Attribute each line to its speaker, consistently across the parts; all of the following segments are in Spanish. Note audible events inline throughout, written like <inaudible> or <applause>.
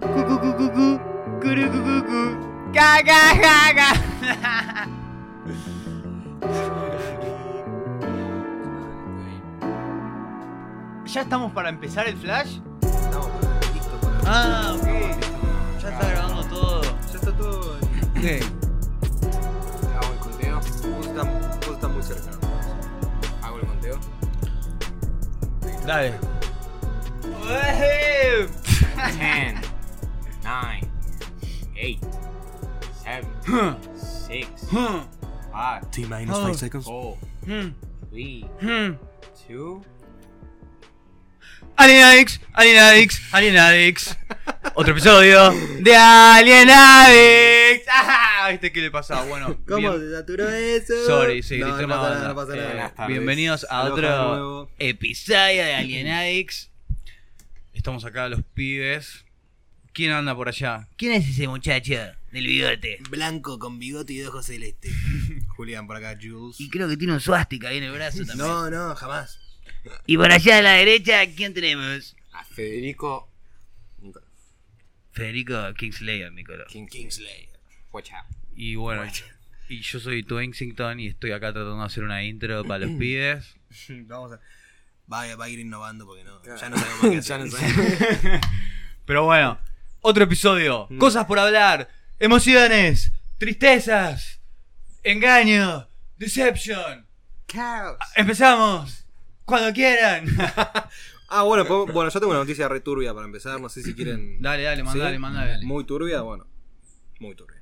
Speaker 1: gu gu gu gu, guru gu gu gu, ga ga ga ga. ¿Ya estamos para empezar el flash?
Speaker 2: Estamos listo para.
Speaker 1: Ah, ok.
Speaker 2: Estamos-
Speaker 1: Ya está grabando todo.
Speaker 2: Ya está todo.
Speaker 1: ¿Qué?
Speaker 2: Hago el conteo. Vos estás vos estás muy cercano. Hago el conteo.
Speaker 3: Dale.
Speaker 4: 10, 9, 8, 7, 6, 5,
Speaker 2: T minus
Speaker 3: Oh.
Speaker 2: 5 seconds.
Speaker 4: 4, 3, 2.
Speaker 3: Alienadix, Alienadix, Alienadix. Otro episodio.
Speaker 1: De Alienadix. Ah, ¿Viste qué le pasaba? Bueno,
Speaker 2: ¿Cómo
Speaker 1: bien.
Speaker 2: se saturó eso?
Speaker 3: Sorry, sí,
Speaker 2: no,
Speaker 3: grité
Speaker 2: no pasa
Speaker 3: mala onda.
Speaker 2: nada, no pasa
Speaker 4: Eh,
Speaker 2: nada.
Speaker 4: buenas tardes.
Speaker 3: Bienvenidos a
Speaker 2: Aloha de
Speaker 3: otro
Speaker 2: nuevo.
Speaker 3: episodio de
Speaker 2: <laughs>
Speaker 3: Alienadix. Estamos acá los pibes. ¿Quién anda por allá? ¿Quién es ese muchacho del bigote?
Speaker 2: Eh, Blanco con bigote y de
Speaker 3: <laughs>
Speaker 2: ojos celeste. Julián por acá, Jules.
Speaker 3: creo que tiene un suástica ahí en el brazo
Speaker 2: <laughs> No, no, jamás.
Speaker 3: Y por allá a la derecha, ¿quién tenemos?
Speaker 4: A Federico
Speaker 3: Federico Kingslayer, Nicolás.
Speaker 4: King
Speaker 2: Kingslayer.
Speaker 4: Watch out.
Speaker 3: Y bueno, y yo soy tu Kensington y estoy acá tratando de hacer una intro para
Speaker 2: <clears throat>
Speaker 3: los pibes.
Speaker 2: Vamos a. Va, va a ir innovando porque no. Ah. Ya no sabemos <laughs> más qué hacer.
Speaker 4: Ya no sé.
Speaker 3: Pero bueno, otro episodio.
Speaker 2: Mm.
Speaker 3: Cosas por hablar, emociones, tristezas, engaño, deception.
Speaker 2: Caos.
Speaker 3: Empezamos cuando
Speaker 2: <laughs>
Speaker 3: quieran.
Speaker 2: Ah, bueno, podemos- bueno, yo tengo una noticia re turbia para empezar. No sé si
Speaker 3: <laughs>
Speaker 2: quieren.
Speaker 3: dale, dale, mandale,
Speaker 2: ¿Sí?
Speaker 3: mandale.
Speaker 2: Muy turbia, bueno. Muy turbia.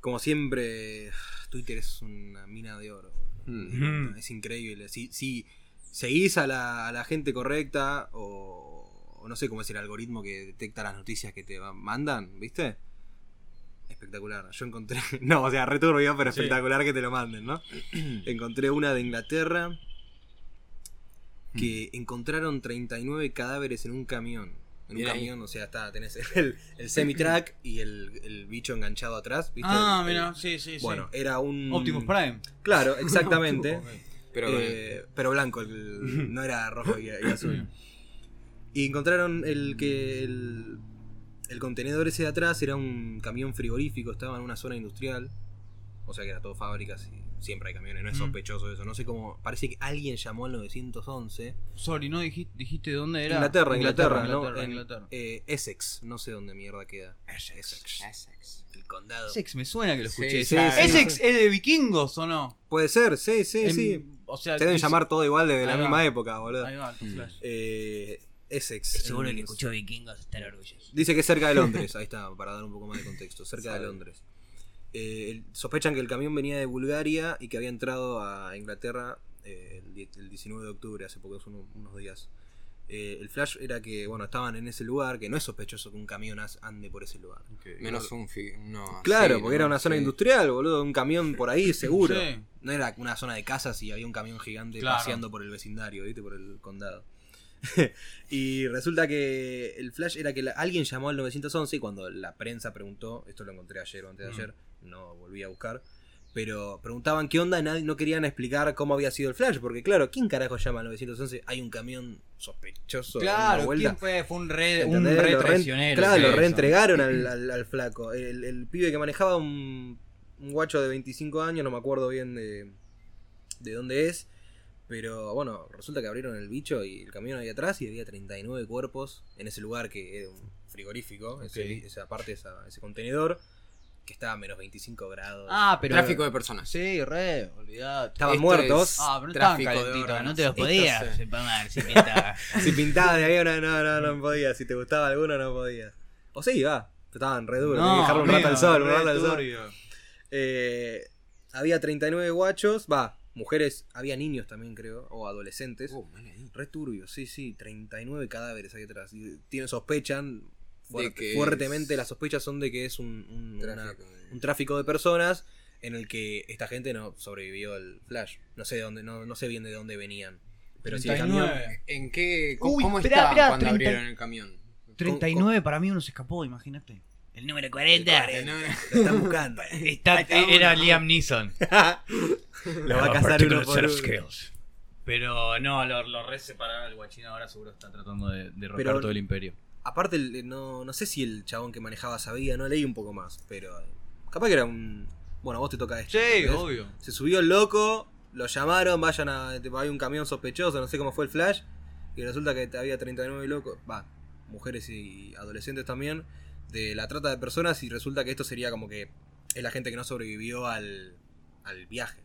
Speaker 2: Como siempre, Twitter es una mina de oro. boludo.
Speaker 3: Mm.
Speaker 2: Es increíble. Si, si seguís a la, a la gente correcta o, o no sé cómo es el algoritmo que detecta las noticias que te va- mandan, ¿viste? Espectacular. Yo encontré... <laughs> No, o sea, re turbio, pero espectacular que te lo
Speaker 3: <clears throat>
Speaker 2: manden, ¿no? encontré una de Inglaterra
Speaker 3: Mm.
Speaker 2: que encontraron 39 cadáveres en un camión. En un
Speaker 4: Bien ahí.
Speaker 2: camión, o sea, está, tenés el, el semi-track y el, el bicho enganchado atrás, ¿viste?
Speaker 3: Ah,
Speaker 2: El- el-
Speaker 3: mira, sí, sí, sí.
Speaker 2: Bueno, Mm. era un...
Speaker 3: Optimus Prime. <laughs>
Speaker 2: Claro, exactamente.
Speaker 4: Pero
Speaker 2: Eh, pero blanco, el- no era rojo y, y
Speaker 3: <clears throat>
Speaker 2: azul. Y encontraron el que el, el contenedor ese de atrás era un camión frigorífico, estaba en una zona industrial. O sea que era todo fábricas y siempre hay camiones, no es
Speaker 3: Mm.
Speaker 2: sospechoso eso. No sé cómo. Parece que alguien llamó al 911.
Speaker 3: Sorry, ¿no dijiste, dijiste dónde era?
Speaker 2: Inglaterra, Inglaterra, ¿no?
Speaker 3: Inglaterra,
Speaker 2: En,
Speaker 3: Inglaterra.
Speaker 2: eh, Essex, no sé dónde mierda queda. Essex.
Speaker 4: Essex.
Speaker 2: El condado.
Speaker 3: Essex, me suena que lo
Speaker 4: Sí,
Speaker 3: escuché.
Speaker 2: sí, sí.
Speaker 3: Essex es de vikingos o no?
Speaker 2: Puede ser, sí, sí,
Speaker 3: En-
Speaker 2: sí.
Speaker 3: O sea,
Speaker 2: Te deben
Speaker 3: es-
Speaker 2: llamar Mm. todo igual de la
Speaker 3: Ahí va.
Speaker 2: misma época, boludo.
Speaker 3: Ahí va, tu flash.
Speaker 2: Eh, Essex.
Speaker 5: Seguro
Speaker 2: en-
Speaker 5: que escuchó vikingos estar orgulloso.
Speaker 2: Dice que es <laughs> cerca de Londres, ahí está, para dar un poco más de contexto, cerca de Londres. Eh, el- sospechan que el camión venía de Bulgaria y que había entrado a Inglaterra eh, el, die- el 19 de octubre, hace pocos uno- unos días. Eh, el flash era que, bueno, estaban en ese lugar, que no es sospechoso que un camión as- ande por ese lugar.
Speaker 4: Menos un fi- No,
Speaker 2: Claro,
Speaker 4: sí,
Speaker 2: porque
Speaker 4: no,
Speaker 2: era una zona
Speaker 4: sí.
Speaker 2: industrial, boludo, un camión por ahí, seguro.
Speaker 3: Sí.
Speaker 2: No era una zona de casas y había un camión gigante
Speaker 3: Claro.
Speaker 2: paseando por el vecindario, ¿viste? Por el condado. <laughs> y resulta que el flash era que la- alguien llamó al 911 y cuando la prensa preguntó, esto lo encontré ayer o antes de
Speaker 3: Mm.
Speaker 2: ayer, no volví a buscar, pero preguntaban qué onda, nadie, no querían explicar cómo había sido el flash, porque claro, ¿quién carajo llama al 911? Hay un camión sospechoso. dando
Speaker 5: Claro,
Speaker 2: vueltas.
Speaker 5: ¿quién fue? Fue un re, un
Speaker 2: ¿Entendés?
Speaker 5: re
Speaker 2: Lo re-
Speaker 5: traicionero.
Speaker 2: Claro,
Speaker 5: que
Speaker 2: lo
Speaker 5: hizo. <clears throat>
Speaker 2: reentregaron al, al- al flaco. El, el pibe que manejaba un, un guacho de 25 años, no me acuerdo bien de, de dónde es. Pero bueno, resulta que abrieron el bicho y el camión ahí atrás y había 39 cuerpos en ese lugar que era un frigorífico, ese-
Speaker 3: Ok.
Speaker 2: esa parte, esa- ese contenedor, que estaba a menos 25 grados.
Speaker 5: Ah, pero.
Speaker 4: Tráfico de personas.
Speaker 5: Sí, re, olvidate.
Speaker 2: Estaban
Speaker 4: esto
Speaker 2: muertos.
Speaker 4: es-
Speaker 5: Ah, pero no estaban
Speaker 4: Tráfico de
Speaker 5: calentitos,
Speaker 4: órganos.
Speaker 5: no te los
Speaker 4: Esto
Speaker 5: podías
Speaker 4: sí.
Speaker 5: empamar si
Speaker 2: <laughs>
Speaker 5: pintaba.
Speaker 2: Si pintaba de avión, no, no, no podía. Si te gustaba alguno, no podía. O sí, va. Estaban re duros. tenés que dejarlo un rato al sol, un rato al sol. Eh, había 39 guachos, va, mujeres, había niños también creo, o adolescentes.
Speaker 4: Uh, mal ahí.
Speaker 2: Re turbio, sí, sí, 39 cadáveres ahí atrás. Y tienen, sospechan, fuerte-
Speaker 4: que
Speaker 2: fuertemente
Speaker 4: es-
Speaker 2: las sospechas son de que es un, un- una-
Speaker 4: Tráfico de-
Speaker 2: un tráfico de personas en el que esta gente no sobrevivió al flash. No sé, de dónde, no, no sé bien de dónde venían. Pero si el camión...
Speaker 3: 39.
Speaker 4: ¿En qué? ¿Cómo,
Speaker 5: Uy,
Speaker 4: cómo
Speaker 5: esperá,
Speaker 4: estaban
Speaker 5: esperá,
Speaker 4: cuando
Speaker 5: 30.
Speaker 4: abrieron el camión?
Speaker 3: 39 para mí uno se escapó, imagínate.
Speaker 5: El número 40.
Speaker 4: No, no.
Speaker 2: Lo
Speaker 5: <laughs>
Speaker 2: están buscando.
Speaker 3: Está- era Liam Neeson.
Speaker 2: <laughs> Lo va a cazar uno por uno.
Speaker 3: Pero no, lo, lo re separaba el guachín ahora seguro está tratando de, de
Speaker 2: Pero-
Speaker 3: todo el imperio.
Speaker 2: Aparte, el- no, no sé si el chabón que manejaba sabía, no leí un poco más, pero eh, capaz que era un. Bueno, a vos te toca
Speaker 6: Sí,
Speaker 2: esto. ¿entendés?
Speaker 6: obvio.
Speaker 2: Se subió el loco, lo llamaron, vayan a. Hay un camión sospechoso, no sé cómo fue el flash. Y resulta que había 39 locos, va, mujeres y adolescentes también, de la trata de personas. Y resulta que esto sería como que es la gente que no sobrevivió al, al viaje.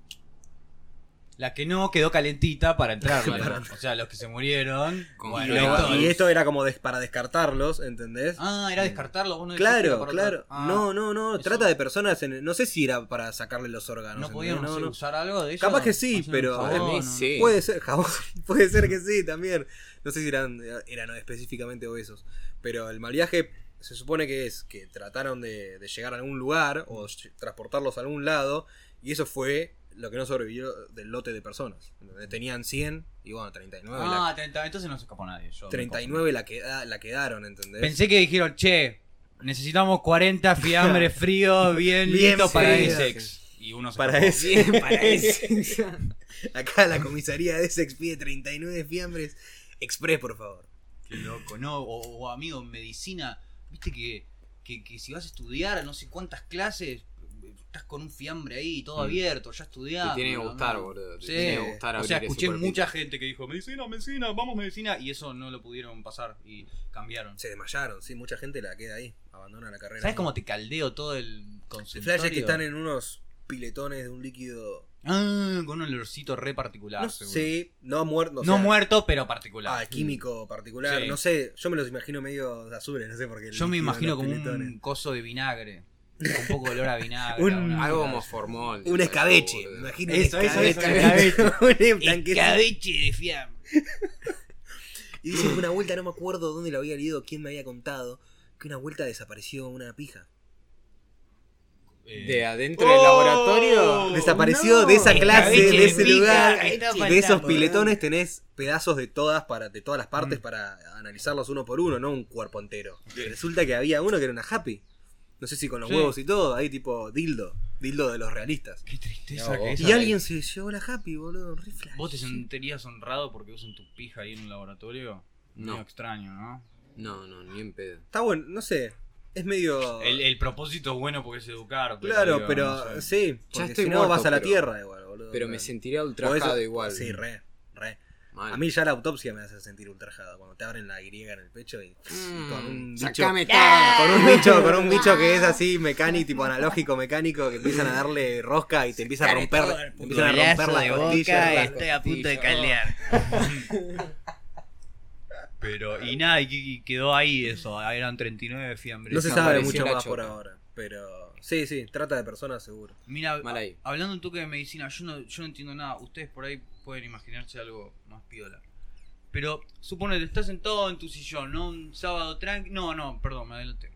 Speaker 3: La que no quedó calentita para entrar, ¿vale?
Speaker 2: <laughs> Para-
Speaker 3: O sea, los que se murieron.
Speaker 4: Con-
Speaker 3: bueno,
Speaker 2: y,
Speaker 4: ahí
Speaker 2: lo-
Speaker 4: está.
Speaker 2: y esto era como des- para descartarlos, ¿entendés?
Speaker 3: Ah, era descartarlo. Vos no decís que era
Speaker 2: Claro,
Speaker 3: para
Speaker 2: claro.
Speaker 3: otra- Ah,
Speaker 2: no, no, no.
Speaker 3: eso.
Speaker 2: Trata de personas. en- no sé si era para sacarle los órganos.
Speaker 3: No
Speaker 2: ¿entendés?
Speaker 3: podían
Speaker 2: No,
Speaker 3: no sé,
Speaker 2: no.
Speaker 3: usar algo de eso.
Speaker 2: Capaz que sí,
Speaker 3: Hacer un
Speaker 2: pero-
Speaker 3: jabón,
Speaker 2: Para
Speaker 4: mí
Speaker 3: ¿no?
Speaker 4: sí.
Speaker 2: Puede ser, <laughs> jabón, puede ser que sí también. No sé si eran, eran específicamente obesos. Pero el mal viaje se supone que es que trataron de, de llegar a algún lugar o lle- transportarlos a algún lado. Y eso fue lo que no sobrevivió del lote de personas. ¿entendés? Tenían 100 y bueno, 39.
Speaker 3: Ah, 30, entonces no se escapó nadie. yo
Speaker 2: la,
Speaker 3: me
Speaker 2: 39 la, queda- la quedaron,
Speaker 3: confundo.
Speaker 2: ¿entendés?
Speaker 3: Pensé que dijeron, che, necesitamos 40 fiambres
Speaker 2: <laughs>
Speaker 3: fríos bien
Speaker 2: Bien
Speaker 3: listos para
Speaker 2: fríos,
Speaker 3: Essex. Y uno se
Speaker 2: Para
Speaker 3: escapó.
Speaker 2: ese.
Speaker 3: <laughs>
Speaker 4: Bien, para eso.
Speaker 2: Acá la comisaría de Essex pide 39 fiambres express, por favor.
Speaker 3: Qué loco, ¿no? O, o, amigo, en medicina, viste que, que, que si vas a estudiar no sé cuántas clases, estás con un fiambre ahí, todo
Speaker 4: Mm.
Speaker 3: abierto, ya estudiado.
Speaker 4: Te tiene que gustar, boludo. Te
Speaker 3: Sí.
Speaker 4: tiene que gustar
Speaker 3: O
Speaker 4: abrir
Speaker 3: sea,
Speaker 4: ese
Speaker 3: escuché
Speaker 4: cuerpito.
Speaker 3: mucha gente que dijo, medicina, medicina, vamos medicina, y eso no lo pudieron pasar y cambiaron.
Speaker 2: Se desmayaron, sí, mucha gente la queda ahí, abandona la carrera.
Speaker 3: ¿Sabes cómo te caldeo todo el
Speaker 2: El
Speaker 3: concepto?
Speaker 2: flash es que están en unos piletones de un líquido.
Speaker 3: Ah, con un olorcito re particular,
Speaker 2: no
Speaker 3: Ah, seguro.
Speaker 2: sé, no muerto.
Speaker 3: no muerto, pero particular.
Speaker 2: Ah, químico particular,
Speaker 3: Sí.
Speaker 2: no sé. Yo me los imagino medio azules, no sé por qué. el
Speaker 3: Yo me
Speaker 2: líquido de
Speaker 3: imagino
Speaker 2: los
Speaker 3: como
Speaker 2: piletones.
Speaker 3: un coso de vinagre. Con un poco de olor
Speaker 2: <laughs>
Speaker 3: a vinagre.
Speaker 2: Un-
Speaker 3: a una-
Speaker 4: Algo como formol.
Speaker 2: Un escabeche, me
Speaker 4: boludo.
Speaker 2: imagino.
Speaker 6: Eso,
Speaker 2: un
Speaker 6: eso,
Speaker 2: escabeche.
Speaker 6: eso, escabeche.
Speaker 2: <laughs> Un tanquecito.
Speaker 7: Escabeche de fiambre.
Speaker 2: Y dicen que una vuelta, no me acuerdo dónde lo había leído, quién me había contado, que una vuelta desapareció una pija.
Speaker 3: eh,
Speaker 4: De adentro del laboratorio.
Speaker 2: Desapareció de esa clase,
Speaker 7: Escabeche
Speaker 2: de ese
Speaker 7: pija,
Speaker 2: lugar,
Speaker 7: que está
Speaker 2: de esos
Speaker 7: faltando,
Speaker 2: piletones tenés pedazos de todas para de todas las
Speaker 3: Mm.
Speaker 2: partes para analizarlos uno por uno, no un cuerpo entero. Y Resulta que había uno que era una happy. No sé si con los
Speaker 3: Sí.
Speaker 2: huevos y todo, ahí tipo dildo, dildo de los realistas.
Speaker 3: Qué tristeza
Speaker 4: No,
Speaker 3: que
Speaker 4: vos-
Speaker 3: es.
Speaker 2: Y alguien se llevó la happy, boludo, re flash.
Speaker 3: ¿Vos te sentirías honrado porque usan tu pija ahí en un laboratorio?
Speaker 4: No.
Speaker 3: Medio extraño, ¿no?
Speaker 4: No, no, ni en pedo.
Speaker 2: Está bueno, no sé, es medio
Speaker 3: El, el propósito es bueno porque es educar. Pero
Speaker 2: Claro,
Speaker 3: digo,
Speaker 2: pero
Speaker 3: no sé.
Speaker 2: sí, porque
Speaker 4: estoy
Speaker 2: si no
Speaker 4: muerto,
Speaker 2: vas a la
Speaker 4: pero-
Speaker 2: tierra igual, boludo.
Speaker 4: Pero me
Speaker 2: Claro.
Speaker 4: sentiría
Speaker 2: Por
Speaker 4: ultrajado
Speaker 2: eso-
Speaker 4: igual.
Speaker 2: Sí, re, re.
Speaker 4: Mal.
Speaker 2: A mí ya la autopsia me hace sentir ultrajado. Cuando te abren la griega en el pecho y
Speaker 4: Mm,
Speaker 2: con un bicho,
Speaker 4: sacame esta-
Speaker 2: con un bicho, con un bicho
Speaker 4: <laughs>
Speaker 2: que es así mecánico, tipo analógico mecánico, que empiezan a darle rosca y te empieza a romper, te empiezan a romper
Speaker 7: Golazo
Speaker 2: la
Speaker 7: de boca,
Speaker 2: costilla.
Speaker 7: estoy a punto de caldear.
Speaker 3: Pero, y nada, y- y quedó ahí eso. ahí Eran 39 fiambres.
Speaker 2: No se
Speaker 4: Me
Speaker 2: sabe
Speaker 4: pareció
Speaker 2: mucho
Speaker 4: la
Speaker 2: más por
Speaker 4: chota.
Speaker 2: ahora, pero sí, sí, trata de personas seguro.
Speaker 3: Mira,
Speaker 4: Mal ahí.
Speaker 3: hablando un toque de medicina, yo no, yo no entiendo nada. Ustedes por ahí pueden imaginarse algo más piola. Pero, supone, estás sentado en tu sillón, ¿no? Un sábado tranqui. No, no, perdón, me adelanté.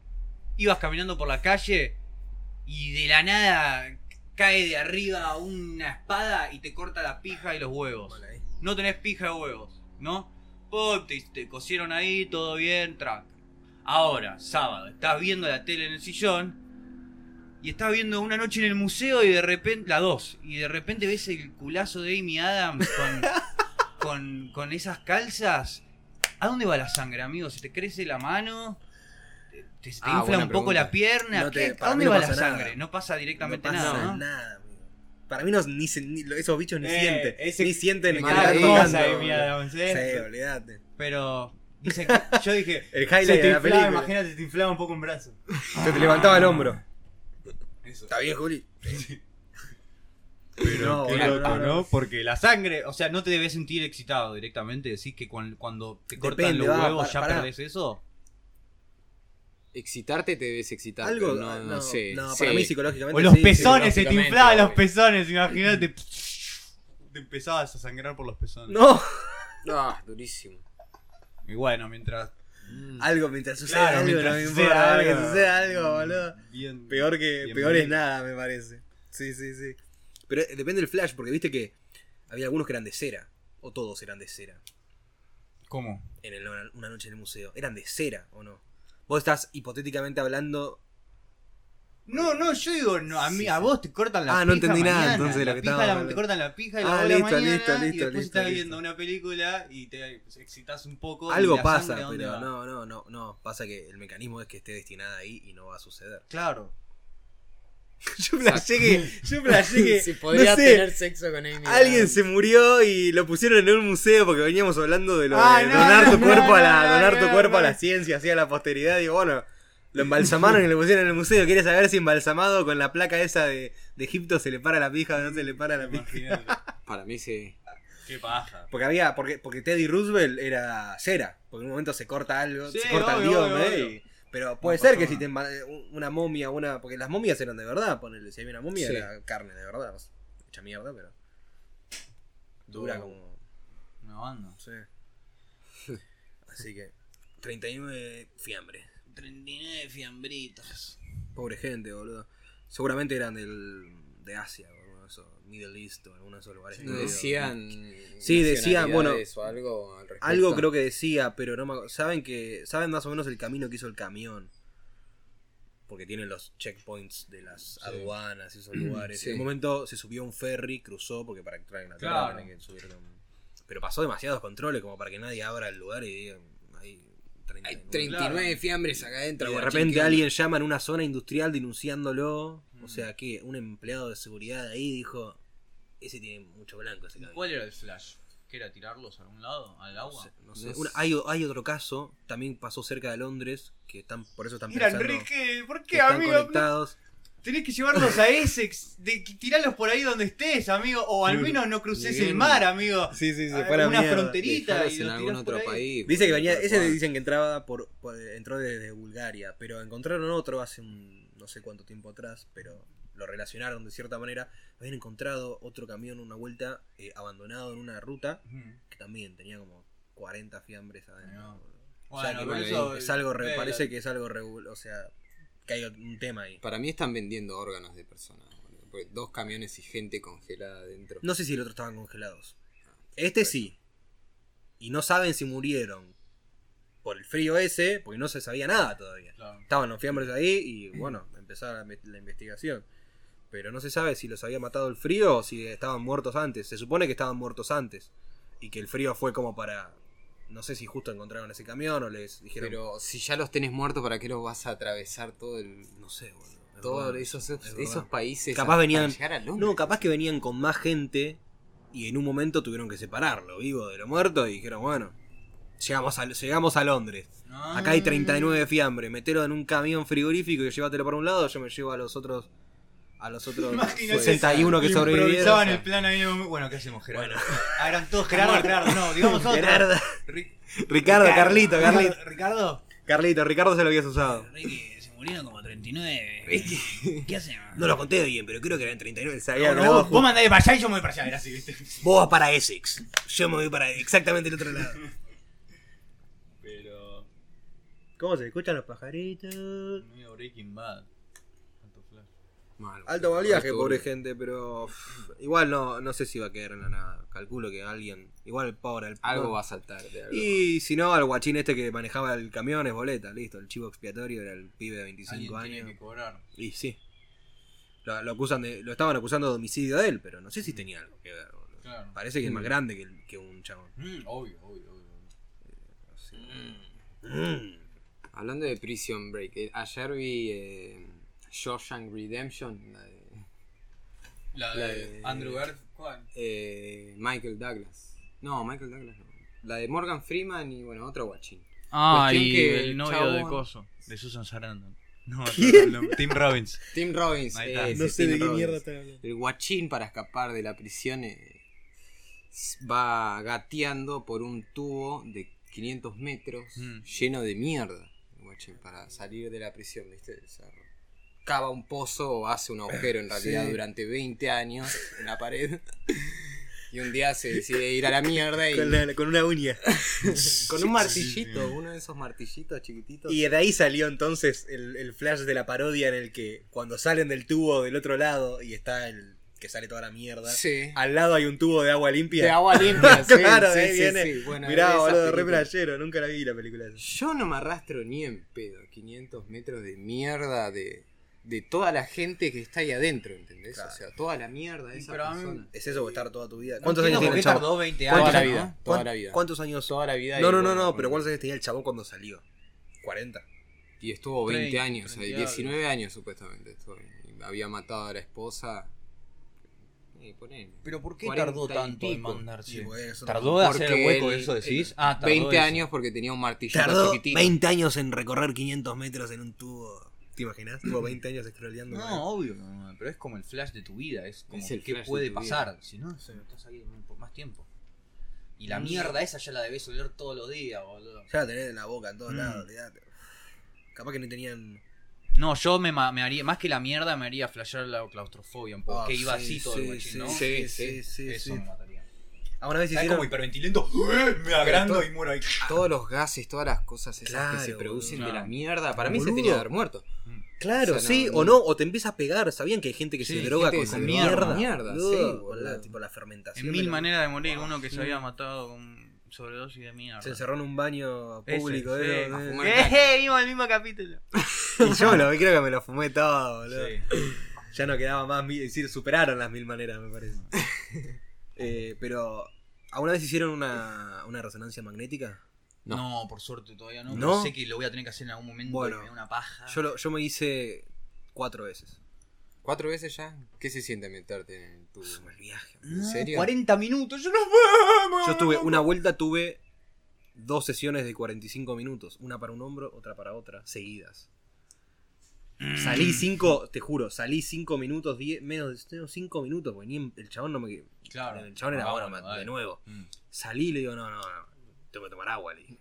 Speaker 3: Ibas caminando por la calle y de la nada cae de arriba una espada y te corta la pija y los huevos.
Speaker 2: Mal ahí.
Speaker 3: No tenés pija de huevos, ¿no? Pum, te, te cosieron ahí, todo bien, tranca. Ahora, sábado, estás viendo la tele en el sillón y estás viendo una noche en el museo y de repente, la 2, y de repente ves el culazo de Amy Adams con, con, con esas calzas. ¿A dónde va la sangre, amigo? ¿Se te crece la mano? ¿Te, te- se te
Speaker 4: Ah,
Speaker 3: infla
Speaker 4: buena
Speaker 3: un poco
Speaker 4: pregunta.
Speaker 3: la pierna?
Speaker 2: No te-
Speaker 3: ¿Qué- ¿A
Speaker 2: para
Speaker 3: dónde
Speaker 2: mí no
Speaker 3: va la
Speaker 2: pasa nada.
Speaker 3: sangre? No pasa
Speaker 2: No
Speaker 3: directamente
Speaker 2: pasa
Speaker 3: nada,
Speaker 2: nada,
Speaker 3: ¿no?
Speaker 2: amigo. Para mí no, ni, se- ni- los- esos bichos ni
Speaker 3: Eh,
Speaker 2: sienten,
Speaker 3: ese-
Speaker 2: ni sienten que le
Speaker 4: Mala
Speaker 2: están
Speaker 4: cosa,
Speaker 2: tocando,
Speaker 4: eh,
Speaker 2: boludo.
Speaker 4: mira.
Speaker 2: Sí, olvídate.
Speaker 3: Pero dice <laughs> que yo dije,
Speaker 2: El highlight de la película.
Speaker 3: te inflaba un poco un brazo.
Speaker 2: Se te levantaba el hombro. Está bien, Juli. Pero no,
Speaker 3: Qué
Speaker 2: boludo,
Speaker 3: loco, ¿no? Porque la sangre, o sea, no te debes sentir excitado directamente. Decís que cuan- cuando, te cortan
Speaker 2: Depende,
Speaker 3: los
Speaker 2: va,
Speaker 3: huevos
Speaker 2: para-
Speaker 3: ya
Speaker 2: pará.
Speaker 3: perdés eso.
Speaker 4: Excitarte te debes excitar.
Speaker 2: Algo, ah,
Speaker 4: pero no, no, sé.
Speaker 2: No,
Speaker 4: sé.
Speaker 2: para mí psicológicamente.
Speaker 3: O los
Speaker 2: sí,
Speaker 3: pezones, se te
Speaker 4: lógicamente,
Speaker 3: inflaban los
Speaker 4: obvio.
Speaker 3: pezones, imagínate. <laughs> Te empezabas a sangrar por los pezones.
Speaker 2: No.
Speaker 4: Ah,
Speaker 2: <laughs>
Speaker 4: durísimo.
Speaker 3: Y bueno, mientras.
Speaker 2: Algo mientras suceda
Speaker 3: Claro,
Speaker 2: algo,
Speaker 3: mientras
Speaker 2: no me
Speaker 3: suceda
Speaker 2: importa.
Speaker 3: algo.
Speaker 2: Que suceda algo, boludo.
Speaker 3: Bien,
Speaker 2: Peor que.
Speaker 3: bien
Speaker 2: peor
Speaker 3: bien.
Speaker 2: es nada, me parece. Sí, sí, sí. Pero eh, depende del flash, porque viste que había algunos que eran de cera. O todos eran de cera.
Speaker 3: ¿Cómo?
Speaker 2: En el- una noche en el museo. Eran de cera, ¿o no? Vos estás hipotéticamente hablando.
Speaker 8: No, no, yo digo, no, a, mí, a vos te cortan la
Speaker 2: Ah,
Speaker 8: pija.
Speaker 2: no entendí nada,
Speaker 8: mañana,
Speaker 2: entonces, de lo
Speaker 8: la
Speaker 2: que
Speaker 8: pija
Speaker 2: estábamos
Speaker 8: la-
Speaker 2: hablando.
Speaker 8: Te cortan la pija y
Speaker 2: Ah,
Speaker 8: la hora
Speaker 2: listo,
Speaker 8: mañana
Speaker 2: listo,
Speaker 8: y
Speaker 2: listo,
Speaker 8: después
Speaker 2: listo,
Speaker 8: estás
Speaker 2: listo.
Speaker 8: viendo una película y te pues, excitas un poco. y
Speaker 2: Algo
Speaker 8: la
Speaker 2: pasa,
Speaker 8: sangre, ¿a dónde
Speaker 2: pero
Speaker 8: va?
Speaker 2: no, no, no, no. Pasa que el mecanismo es que esté destinada ahí y no va a suceder.
Speaker 8: <laughs> Claro.
Speaker 2: <laughs> Yo flashé que, yo <laughs> flashé
Speaker 4: <laughs>
Speaker 2: que,
Speaker 4: Si
Speaker 2: no
Speaker 4: podría
Speaker 2: sé,
Speaker 4: tener sexo con Amy.
Speaker 2: alguien
Speaker 4: Adams.
Speaker 2: se murió y lo pusieron en un museo porque veníamos hablando de lo de
Speaker 8: Ah, no,
Speaker 2: donar
Speaker 8: no,
Speaker 2: tu
Speaker 8: no,
Speaker 2: cuerpo a la,
Speaker 8: no,
Speaker 2: donar
Speaker 8: no,
Speaker 2: tu
Speaker 8: no,
Speaker 2: cuerpo a
Speaker 8: no.
Speaker 2: la ciencia, así a la posteridad. Digo, bueno, lo embalsamaron y lo pusieron en el museo. Quería saber si embalsamado con la placa esa de, de Egipto se le para la pija o no se le para la pija.
Speaker 8: Imagínate.
Speaker 4: Para mí sí.
Speaker 8: Qué paja.
Speaker 2: Porque había, porque, porque Teddy Roosevelt era cera, porque en un momento se corta algo,
Speaker 8: Sí,
Speaker 2: se corta el
Speaker 8: obvio,
Speaker 2: dios,
Speaker 8: obvio,
Speaker 2: ¿eh?
Speaker 8: obvio.
Speaker 2: Y- Pero puede
Speaker 8: No
Speaker 2: ser
Speaker 8: pasó
Speaker 2: que si
Speaker 8: nada.
Speaker 2: te emba- un- una momia, una. Porque las momias eran de verdad, ponele, si había una momia
Speaker 4: Sí.
Speaker 2: era carne de verdad, no sé, mucha mierda, pero. Dura
Speaker 8: Oh.
Speaker 2: como.
Speaker 8: Una banda.
Speaker 2: No sé. Así que. 39 fiambres.
Speaker 9: 39 fiambritos.
Speaker 2: Pobre gente, boludo. Seguramente eran del. de Asia, o alguno de esos. Middle East o alguno de esos lugares.
Speaker 4: No
Speaker 2: medio-
Speaker 4: decían.
Speaker 2: Sí, decían, bueno,
Speaker 4: nacionalidades o algo, al respecto.
Speaker 2: Algo creo que decía, pero no me acuerdo. Saben que. Saben más o menos el camino que hizo el camión. Porque tiene los checkpoints de las aduanas
Speaker 4: <clears throat>
Speaker 2: y esos lugares.
Speaker 4: Sí.
Speaker 2: En un momento se subió a un ferry, cruzó, porque para entrar a Inglaterra
Speaker 8: Claro.
Speaker 2: tenés que subir con- Pero pasó demasiados controles como para que nadie abra el lugar y digan. Hay 30
Speaker 4: Hay 39 fiambres acá
Speaker 2: Y
Speaker 4: adentro.
Speaker 2: de
Speaker 4: guachín,
Speaker 2: repente
Speaker 4: ¿qué onda?
Speaker 2: alguien llama en una zona industrial denunciándolo. O
Speaker 4: Mm.
Speaker 2: sea que un empleado de seguridad de ahí dijo: Ese tiene mucho blanco ese camión.
Speaker 8: ¿Cuál era el flash? ¿Que era tirarlos a algún lado? ¿Al agua?
Speaker 2: No sé,
Speaker 4: No
Speaker 2: una-
Speaker 4: sé.
Speaker 2: hay, o- hay otro caso, también pasó cerca de Londres, que están, por eso están
Speaker 8: Mira,
Speaker 2: pensando
Speaker 8: Enrique, ¿por
Speaker 2: que
Speaker 8: qué,
Speaker 2: están
Speaker 8: amigo?
Speaker 2: conectados.
Speaker 8: Tenés que llevarlos a Essex, de, tirarlos por ahí donde estés, amigo, o al menos no cruces el
Speaker 4: Bien.
Speaker 8: mar, amigo.
Speaker 2: Sí, sí,
Speaker 8: se fue a la Una mierda. frontera. Tirita
Speaker 4: Dejaros
Speaker 8: y
Speaker 4: en
Speaker 8: los
Speaker 4: algún
Speaker 8: tirás por
Speaker 4: otro
Speaker 8: ahí.
Speaker 4: país.
Speaker 2: Dice que
Speaker 4: boludo,
Speaker 2: venía,
Speaker 4: tal
Speaker 2: ese
Speaker 4: cual.
Speaker 2: dicen que entraba por, por- entró desde Bulgaria, pero encontraron otro hace un, no sé cuánto tiempo atrás, pero lo relacionaron de cierta manera. Habían encontrado otro camión una vuelta eh, abandonado en una ruta que también tenía como 40 fiambres adentro.
Speaker 8: No.
Speaker 2: boludo.
Speaker 8: Bueno,
Speaker 2: o sea, que
Speaker 8: por
Speaker 4: bueno,
Speaker 8: eso-
Speaker 2: es algo, re-
Speaker 8: eh,
Speaker 2: parece que es algo, re- o sea, que hay un tema ahí.
Speaker 4: Para mí están vendiendo órganos de personas. boludo, porque Dos camiones y gente congelada adentro.
Speaker 2: No sé si el otro estaban congelados. Este sí. Y no saben si murieron por el frío ese, porque no se sabía nada todavía.
Speaker 8: Claro.
Speaker 2: Estaban los fiambres ahí y bueno, empezaba la, me- la investigación. Pero no se sabe si los había matado el frío o si estaban muertos antes. Se supone que estaban muertos antes. Y que el frío fue como para... No sé si justo encontraron ese camión o les dijeron...
Speaker 4: Pero si ya los tenés muertos, ¿para qué los vas a atravesar todo el.
Speaker 2: no sé, boludo. Es
Speaker 4: Todos
Speaker 2: verdad,
Speaker 4: esos,
Speaker 2: es verdad.
Speaker 4: esos países.
Speaker 2: Capaz
Speaker 4: a-
Speaker 2: venían-
Speaker 4: a llegar a Londres.
Speaker 2: No, capaz que venían con más gente y en un momento tuvieron que separarlo, vivo de lo muerto, y dijeron, bueno, llegamos a, llegamos a Londres.
Speaker 8: No.
Speaker 2: Acá hay 39 fiambre, metelo en un camión frigorífico y llévatelo para un lado, yo me llevo a los otros a los
Speaker 8: <laughs>
Speaker 2: otros
Speaker 8: Imagínate.
Speaker 2: 61 que sobrevivieron.
Speaker 8: Improvisaban el plan ahí. Bueno, ¿qué hacemos, Gerardo?
Speaker 2: Bueno.
Speaker 8: Ah, eran todos Gerardo, Gerardo, no,
Speaker 2: <laughs>
Speaker 8: digamos otro.
Speaker 2: Gerardo,
Speaker 8: Ri-
Speaker 2: Ricardo, Carlito, Carlito,
Speaker 8: Ricardo.
Speaker 2: Carlito, Ricardo se lo habías usado.
Speaker 9: Ricky, se murieron como 39. ¿Qué hacemos?
Speaker 2: No lo conté bien, pero creo que eran 39, sabía
Speaker 8: Ricardo.
Speaker 2: no,
Speaker 8: No, vos, vos mandás para allá y yo me voy para allá, era así, ¿viste?
Speaker 2: Vos vas para Essex, yo me voy para exactamente el otro lado.
Speaker 8: Pero.
Speaker 2: ¿Cómo se escuchan los pajaritos?
Speaker 8: Medio Breaking Bad. Tanto flash.
Speaker 4: Mal,
Speaker 2: Alto
Speaker 4: boludo,
Speaker 2: valiaje,
Speaker 4: alto
Speaker 2: pobre
Speaker 4: boludo.
Speaker 2: gente, pero uff, igual no, no sé si va a quedar en la nada. Calculo que alguien, igual pobre, el
Speaker 4: Algo
Speaker 2: no.
Speaker 4: va a saltar de algo.
Speaker 2: Y si no, al guachín este que manejaba el camión es boleta, listo. El chivo expiatorio era el pibe de 25
Speaker 8: Alguien tiene
Speaker 2: años.
Speaker 8: que cobrar.
Speaker 2: Y sí. Lo, lo acusan de, lo estaban acusando de homicidio de él, pero no sé si tenía algo que ver. boludo.
Speaker 8: Claro.
Speaker 2: Parece que es más
Speaker 4: Mm.
Speaker 2: grande que, el- que un chabón.
Speaker 8: Mm, obvio, obvio, obvio.
Speaker 2: Así.
Speaker 4: Hablando de Prison Break, eh, ayer vi eh, Shawshank Redemption, la de
Speaker 8: La
Speaker 4: La
Speaker 8: de
Speaker 4: de-
Speaker 8: Andrew Garfield. ¿Cuál?
Speaker 4: eh, Michael Douglas. No, Michael Douglas no. La de Morgan Freeman y bueno, otro guachín.
Speaker 8: Ah,
Speaker 4: Cuestión
Speaker 8: y
Speaker 4: que
Speaker 8: el
Speaker 4: el
Speaker 8: novio
Speaker 4: chabón-
Speaker 8: de Coso, de Susan Sarandon. No, no, no, Tim Robbins.
Speaker 4: Tim Robbins.
Speaker 8: Ahí está.
Speaker 4: eh,
Speaker 8: No
Speaker 4: sí, Tim Robbins. El guachín para escapar de la prisión eh, s- va gateando por un tubo de 500 metros
Speaker 8: Mm.
Speaker 4: lleno de mierda. el guachín, para salir de la prisión, ¿viste? O sea, cava un pozo o hace un agujero en realidad
Speaker 2: Sí.
Speaker 4: durante 20 años en la pared. <laughs> Y un día se decide ir a la mierda y
Speaker 2: Con, la- <laughs> con una uña.
Speaker 4: con un martillito, uno de esos martillitos chiquititos.
Speaker 2: Y de ahí salió entonces el, el flash de la parodia en el que cuando salen del tubo del otro lado y está el que sale toda la mierda,
Speaker 4: Sí.
Speaker 2: al lado hay un tubo de agua limpia.
Speaker 4: De agua limpia, sí,
Speaker 2: Ah, claro,
Speaker 4: sí,
Speaker 2: de ahí
Speaker 4: sí,
Speaker 2: viene.
Speaker 4: sí, bueno,
Speaker 2: Mirá,
Speaker 4: esas
Speaker 2: boludo, re
Speaker 4: películas.
Speaker 2: playero, nunca la vi la película esa.
Speaker 4: Yo no me arrastro ni en pedo. 500 metros de mierda de, de toda la gente que está ahí adentro, ¿entendés?
Speaker 2: Claro.
Speaker 4: O sea, toda la mierda de esa
Speaker 8: pero a mí-
Speaker 4: persona.
Speaker 2: Es eso, estar toda tu vida.
Speaker 8: No
Speaker 2: ¿Cuántos años
Speaker 8: entiendo
Speaker 2: tiene
Speaker 8: por qué
Speaker 2: el chabón?
Speaker 8: tardó 20 años.
Speaker 4: Toda la
Speaker 2: ¿Cuántos años?
Speaker 4: vida, toda la vida.
Speaker 2: ¿Cuántos años?
Speaker 4: Toda la vida.
Speaker 2: No,
Speaker 4: y
Speaker 2: no, no,
Speaker 4: bueno,
Speaker 2: no,
Speaker 4: bueno.
Speaker 2: pero ¿cuántos años tenía el chabón cuando salió? ¿40?
Speaker 4: Y estuvo 20
Speaker 8: 30,
Speaker 4: años, ahí,
Speaker 8: 30
Speaker 4: 19 años supuestamente. estuvo ahí. Y había matado a la esposa. Eh, ponele.
Speaker 8: Pero ¿por qué
Speaker 4: 40
Speaker 8: tardó
Speaker 4: y
Speaker 8: tanto en
Speaker 4: pico.
Speaker 8: mandarse?
Speaker 2: Sí, bueno, eso
Speaker 8: ¿Tardó de hacer el
Speaker 4: Porque
Speaker 8: hueco
Speaker 4: el-
Speaker 8: eso decís?
Speaker 4: el-
Speaker 8: Ah, tardó
Speaker 4: 20
Speaker 8: eso.
Speaker 4: años porque tenía un martillo
Speaker 2: Tardó
Speaker 4: chiquitito.
Speaker 2: 20 años en recorrer 500 metros en un tubo. ¿Te imaginas? Tuvo 20 años scrolleando.
Speaker 8: No, obvio, no, no, pero es como el flash de tu vida, es como
Speaker 4: Es el
Speaker 8: qué
Speaker 4: flash de
Speaker 8: puede
Speaker 4: tu
Speaker 8: pasar, si no, se- estás ahí un po- más tiempo. Y la
Speaker 2: Mm.
Speaker 8: mierda esa ya la debes oler todos los días, boludo.
Speaker 2: Ya la tenés en la boca en todos
Speaker 8: Mm.
Speaker 2: lados, olvidate. Capaz que no tenían.
Speaker 8: No, yo me, ma- me haría, más que la mierda, me haría flashear la claustrofobia un poco,
Speaker 2: Ah,
Speaker 8: que iba
Speaker 2: sí,
Speaker 8: así todo
Speaker 2: sí,
Speaker 8: el guachín,
Speaker 2: sí,
Speaker 8: ¿no?
Speaker 4: Sí,
Speaker 2: Sí,
Speaker 4: sí,
Speaker 2: sí, sí.
Speaker 8: Eso
Speaker 2: sí.
Speaker 8: me mataría.
Speaker 2: Ah, una vez
Speaker 8: ¿Sabes
Speaker 2: hicieron.
Speaker 8: como hiperventilando? Me agrando y
Speaker 2: <laughs>
Speaker 8: muero ahí.
Speaker 4: Todos los gases, todas las cosas esas que se
Speaker 2: Claro,
Speaker 4: producen
Speaker 8: boludo.
Speaker 4: de la mierda. Para mí
Speaker 2: Boludo.
Speaker 4: se tenía que haber muerto.
Speaker 2: Claro,
Speaker 4: O sea,
Speaker 2: sí,
Speaker 4: no,
Speaker 2: o
Speaker 4: no.
Speaker 2: no, o te empieza a pegar. Sabían que hay gente que
Speaker 8: Sí,
Speaker 2: se
Speaker 8: hay
Speaker 2: droga
Speaker 4: gente
Speaker 2: con
Speaker 4: que
Speaker 2: esa
Speaker 4: se
Speaker 2: mierda.
Speaker 4: droga. Mierda,
Speaker 2: Boludo,
Speaker 4: sí,
Speaker 2: con la-
Speaker 4: boludo.
Speaker 2: tipo la fermentación.
Speaker 3: En
Speaker 2: de
Speaker 3: mil
Speaker 2: la-
Speaker 3: maneras de morir, uno que
Speaker 4: sí.
Speaker 3: se había matado con sobredosis de mierda.
Speaker 2: Se encerró en un baño
Speaker 3: Ese,
Speaker 2: público,
Speaker 3: sí.
Speaker 2: eh,
Speaker 3: A
Speaker 2: eh.
Speaker 3: fumar ¡Eh! eh, Vimos el mismo capítulo.
Speaker 2: <laughs> Y yo lo vi, creo que me lo fumé todo, boludo.
Speaker 3: Sí.
Speaker 2: Ya no quedaba más, mil- es decir, superaron las mil maneras, me parece. Eh, pero, ¿alguna vez hicieron una, una resonancia magnética?
Speaker 4: No.
Speaker 8: No, por suerte todavía no,
Speaker 2: ¿No?
Speaker 8: pero sé que lo voy a tener que hacer en algún momento
Speaker 2: Bueno.
Speaker 8: y me da una
Speaker 3: Ah.
Speaker 8: paja.
Speaker 2: Yo, lo- yo me hice cuatro veces.
Speaker 4: ¿Cuatro veces ya? ¿Qué se siente meterte en tu...
Speaker 2: el viaje.
Speaker 4: ¿En serio?
Speaker 8: 40 minutos, yo no
Speaker 2: Yo tuve una vuelta, tuve dos sesiones de 45 minutos, una para un hombro, otra para otra, seguidas.
Speaker 8: Mm.
Speaker 2: Salí cinco, te juro, salí cinco minutos, diez, menos de menos cinco minutos, porque ni en- el chabón no me.
Speaker 8: Claro.
Speaker 2: El chabón era
Speaker 8: Ah,
Speaker 2: bueno,
Speaker 8: bueno,
Speaker 2: man, de
Speaker 8: dale.
Speaker 2: nuevo. <laughs>
Speaker 8: Mm.
Speaker 2: Salí y le digo, no, no, no, tengo que tomar agua, le
Speaker 8: <laughs>
Speaker 2: dije.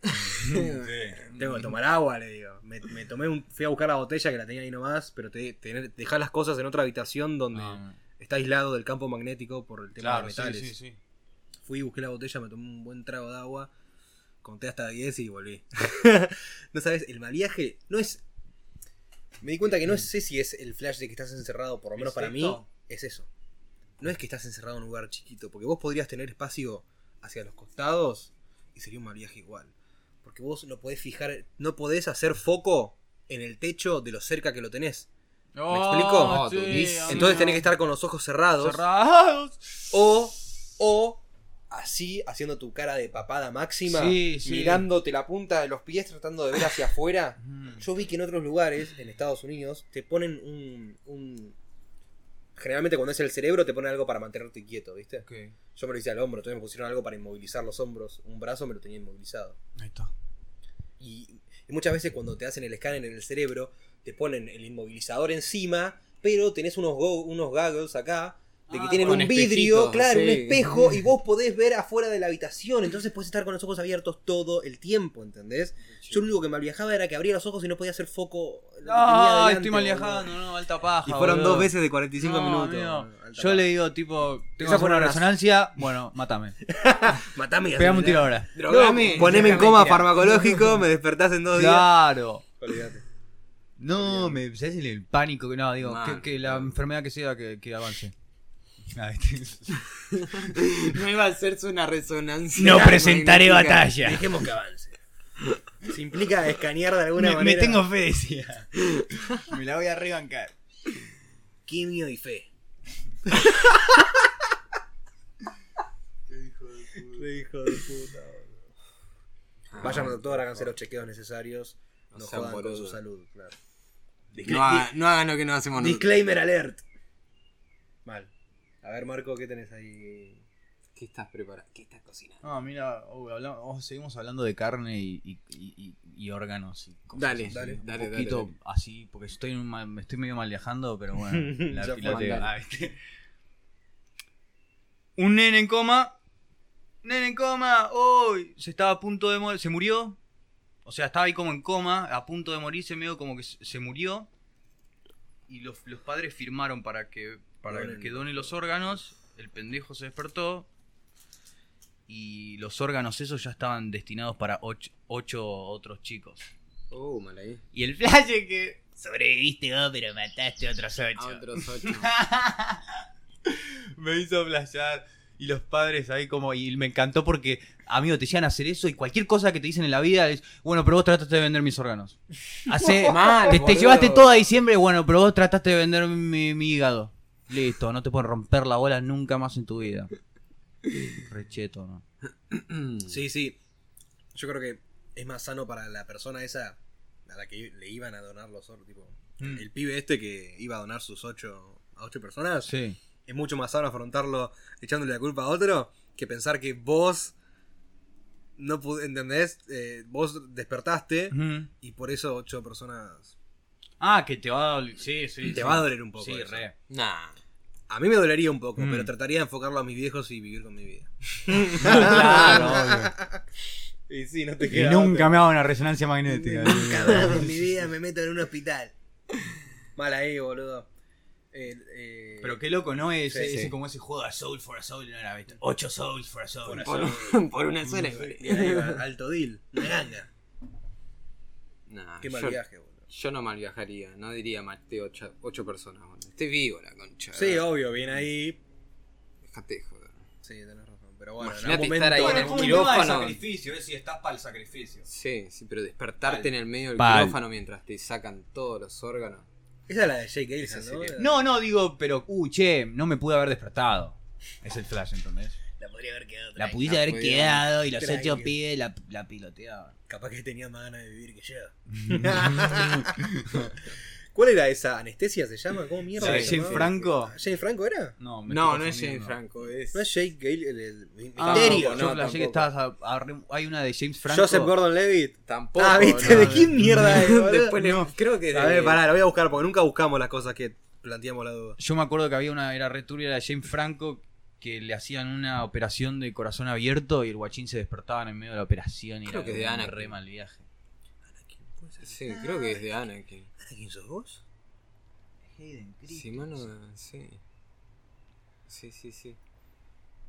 Speaker 8: Sí.
Speaker 2: Tengo que tomar agua, le digo. Me, me tomé un, fui a buscar la botella que la tenía ahí nomás, pero te, tener- dejá las cosas en otra habitación donde
Speaker 8: Ah,
Speaker 2: está aislado del campo magnético por el tema
Speaker 8: Claro,
Speaker 2: de
Speaker 8: sí,
Speaker 2: metales.
Speaker 8: sí, sí.
Speaker 2: Fui, busqué la botella, me tomé un buen trago de agua, conté hasta 10 y volví. no sabes, el mal viaje no es. Me di cuenta que no sé si es el flash de que estás encerrado, por lo menos
Speaker 8: ¿Es
Speaker 2: para mí,
Speaker 8: esto?
Speaker 2: es eso. No es que estás encerrado en un lugar chiquito, porque vos podrías tener espacio hacia los costados y sería un mal viaje igual. Porque vos no podés fijar, no podés hacer foco en el techo de lo cerca que lo tenés. explico?
Speaker 4: No, tú-
Speaker 2: Ah, Entonces tenés que estar con los ojos cerrados.
Speaker 3: Cerrados.
Speaker 2: O, o así, haciendo tu cara de papada máxima,
Speaker 3: Sí, sí.
Speaker 2: mirándote la punta de los pies, tratando de ver hacia afuera. Yo vi que en otros lugares, en Estados Unidos, te ponen un. un- Generalmente cuando es el cerebro te ponen algo para mantenerte quieto, ¿viste? Yo me lo hice al hombro, entonces me pusieron algo para inmovilizar los hombros. Un brazo me lo tenía inmovilizado.
Speaker 3: Ahí está.
Speaker 2: Y, y muchas veces cuando te hacen el escáner en el cerebro, te ponen el inmovilizador encima, pero tenés unos, go- unos goggles acá, de que
Speaker 8: Ah,
Speaker 2: tienen
Speaker 4: con
Speaker 2: un vidrio,
Speaker 4: espejitos,
Speaker 2: claro, un
Speaker 4: sí.
Speaker 2: espejo, y
Speaker 3: <laughs>
Speaker 2: vos podés ver afuera de la habitación, entonces podés estar con los ojos abiertos todo el tiempo, ¿entendés? Yo lo único que mal viajaba era que abría los ojos y no podía hacer foco. en lo que tenía
Speaker 3: No,
Speaker 2: adelante,
Speaker 3: Ah, estoy mal
Speaker 2: boludo.
Speaker 3: viajando, no, alta paja. boludo.
Speaker 2: de 45
Speaker 3: No, amigo,
Speaker 2: Alta
Speaker 3: Yo
Speaker 2: paja.
Speaker 3: le digo, tipo, tengo
Speaker 2: Esa
Speaker 3: que
Speaker 2: fue
Speaker 3: hacer
Speaker 2: una
Speaker 3: una
Speaker 2: raz-
Speaker 3: resonancia, <laughs> bueno, mátame.
Speaker 2: Matame y
Speaker 3: Pegame un tiro
Speaker 2: hacémela.
Speaker 3: ahora.
Speaker 4: Drogame.
Speaker 2: No, poneme en
Speaker 4: Déjame
Speaker 2: coma
Speaker 4: tirar.
Speaker 2: farmacológico, me despertás en dos días.
Speaker 3: Claro.
Speaker 2: Olvídate.
Speaker 3: No, me ¿sabes el, el pánico que no, digo,
Speaker 4: Man.
Speaker 3: que, que la enfermedad que sea que, que <laughs> avance. Ah, <laughs> este-
Speaker 4: <laughs> No iba a hacerse una resonancia.
Speaker 9: No presentaré
Speaker 4: magnética.
Speaker 9: batalla.
Speaker 2: Dejemos que <laughs> avance. Se implica escanear de alguna
Speaker 9: Me, me
Speaker 2: manera.
Speaker 9: tengo fe, decía.
Speaker 3: <laughs> Me la voy a rebancar.
Speaker 2: quimio y fe. Qué hijo de puta.
Speaker 4: Ah,
Speaker 2: Vayan al doctor, háganse los chequeos necesarios. No
Speaker 4: No sean
Speaker 2: jodan con su
Speaker 4: boludos.
Speaker 2: salud, claro.
Speaker 4: No, haga- no hagan lo que no hacemos nosotros.
Speaker 2: Disclaimer alert. Mal. A ver, Marco, ¿qué tenés ahí?
Speaker 4: ¿Qué estás preparando? ¿Qué estás cocinando?
Speaker 3: No, mira, oh, habla- oh, seguimos hablando de carne y, y- y- y- y órganos y cosas
Speaker 4: Dale,
Speaker 3: así.
Speaker 4: dale,
Speaker 3: un
Speaker 4: dale,
Speaker 3: poquito
Speaker 4: dale,
Speaker 3: así, porque estoy, en un mal- me estoy medio mal viajando, pero
Speaker 4: <laughs>
Speaker 3: bueno, la
Speaker 2: Ya
Speaker 3: piloteo.
Speaker 4: fue.
Speaker 3: Ah, ¿viste? Un nene en coma. Nene en coma, hoy se estaba a punto de morir, se murió. O sea, estaba ahí como en coma, a punto de morirse, medio como que se se murió. Y los, los padres firmaron para que para
Speaker 2: Donen.
Speaker 3: que done los órganos. El pendejo se despertó. Y los órganos esos ya estaban destinados para och- ocho otros chicos.
Speaker 4: Oh, mal ahí.
Speaker 3: Y el flash es que.
Speaker 9: Sobreviviste vos,
Speaker 3: <laughs>
Speaker 9: pero mataste a otros
Speaker 4: A
Speaker 9: ocho.
Speaker 4: otros ocho.
Speaker 3: Me hizo flashear. Y los padres ahí como, y me encantó porque, amigo, te llegan a hacer eso y cualquier cosa que te dicen en la vida es, bueno, pero vos trataste de vender mis
Speaker 2: <laughs>
Speaker 3: órganos. Hace,
Speaker 4: Mal,
Speaker 3: te, te
Speaker 4: boludo.
Speaker 3: llevaste todo a diciembre, bueno, pero vos trataste de vender mi, mi hígado. Listo, no te pueden romper la bola nunca más en tu vida. Recheto, ¿no?
Speaker 4: Mm.
Speaker 2: Sí, sí. Yo creo que es más sano para la persona esa a la que le iban a donar los órganos. Tipo,
Speaker 3: Mm.
Speaker 2: El pibe este que iba a donar sus ocho a ocho personas.
Speaker 3: Sí.
Speaker 2: Es mucho más sano afrontarlo echándole la culpa a otro que pensar que vos no pu- ¿entendés? Eh, vos despertaste
Speaker 3: Ujú.
Speaker 2: y por eso ocho personas
Speaker 3: Ah, que te va a doler. Sí, sí.
Speaker 2: te
Speaker 3: sí.
Speaker 2: va a doler un poco.
Speaker 3: Sí,
Speaker 2: eso.
Speaker 3: re.
Speaker 2: <laughs>
Speaker 4: Nah.
Speaker 2: A mí me dolería un poco,
Speaker 3: Mm.
Speaker 2: pero trataría de enfocarlo a mis viejos y vivir con mi vida.
Speaker 3: Claro,
Speaker 2: Y sí, no te
Speaker 3: obvio. Y nunca me hago una resonancia magnética.
Speaker 2: Nunca más
Speaker 3: <laughs>
Speaker 2: en mi vida me meto en un hospital. Mal ahí, boludo. El, eh,
Speaker 3: Pero qué loco, ¿no? Es,
Speaker 2: Sí,
Speaker 3: es
Speaker 2: sí.
Speaker 3: como ese juego de Soul for a Soul, no era ¿viste? Ocho Souls for a Soul.
Speaker 4: Por, un- por una sola.
Speaker 2: y ahí va, alto deal, la ganga.
Speaker 4: Nah,
Speaker 2: Qué mal
Speaker 4: yo,
Speaker 2: viaje, boludo.
Speaker 4: yo no mal viajaría, no diría maté ocho, ocho personas. boludo. Esté vivo la concha.
Speaker 2: Sí, obvio, bien ahí.
Speaker 4: Déjate de joder.
Speaker 2: Sí, tenés razón. Pero bueno,
Speaker 4: Imaginate
Speaker 2: en algún
Speaker 4: estar ahí
Speaker 2: momento.
Speaker 4: en el quirófano.
Speaker 3: es si estás para el sacrificio.
Speaker 4: Sí, sí, pero despertarte en el medio del
Speaker 3: Pal.
Speaker 4: quirófano mientras te sacan todos los órganos.
Speaker 2: Esa es la de Jake
Speaker 4: Esa
Speaker 2: Gyllenhaal, ¿no?
Speaker 4: sería.
Speaker 3: No, no, digo, pero, uh, che, no me pude haber despertado. Es el flash, entonces.
Speaker 2: La podría haber quedado.
Speaker 3: La
Speaker 2: tranqui.
Speaker 3: pudiste
Speaker 4: la
Speaker 3: haber
Speaker 4: podía-
Speaker 3: quedado y los
Speaker 2: tranqui.
Speaker 3: ocho pibes la, la piloteaban.
Speaker 2: Capaz que tenía más ganas de
Speaker 3: <laughs>
Speaker 2: vivir que yo. ¿Cuál era esa? ¿Anestesia se llama? ¿Cómo mierda?
Speaker 3: ¿La de
Speaker 2: se
Speaker 3: Jane
Speaker 2: llamaba?
Speaker 3: Franco?
Speaker 2: ¿Jane Franco era?
Speaker 3: No, me
Speaker 4: No,
Speaker 3: estoy
Speaker 4: no es Jane
Speaker 3: confundiendo.
Speaker 4: Franco, es.
Speaker 2: No es Jake Gale el, el mi-
Speaker 3: Ah, yo
Speaker 2: misterio.
Speaker 4: no,
Speaker 3: flashé que
Speaker 4: tampoco.
Speaker 3: estabas a- a re- Hay una de James Franco.
Speaker 2: Joseph Gordon Levitt.
Speaker 4: Tampoco.
Speaker 2: ah, ¿viste?
Speaker 4: no,
Speaker 2: ¿De
Speaker 4: no.
Speaker 2: quién mierda es? boludo?
Speaker 4: Después le- creo que.
Speaker 2: A ver, pará, lo voy a buscar porque nunca buscamos las cosas que planteamos la duda.
Speaker 3: Yo me acuerdo que había una, era returbia de James Franco que le hacían una operación de corazón abierto y el guachín se despertaba en medio de la operación y
Speaker 4: Creo
Speaker 3: era
Speaker 4: que de
Speaker 3: un
Speaker 4: Anakin.
Speaker 3: re mal viaje.
Speaker 4: Sí, creo que es de Ana. Que...
Speaker 2: ¿Anakin sos vos?
Speaker 4: Sí, mano, sí. Sí, sí, sí.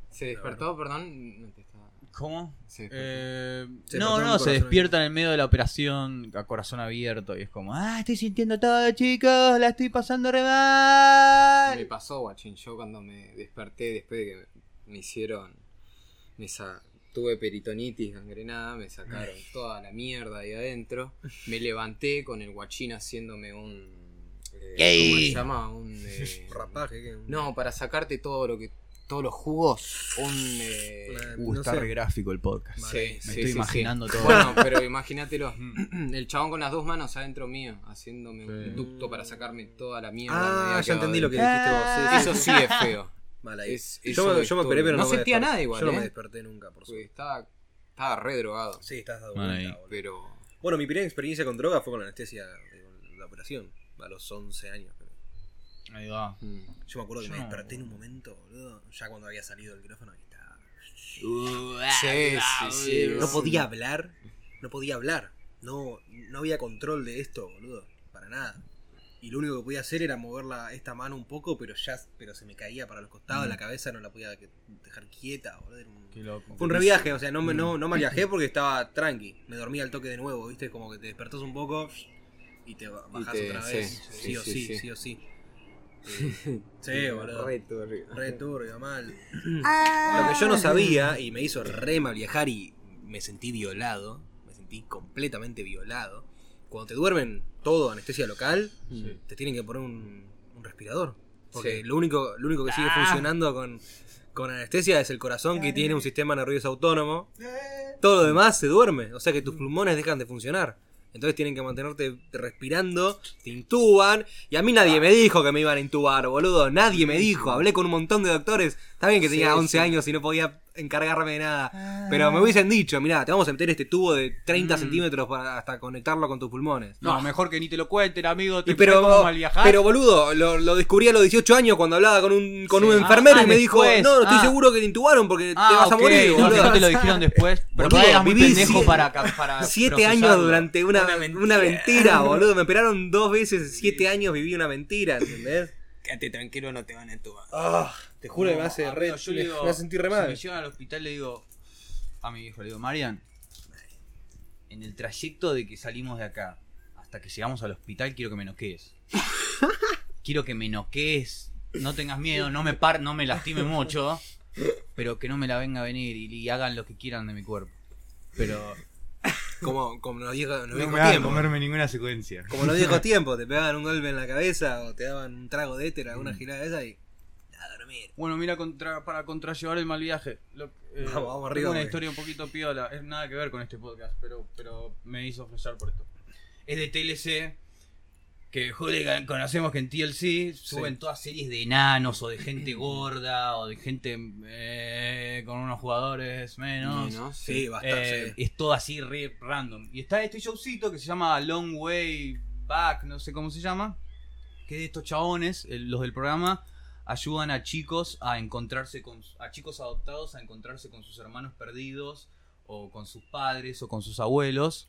Speaker 4: Se despertó, perdón. No te estaba.
Speaker 3: ¿Cómo?
Speaker 4: Se despertó.
Speaker 3: Eh,
Speaker 2: Se
Speaker 3: no,
Speaker 2: despertó
Speaker 3: no,
Speaker 2: con
Speaker 3: se
Speaker 2: corazón
Speaker 3: despierta en el medio de la operación a corazón abierto y es como, ah, estoy sintiendo todo, chicos, la estoy pasando re
Speaker 4: Me
Speaker 3: mal.
Speaker 4: pasó, guachín. Yo cuando me desperté después de que me hicieron. Me sa- tuve peritonitis gangrenada, me sacaron toda la mierda ahí adentro. Me levanté con el guachín haciéndome un. eh, ¿Cómo se llama? Un. eh,
Speaker 2: <laughs> Rapaje. que-
Speaker 4: no, para sacarte todo lo que. Todos los jugos. Un. eh,
Speaker 2: Una-
Speaker 3: Uh,
Speaker 2: no
Speaker 3: está
Speaker 2: sé.
Speaker 3: re gráfico el podcast.
Speaker 4: Sí,
Speaker 2: Vale.
Speaker 3: Me
Speaker 4: sí,
Speaker 3: estoy
Speaker 4: sí,
Speaker 3: imaginando
Speaker 4: sí.
Speaker 3: todo. <laughs>
Speaker 4: Bueno, pero imagínatelo. <clears throat> El chabón con las dos manos adentro mío, haciéndome un ducto para sacarme toda la mierda. que me
Speaker 2: Ah,
Speaker 4: había
Speaker 2: ya
Speaker 4: quedado
Speaker 2: entendí lo que
Speaker 4: adentro.
Speaker 2: dijiste vos. sí, sí,
Speaker 4: Eso
Speaker 2: sí.
Speaker 4: sí es feo.
Speaker 2: Mal ahí.
Speaker 4: Es-
Speaker 2: yo,
Speaker 4: eso
Speaker 2: me,
Speaker 4: me
Speaker 2: yo me operé, pero
Speaker 4: No
Speaker 2: no, me
Speaker 4: sentía
Speaker 2: desperté.
Speaker 4: nada igual,
Speaker 2: Yo no
Speaker 4: ¿eh?
Speaker 2: me desperté nunca, por
Speaker 4: Porque
Speaker 2: suerte.
Speaker 4: estaba, estaba re drogado.
Speaker 2: Sí, estás dado
Speaker 3: Mal
Speaker 2: vuelta,
Speaker 3: ahí.
Speaker 2: boludo.
Speaker 4: Pero.
Speaker 2: Bueno, mi primera experiencia con droga fue con la anestesia de la operación. A los 11 años. creo.
Speaker 3: Ahí va.
Speaker 4: mm,
Speaker 2: Yo me acuerdo que
Speaker 3: Yo
Speaker 2: me
Speaker 3: no,
Speaker 2: desperté en un momento, boludo. Ya cuando había salido del micrófono, que estaba.
Speaker 4: Sí, sí, sí.
Speaker 2: Eh, No podía hablar. No podía hablar. No, no había control de esto, boludo. Para nada. Y lo único que podía hacer era mover la- esta mano un poco, pero ya pero se me caía para los costados, la cabeza no la podía que- dejar quieta, boludo. Era un-
Speaker 3: Qué loco.
Speaker 2: Fue un reviaje, o sea, no, me- no, no mal viajé porque estaba tranqui. Me dormí al toque de nuevo, ¿viste? Como que te despertás un poco y te ba- bajás
Speaker 4: te-
Speaker 2: otra
Speaker 4: sí,
Speaker 2: vez. Sí,
Speaker 4: sí,
Speaker 2: o
Speaker 4: sí,
Speaker 2: sí,
Speaker 4: sí.
Speaker 2: sí, o sí.
Speaker 4: <laughs>
Speaker 2: Eh, Sí, boludo.
Speaker 4: Re turbio.
Speaker 2: Re turbio, mal. Mm. Lo que yo no sabía y me hizo re mal viajar y me sentí violado, me sentí completamente violado. Cuando te duermen todo anestesia local,
Speaker 4: Sí.
Speaker 2: te tienen que poner un, un respirador. Porque
Speaker 4: Sí.
Speaker 2: lo, único, lo único que sigue funcionando con, con anestesia es el corazón que tiene un sistema nervioso autónomo. Todo lo demás se duerme, o sea que tus
Speaker 3: Mm.
Speaker 2: pulmones dejan de funcionar. Entonces tienen que mantenerte respirando, te intuban. Y a mí nadie me dijo que me iban a intubar, boludo. Nadie me dijo. Hablé con un montón de doctores. Está bien que
Speaker 4: Sí,
Speaker 2: tenía 11
Speaker 4: sí.
Speaker 2: años y no podía encargarme de
Speaker 3: Ah.
Speaker 2: nada. Pero me hubiesen dicho, mirá, te vamos a meter este tubo de 30 centímetros para- hasta conectarlo con tus pulmones.
Speaker 3: Mm. No, mejor que ni te lo cuenten, amigo. Te
Speaker 2: Y pero,
Speaker 3: fue como mal viajar.
Speaker 2: pero boludo, lo, lo descubrí a los 18 años cuando hablaba con un, con un enfermero
Speaker 3: Ah,
Speaker 2: y me dijo,
Speaker 3: después.
Speaker 2: no, estoy
Speaker 3: Ah.
Speaker 2: seguro que te intubaron porque te vas a
Speaker 3: ok.
Speaker 2: morir,
Speaker 3: No,
Speaker 2: boludo.
Speaker 3: si no
Speaker 2: <laughs>
Speaker 3: te lo dijeron después. Pero
Speaker 2: Boludo,
Speaker 3: vos eras muy
Speaker 2: viví
Speaker 3: pendejo
Speaker 2: siete-
Speaker 3: para, ca- para
Speaker 2: Siete
Speaker 3: procesarlo.
Speaker 2: años durante una, una,
Speaker 3: <laughs>
Speaker 2: mentira. boludo. Me operaron dos veces, siete años viví una mentira, ¿entendés?
Speaker 4: Quédate tranquilo, no te van a entubar.
Speaker 2: te juro que me
Speaker 3: No,
Speaker 2: hace re.
Speaker 3: amigo, yo le
Speaker 2: me,
Speaker 3: digo,
Speaker 2: me hace sentir re
Speaker 3: Si me
Speaker 2: mal.
Speaker 3: llevan al hospital, le digo a mi hijo, le digo, Marian, en el trayecto de que salimos de acá hasta que llegamos al hospital, quiero que me
Speaker 2: <laughs>
Speaker 3: noquees. quiero que me noquees. No tengas miedo, no me par, no me lastime mucho. Pero que no me la venga a venir y, y hagan lo que quieran de mi cuerpo. Pero
Speaker 2: Como, como nos dijo, nos
Speaker 3: no
Speaker 2: dijo
Speaker 3: me hagan
Speaker 2: tiempo.
Speaker 3: comerme ninguna secuencia.
Speaker 2: Como nos <laughs> dijo tiempo, te pegaban un golpe en la cabeza o te daban un trago de éter, alguna girada de esa y. A dormir.
Speaker 3: Bueno, mira, contra, para contrallevar el mal viaje. lo- eh,
Speaker 2: Vamos, vamos
Speaker 3: tengo
Speaker 2: arriba,
Speaker 3: una
Speaker 2: güey.
Speaker 3: historia un poquito piola. Es nada que ver con este podcast, pero, pero me hizo flashar por esto. Es de TLC. Que joder, conocemos que en TLC suben todas series de enanos o de gente gorda o de gente eh, con unos jugadores menos.
Speaker 4: Menos,
Speaker 2: Sí, bastante.
Speaker 3: Eh, Es todo así re random. Y está este showcito que se llama Long Way Back, no sé cómo se llama. Que de estos chabones, el- los del programa, ayudan a chicos a encontrarse con. a chicos adoptados a encontrarse con sus hermanos perdidos, o con sus padres, o con sus abuelos.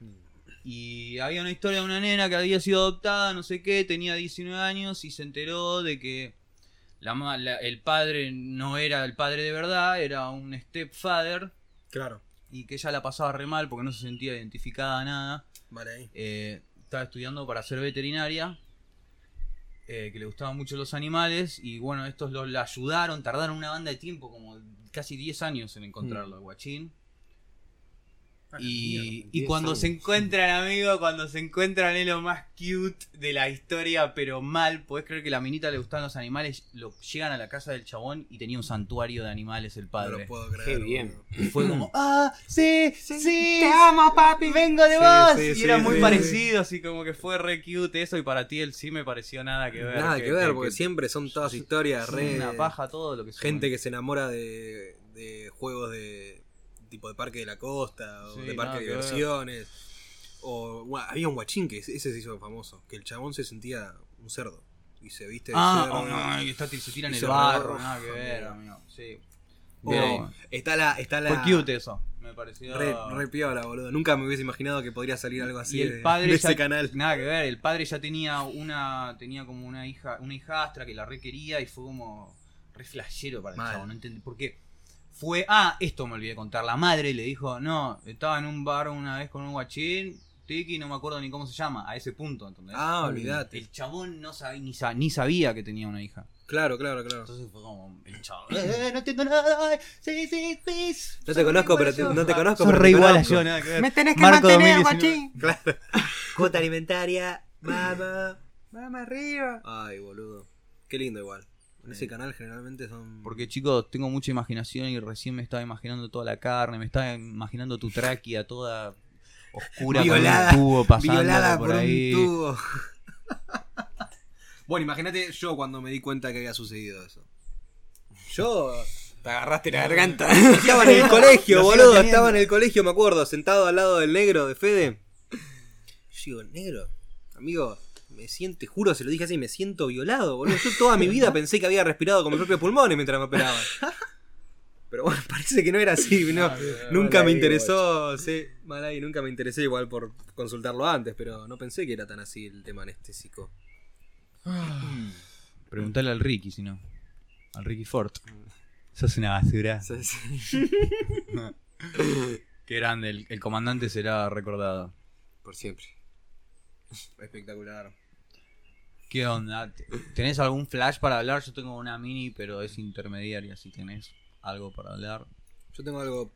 Speaker 2: Mm.
Speaker 3: Y había una historia de una nena que había sido adoptada, no sé qué, tenía 19 años y se enteró de que la ma- la- el padre no era el padre de verdad, era un stepfather
Speaker 2: Claro,
Speaker 3: y que ella la pasaba re mal porque no se sentía identificada a nada.
Speaker 2: vale ahí.
Speaker 3: Eh, estaba estudiando para ser veterinaria, eh, que le gustaban mucho los animales y bueno, estos lo, la ayudaron, tardaron una banda de tiempo, como casi 10 años en encontrarlo, al guachín.
Speaker 2: Ah,
Speaker 3: Y, y
Speaker 4: 10
Speaker 3: cuando se
Speaker 4: años.
Speaker 3: encuentran, amigo, cuando se encuentran es lo más cute de la historia, pero mal. Podés creer que a la minita le gustaban los animales. Lo, llegan a la casa del chabón y tenía un santuario de animales el
Speaker 2: No
Speaker 3: padre.
Speaker 2: lo puedo creer.
Speaker 4: Qué
Speaker 2: boludo.
Speaker 4: bien.
Speaker 3: Y fue como, ¡ah! ¡Sí! ¡Sí!
Speaker 4: amo, papi!
Speaker 3: vengo de
Speaker 2: Sí,
Speaker 3: vos.
Speaker 2: sí,
Speaker 3: y
Speaker 2: sí,
Speaker 3: era
Speaker 2: sí,
Speaker 3: muy
Speaker 2: sí.
Speaker 3: parecido, así como que fue re cute eso. Y para ti el sí me pareció nada que ver.
Speaker 2: Nada que ver, porque siempre son todas historias
Speaker 3: re.
Speaker 2: re.
Speaker 3: Una paja todo lo que suben.
Speaker 2: Gente que se enamora de, de juegos de tipo de parque de la costa o
Speaker 3: Sí,
Speaker 2: de
Speaker 3: nada
Speaker 2: parque de
Speaker 3: que ver.
Speaker 2: diversiones. O gua- había un guachín que ese se hizo famoso, que el chabón se sentía un cerdo y se viste de
Speaker 3: Ah,
Speaker 2: cerdo.
Speaker 3: oh, no, y está, se tira en
Speaker 2: Y
Speaker 3: el
Speaker 2: se
Speaker 3: barro.
Speaker 2: re-
Speaker 3: Nada que ver,
Speaker 2: Uf,
Speaker 3: amigo. Sí.
Speaker 2: O
Speaker 3: Bien.
Speaker 2: está la está la
Speaker 3: Fue cute eso. Me pareció.
Speaker 2: re, re piola, boludo. Nunca me hubiese imaginado que podría salir algo así
Speaker 3: y
Speaker 2: de,
Speaker 3: el padre
Speaker 2: de
Speaker 3: ya-
Speaker 2: ese canal.
Speaker 3: Nada que ver, el padre ya tenía una. tenía como una hija, una hijastra que la requería y fue como re flashero para el
Speaker 2: Mal.
Speaker 3: chavo, no entendí por qué. Fue. Ah, esto me olvidé contar. La madre le dijo, no, estaba en un bar una vez con un guachín, Tiki, no me acuerdo ni cómo se llama, a ese punto, ¿entendés?
Speaker 2: Ah, olvídate.
Speaker 3: El chabón no sabía, ni, sa- ni sabía que tenía una hija.
Speaker 2: Claro, claro, claro.
Speaker 3: Entonces fue como el chabón. "Eh, no entiendo nada. eh, Sí, sí, sí.
Speaker 2: No te conozco, pero te- no te conozco,
Speaker 3: Sos
Speaker 2: pero
Speaker 3: re
Speaker 2: te
Speaker 3: igual a
Speaker 2: conozco.
Speaker 3: yo, nada que ver.
Speaker 4: tenés
Speaker 3: Marco 2019.
Speaker 2: Claro. Cuota alimentaria, mamá.
Speaker 4: ¡Vamos arriba!
Speaker 2: Ay, boludo. Qué lindo igual. En ese canal generalmente son.
Speaker 3: Porque chicos, tengo mucha imaginación y recién me estaba imaginando toda la carne, me estaba imaginando tu tráquea toda oscura
Speaker 2: Violada-
Speaker 3: con un tubo pasando
Speaker 2: violada
Speaker 3: por,
Speaker 2: por,
Speaker 3: ahí.
Speaker 2: un tubo. <laughs> bueno, imagínate yo cuando me di cuenta que había sucedido eso. Yo
Speaker 4: Te agarraste la
Speaker 2: <laughs>
Speaker 4: garganta. <laughs>
Speaker 2: estaba en el colegio,
Speaker 3: Lo sigo
Speaker 2: boludo.
Speaker 3: teniendo.
Speaker 2: Estaba en el colegio, me acuerdo, sentado al lado del negro de Fede. Yo digo, negro, amigo, me siento, te juro, se lo dije así, me siento violado, boludo. Yo toda mi
Speaker 3: <laughs>
Speaker 2: vida pensé que había respirado con mis propios pulmones mientras me operaban. Pero bueno, parece que no era así, no.
Speaker 3: Ah,
Speaker 2: Nunca me interesó, sí, mal ahí, nunca me interesé igual por consultarlo antes, pero no pensé que era tan así el tema anestésico.
Speaker 3: Preguntale al Ricky, si no. Al Ricky Ford. Sos una basura. <laughs> Qué grande, el, el comandante será recordado.
Speaker 4: Por siempre.
Speaker 2: Espectacular.
Speaker 3: ¿Qué onda? ¿T- ¿Tenés algún flash para hablar? Yo tengo una mini, pero es intermediaria, si tenés algo para hablar.
Speaker 2: Yo tengo algo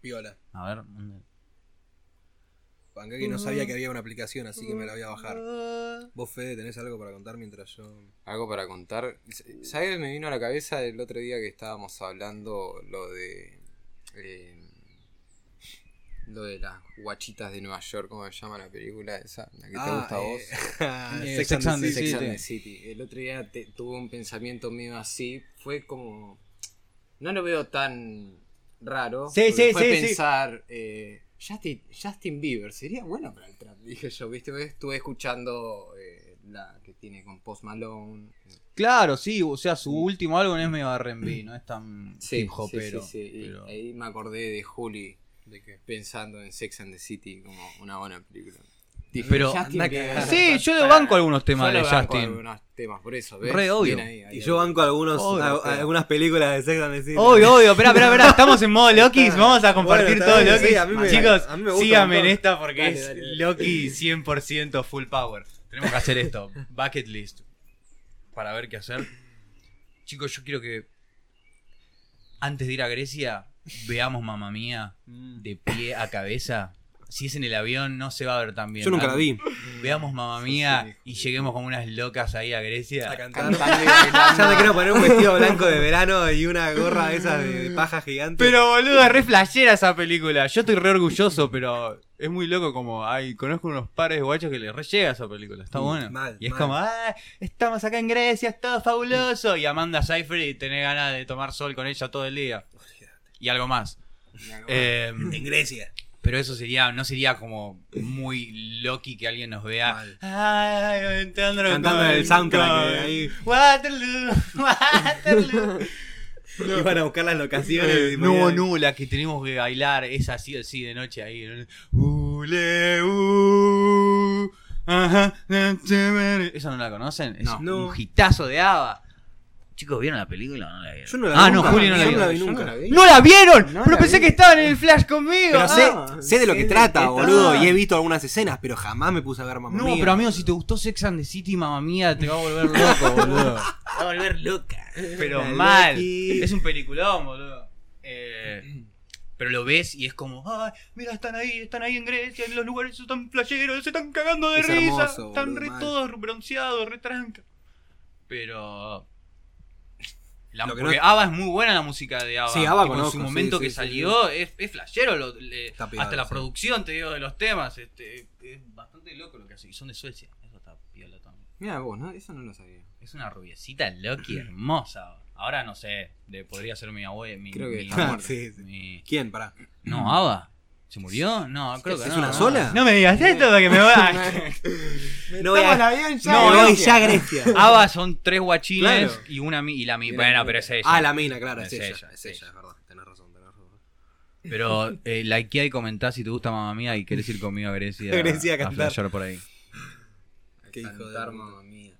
Speaker 2: piola.
Speaker 3: A ver. ¿dónde?
Speaker 2: Panqueque no sabía que había una aplicación, así que me la voy a bajar. Vos, Fede, tenés algo para contar mientras yo.
Speaker 4: Algo para contar. ¿Sabes? Me vino a la cabeza el otro día que estábamos hablando lo de. eh, lo de las guachitas de Nueva York, ¿cómo se llama la película esa? La que
Speaker 2: Ah,
Speaker 4: te gusta a
Speaker 2: eh,
Speaker 4: vos.
Speaker 2: <laughs> a vos?
Speaker 3: Eh, Sex and the
Speaker 4: Sex
Speaker 3: City.
Speaker 4: and the City. El otro día te- tuve un pensamiento medio así. Fue como. No lo veo tan raro.
Speaker 3: Sí,
Speaker 4: porque
Speaker 3: sí,
Speaker 4: fue
Speaker 3: sí, sí.
Speaker 4: pensar. eh, Justin, Justin Bieber sería bueno para el trap, dije yo, ¿viste? Estuve escuchando eh, la que tiene con Post Malone.
Speaker 3: Claro, sí, o sea,
Speaker 2: Mm.
Speaker 3: su último álbum es medio R&B, no es tan
Speaker 4: Sí,
Speaker 3: hip hopero.
Speaker 4: sí, sí, sí. Y
Speaker 3: pero-
Speaker 4: ahí me acordé de Juli
Speaker 2: ¿De qué?
Speaker 4: pensando en Sex and the City como una buena película. Dije,
Speaker 3: Pero-
Speaker 4: Justin
Speaker 2: Anda
Speaker 4: Bieber,
Speaker 2: cagada. <laughs>
Speaker 3: Sí, yo le
Speaker 4: para-
Speaker 3: banco algunos temas
Speaker 4: yo
Speaker 3: de
Speaker 4: le banco
Speaker 3: Justin.
Speaker 4: algunos temas, por eso, ¿ves?
Speaker 3: Re obvio.
Speaker 4: Bien ahí, ahí,
Speaker 2: Y
Speaker 4: ahí.
Speaker 2: yo banco algunos,
Speaker 3: Obvio,
Speaker 2: a- a-
Speaker 4: pero-
Speaker 2: algunas películas de Sex and the City. <laughs>
Speaker 3: Obvio, obvio, espera, espera, espera, estamos en modo Loki,
Speaker 2: Está.
Speaker 3: vamos a compartir
Speaker 2: Bueno, está
Speaker 3: todo
Speaker 2: bien,
Speaker 3: Loki.
Speaker 2: sí, a mí me-
Speaker 3: Chicos,
Speaker 2: a mí me gusta
Speaker 3: síganme
Speaker 2: un
Speaker 3: en
Speaker 2: montón.
Speaker 3: esta porque
Speaker 2: Dale,
Speaker 3: es
Speaker 2: dale, dale.
Speaker 3: Loki 100% full power. Tenemos que hacer esto, bucket list, para ver qué hacer. Chicos, yo quiero que antes de ir a Grecia, veamos mamá mía de pie a cabeza. Si es en el avión, no se va a ver tan bien.
Speaker 2: Yo nunca la vi.
Speaker 3: Veamos mamá mía y lleguemos como unas locas ahí a Grecia.
Speaker 2: A cantar.
Speaker 4: Cantando y <laughs> bailando.
Speaker 2: Ya me quiero poner un vestido blanco de verano y una gorra de esas de, de paja gigante.
Speaker 3: Pero boludo, es re flashera esa película. Yo estoy re orgulloso, pero es muy loco como ay, conozco unos pares de guachos que les re llega esa película. Está
Speaker 2: Mm,
Speaker 3: buena.
Speaker 2: mal,
Speaker 3: y es
Speaker 2: mal.
Speaker 3: como, ah, estamos acá en Grecia, es todo fabuloso. Y Amanda Seyfried tenés ganas de tomar sol con ella todo el día. Y algo más. Eh,
Speaker 2: En Grecia.
Speaker 3: pero eso sería, no sería como muy Loki que alguien nos vea.
Speaker 2: Mal.
Speaker 3: Ay, entrando
Speaker 2: Cantando
Speaker 3: con-
Speaker 2: el soundtrack.
Speaker 3: con-
Speaker 2: eh, ahí
Speaker 3: Waterloo, <laughs> Waterloo.
Speaker 2: iban a buscar las locaciones. y
Speaker 3: Eh, No,
Speaker 2: ponían-
Speaker 3: no, la que tenemos que bailar es así o sí de noche ahí. ¿no? Ule, u, ajá, na, che, mere. ¿Esa no la conocen? Es
Speaker 4: No.
Speaker 2: No.
Speaker 3: un hitazo de Ava.
Speaker 9: Chicos, ¿vieron la película o no la vieron?
Speaker 2: Yo no la vi
Speaker 3: Ah, no,
Speaker 2: nunca.
Speaker 3: Juli no la
Speaker 2: Yo
Speaker 3: vio.
Speaker 2: vi
Speaker 4: Yo
Speaker 2: nunca.
Speaker 4: la vi.
Speaker 3: ¡No la vieron!
Speaker 4: No
Speaker 3: pero
Speaker 4: la
Speaker 3: pensé
Speaker 4: vi.
Speaker 3: que estaban en el flash conmigo.
Speaker 2: Pero sé,
Speaker 3: Ah.
Speaker 2: sé de lo que
Speaker 4: sé de
Speaker 2: trata,
Speaker 4: qué
Speaker 2: boludo.
Speaker 4: trata.
Speaker 2: Y he visto algunas escenas, pero jamás me puse a ver mamá
Speaker 3: No,
Speaker 2: Mía.
Speaker 3: pero amigo, si te gustó Sex and the City, mamá mía, te va a volver <laughs> loco, boludo.
Speaker 9: Va a volver loca.
Speaker 3: Pero
Speaker 2: La
Speaker 3: mal.
Speaker 2: Loki.
Speaker 3: Es un peliculón, boludo. Eh, pero lo ves y es como, ay, mira, están ahí, están ahí en Grecia, en los lugares esos tan playeros, se están cagando de
Speaker 2: Es
Speaker 3: risa.
Speaker 2: hermoso,
Speaker 3: están
Speaker 2: boludo,
Speaker 3: re
Speaker 2: mal.
Speaker 3: todos bronceados, re tranca. Pero. La,
Speaker 2: Lo que
Speaker 3: porque
Speaker 2: no-
Speaker 3: ABBA es muy buena la música de ABBA.
Speaker 2: Sí,
Speaker 3: Tipo,
Speaker 2: ABBA
Speaker 3: En
Speaker 2: conozco,
Speaker 3: su
Speaker 2: sí,
Speaker 3: momento
Speaker 2: sí,
Speaker 3: que
Speaker 2: sí,
Speaker 3: salió, es, es flashero. lo- le-
Speaker 2: Está pegado,
Speaker 3: hasta la
Speaker 2: sí.
Speaker 3: producción, te digo, de los temas. Este, es bastante loco lo que hace. Y son de Suecia. Eso está piola también.
Speaker 4: Mira vos, ¿no? eso no lo <laughs> sabía.
Speaker 3: Es una rubiecita Loki hermosa. Ahora no sé, de- podría ser mi abuela. Mi,
Speaker 4: Creo que
Speaker 3: mi-
Speaker 4: está muerta.
Speaker 2: <laughs> Sí, sí.
Speaker 3: mi-
Speaker 2: ¿Quién? Pará.
Speaker 3: No, Ava. ¿Se murió? No, creo que
Speaker 2: ¿Es
Speaker 3: no.
Speaker 2: una
Speaker 3: no.
Speaker 2: sola?
Speaker 3: No me digas esto porque me voy
Speaker 4: <laughs>
Speaker 3: a.
Speaker 2: No voy a, no, voy ya a Grecia. <laughs> Ah,
Speaker 3: Ava son tres guachines
Speaker 2: Claro.
Speaker 3: y una mi- y la mi.
Speaker 4: Y la
Speaker 3: Bueno,
Speaker 4: mina.
Speaker 3: pero es ella.
Speaker 2: Ah, la mina, claro, es,
Speaker 3: Es
Speaker 2: ella,
Speaker 3: ella,
Speaker 2: Es
Speaker 3: sí.
Speaker 2: ella, es verdad. Tenés razón, tenés razón.
Speaker 3: Pero eh, likea y comentá si te gusta mamá mía y querés ir conmigo a Grecia.
Speaker 2: A Grecia a
Speaker 3: a
Speaker 2: cantar.
Speaker 3: flashear por ahí.
Speaker 2: Qué hijo de
Speaker 4: Cantar,
Speaker 2: puta.
Speaker 4: mamá mía.